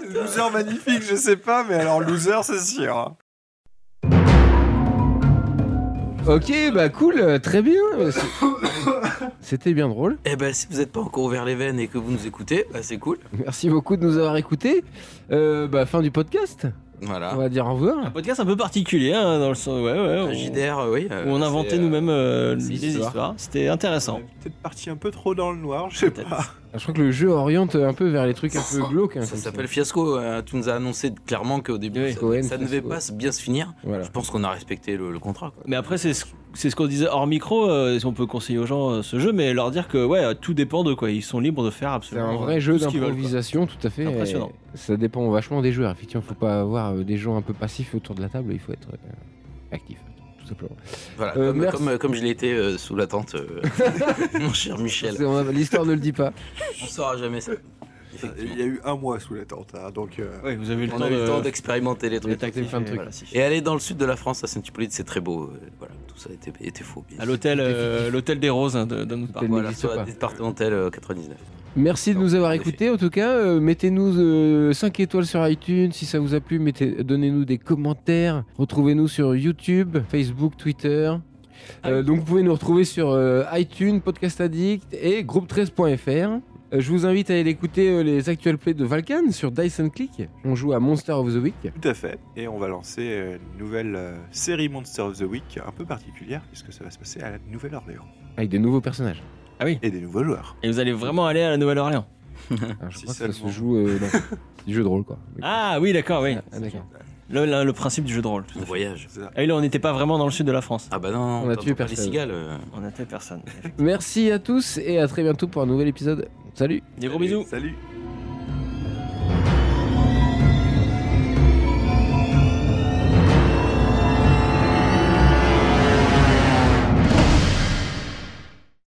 S5: loser magnifique, je sais pas, Ah, mais alors loser c'est sûr.
S2: Ok, bah cool, euh, très bien. Euh, c'est- C'était bien drôle.
S7: eh ben, si vous n'êtes pas encore ouvert les veines et que vous nous écoutez, bah, c'est cool.
S2: Merci beaucoup de nous avoir écoutés. Euh, bah, fin du podcast.
S7: Voilà.
S2: On va dire au revoir.
S3: Un podcast un peu particulier, hein, dans le sens. Ouais, ouais.
S7: Un
S3: on-
S7: JDR, euh, oui.
S3: où on inventait nous-mêmes euh,
S2: des
S3: des
S2: histoires.
S3: histoires. C'était
S5: On
S3: intéressant.
S5: est Peut-être parti un peu trop dans le noir, je sais
S3: Peut-être.
S5: pas.
S2: Ah, Je crois que le jeu oriente un peu vers les trucs un peu glauques. hein,
S7: Ça
S2: comme ça.
S7: s'appelle Fiasco. euh, tu nous as annoncé clairement qu'au début,
S3: Oui.
S7: ça,
S2: Cohen,
S7: ça ne devait
S2: Fiasco.
S7: pas se- bien se finir.
S2: Voilà.
S7: Je pense qu'on a respecté le, le contrat. quoi.
S3: Mais après, c'est ce, c'est ce qu'on disait hors micro. euh, on peut conseiller aux gens euh, ce jeu, mais leur dire que ouais, euh, tout dépend de quoi. Ils sont libres de faire
S2: C'est
S3: absolument.
S2: un
S3: euh,
S2: vrai jeu
S3: tout ce qu'ils veulent, quoi.
S2: d'improvisation, tout à fait.
S3: Impressionnant.
S2: Et Ça dépend vachement des joueurs. Effectivement, faut pas avoir euh, des gens un peu passifs autour de la table. Il faut être euh, actif, tout simplement.
S7: Voilà,
S2: Euh,
S7: comme,
S2: merci.
S7: comme, comme je l'ai été euh, sous la tente, euh, mon cher Michel.
S2: C'est- on a- L'histoire ne le dit pas.
S7: On saura jamais ça. Effectivement.
S5: Il y a eu un mois sous la tente, hein, donc. euh,
S3: Ouais, vous avez eu le
S7: On
S3: temps
S7: a eu le temps
S3: de.
S7: d'expérimenter les trucs.
S2: de tacler plein de trucs.
S7: Voilà. Et aller dans le sud de la France, à Saint-Hippolyte, c'est très beau. euh, Voilà, tout ça était, était faux. bien
S3: À
S7: sûr.
S3: l'hôtel, euh, l'hôtel des roses hein, de, de notre part.
S2: L'hôtel-
S7: Voilà,
S2: n'existe
S7: sur
S2: pas.
S7: la départementale euh, 99.
S2: Merci de
S7: Non,
S2: nous avoir
S7: en effet.
S2: écoutés. En tout cas, euh, mettez-nous 5 étoiles sur iTunes si ça vous a plu. Mettez, donnez-nous des commentaires. Retrouvez-nous sur YouTube, Facebook, Twitter. Euh, donc vous pouvez nous retrouver sur euh, iTunes, Podcast Addict et groupe13.fr. Euh, je vous invite à aller écouter euh, les actuels plays de Valkan sur Dyson Click. On joue à Monster of the Week.
S5: Tout à fait. Et on va lancer euh, une nouvelle euh, série Monster of the Week un peu particulière, puisque ça va se passer à la Nouvelle-Orléans.
S2: Avec de nouveaux personnages.
S5: Et des nouveaux joueurs.
S3: Et vous allez vraiment aller à la Nouvelle-Orléans.
S2: Alors, je
S5: Si
S2: crois que ça se
S5: seulement.
S2: joue euh, dans des jeux de rôle quoi.
S3: Ah oui, d'accord, oui.
S2: Ah, d'accord.
S3: Le, le- le principe du jeu de rôle.
S7: On voyage.
S5: C'est ça.
S3: Ah oui, là, on n'était pas vraiment dans le sud de la France.
S7: Ah bah non,
S2: On a
S7: t'entends
S2: tué
S7: pas les
S2: personne.
S7: cigales. euh.
S3: On n'était personne.
S2: Merci à tous et à très bientôt pour un nouvel épisode. Salut
S3: Des gros bisous.
S5: Salut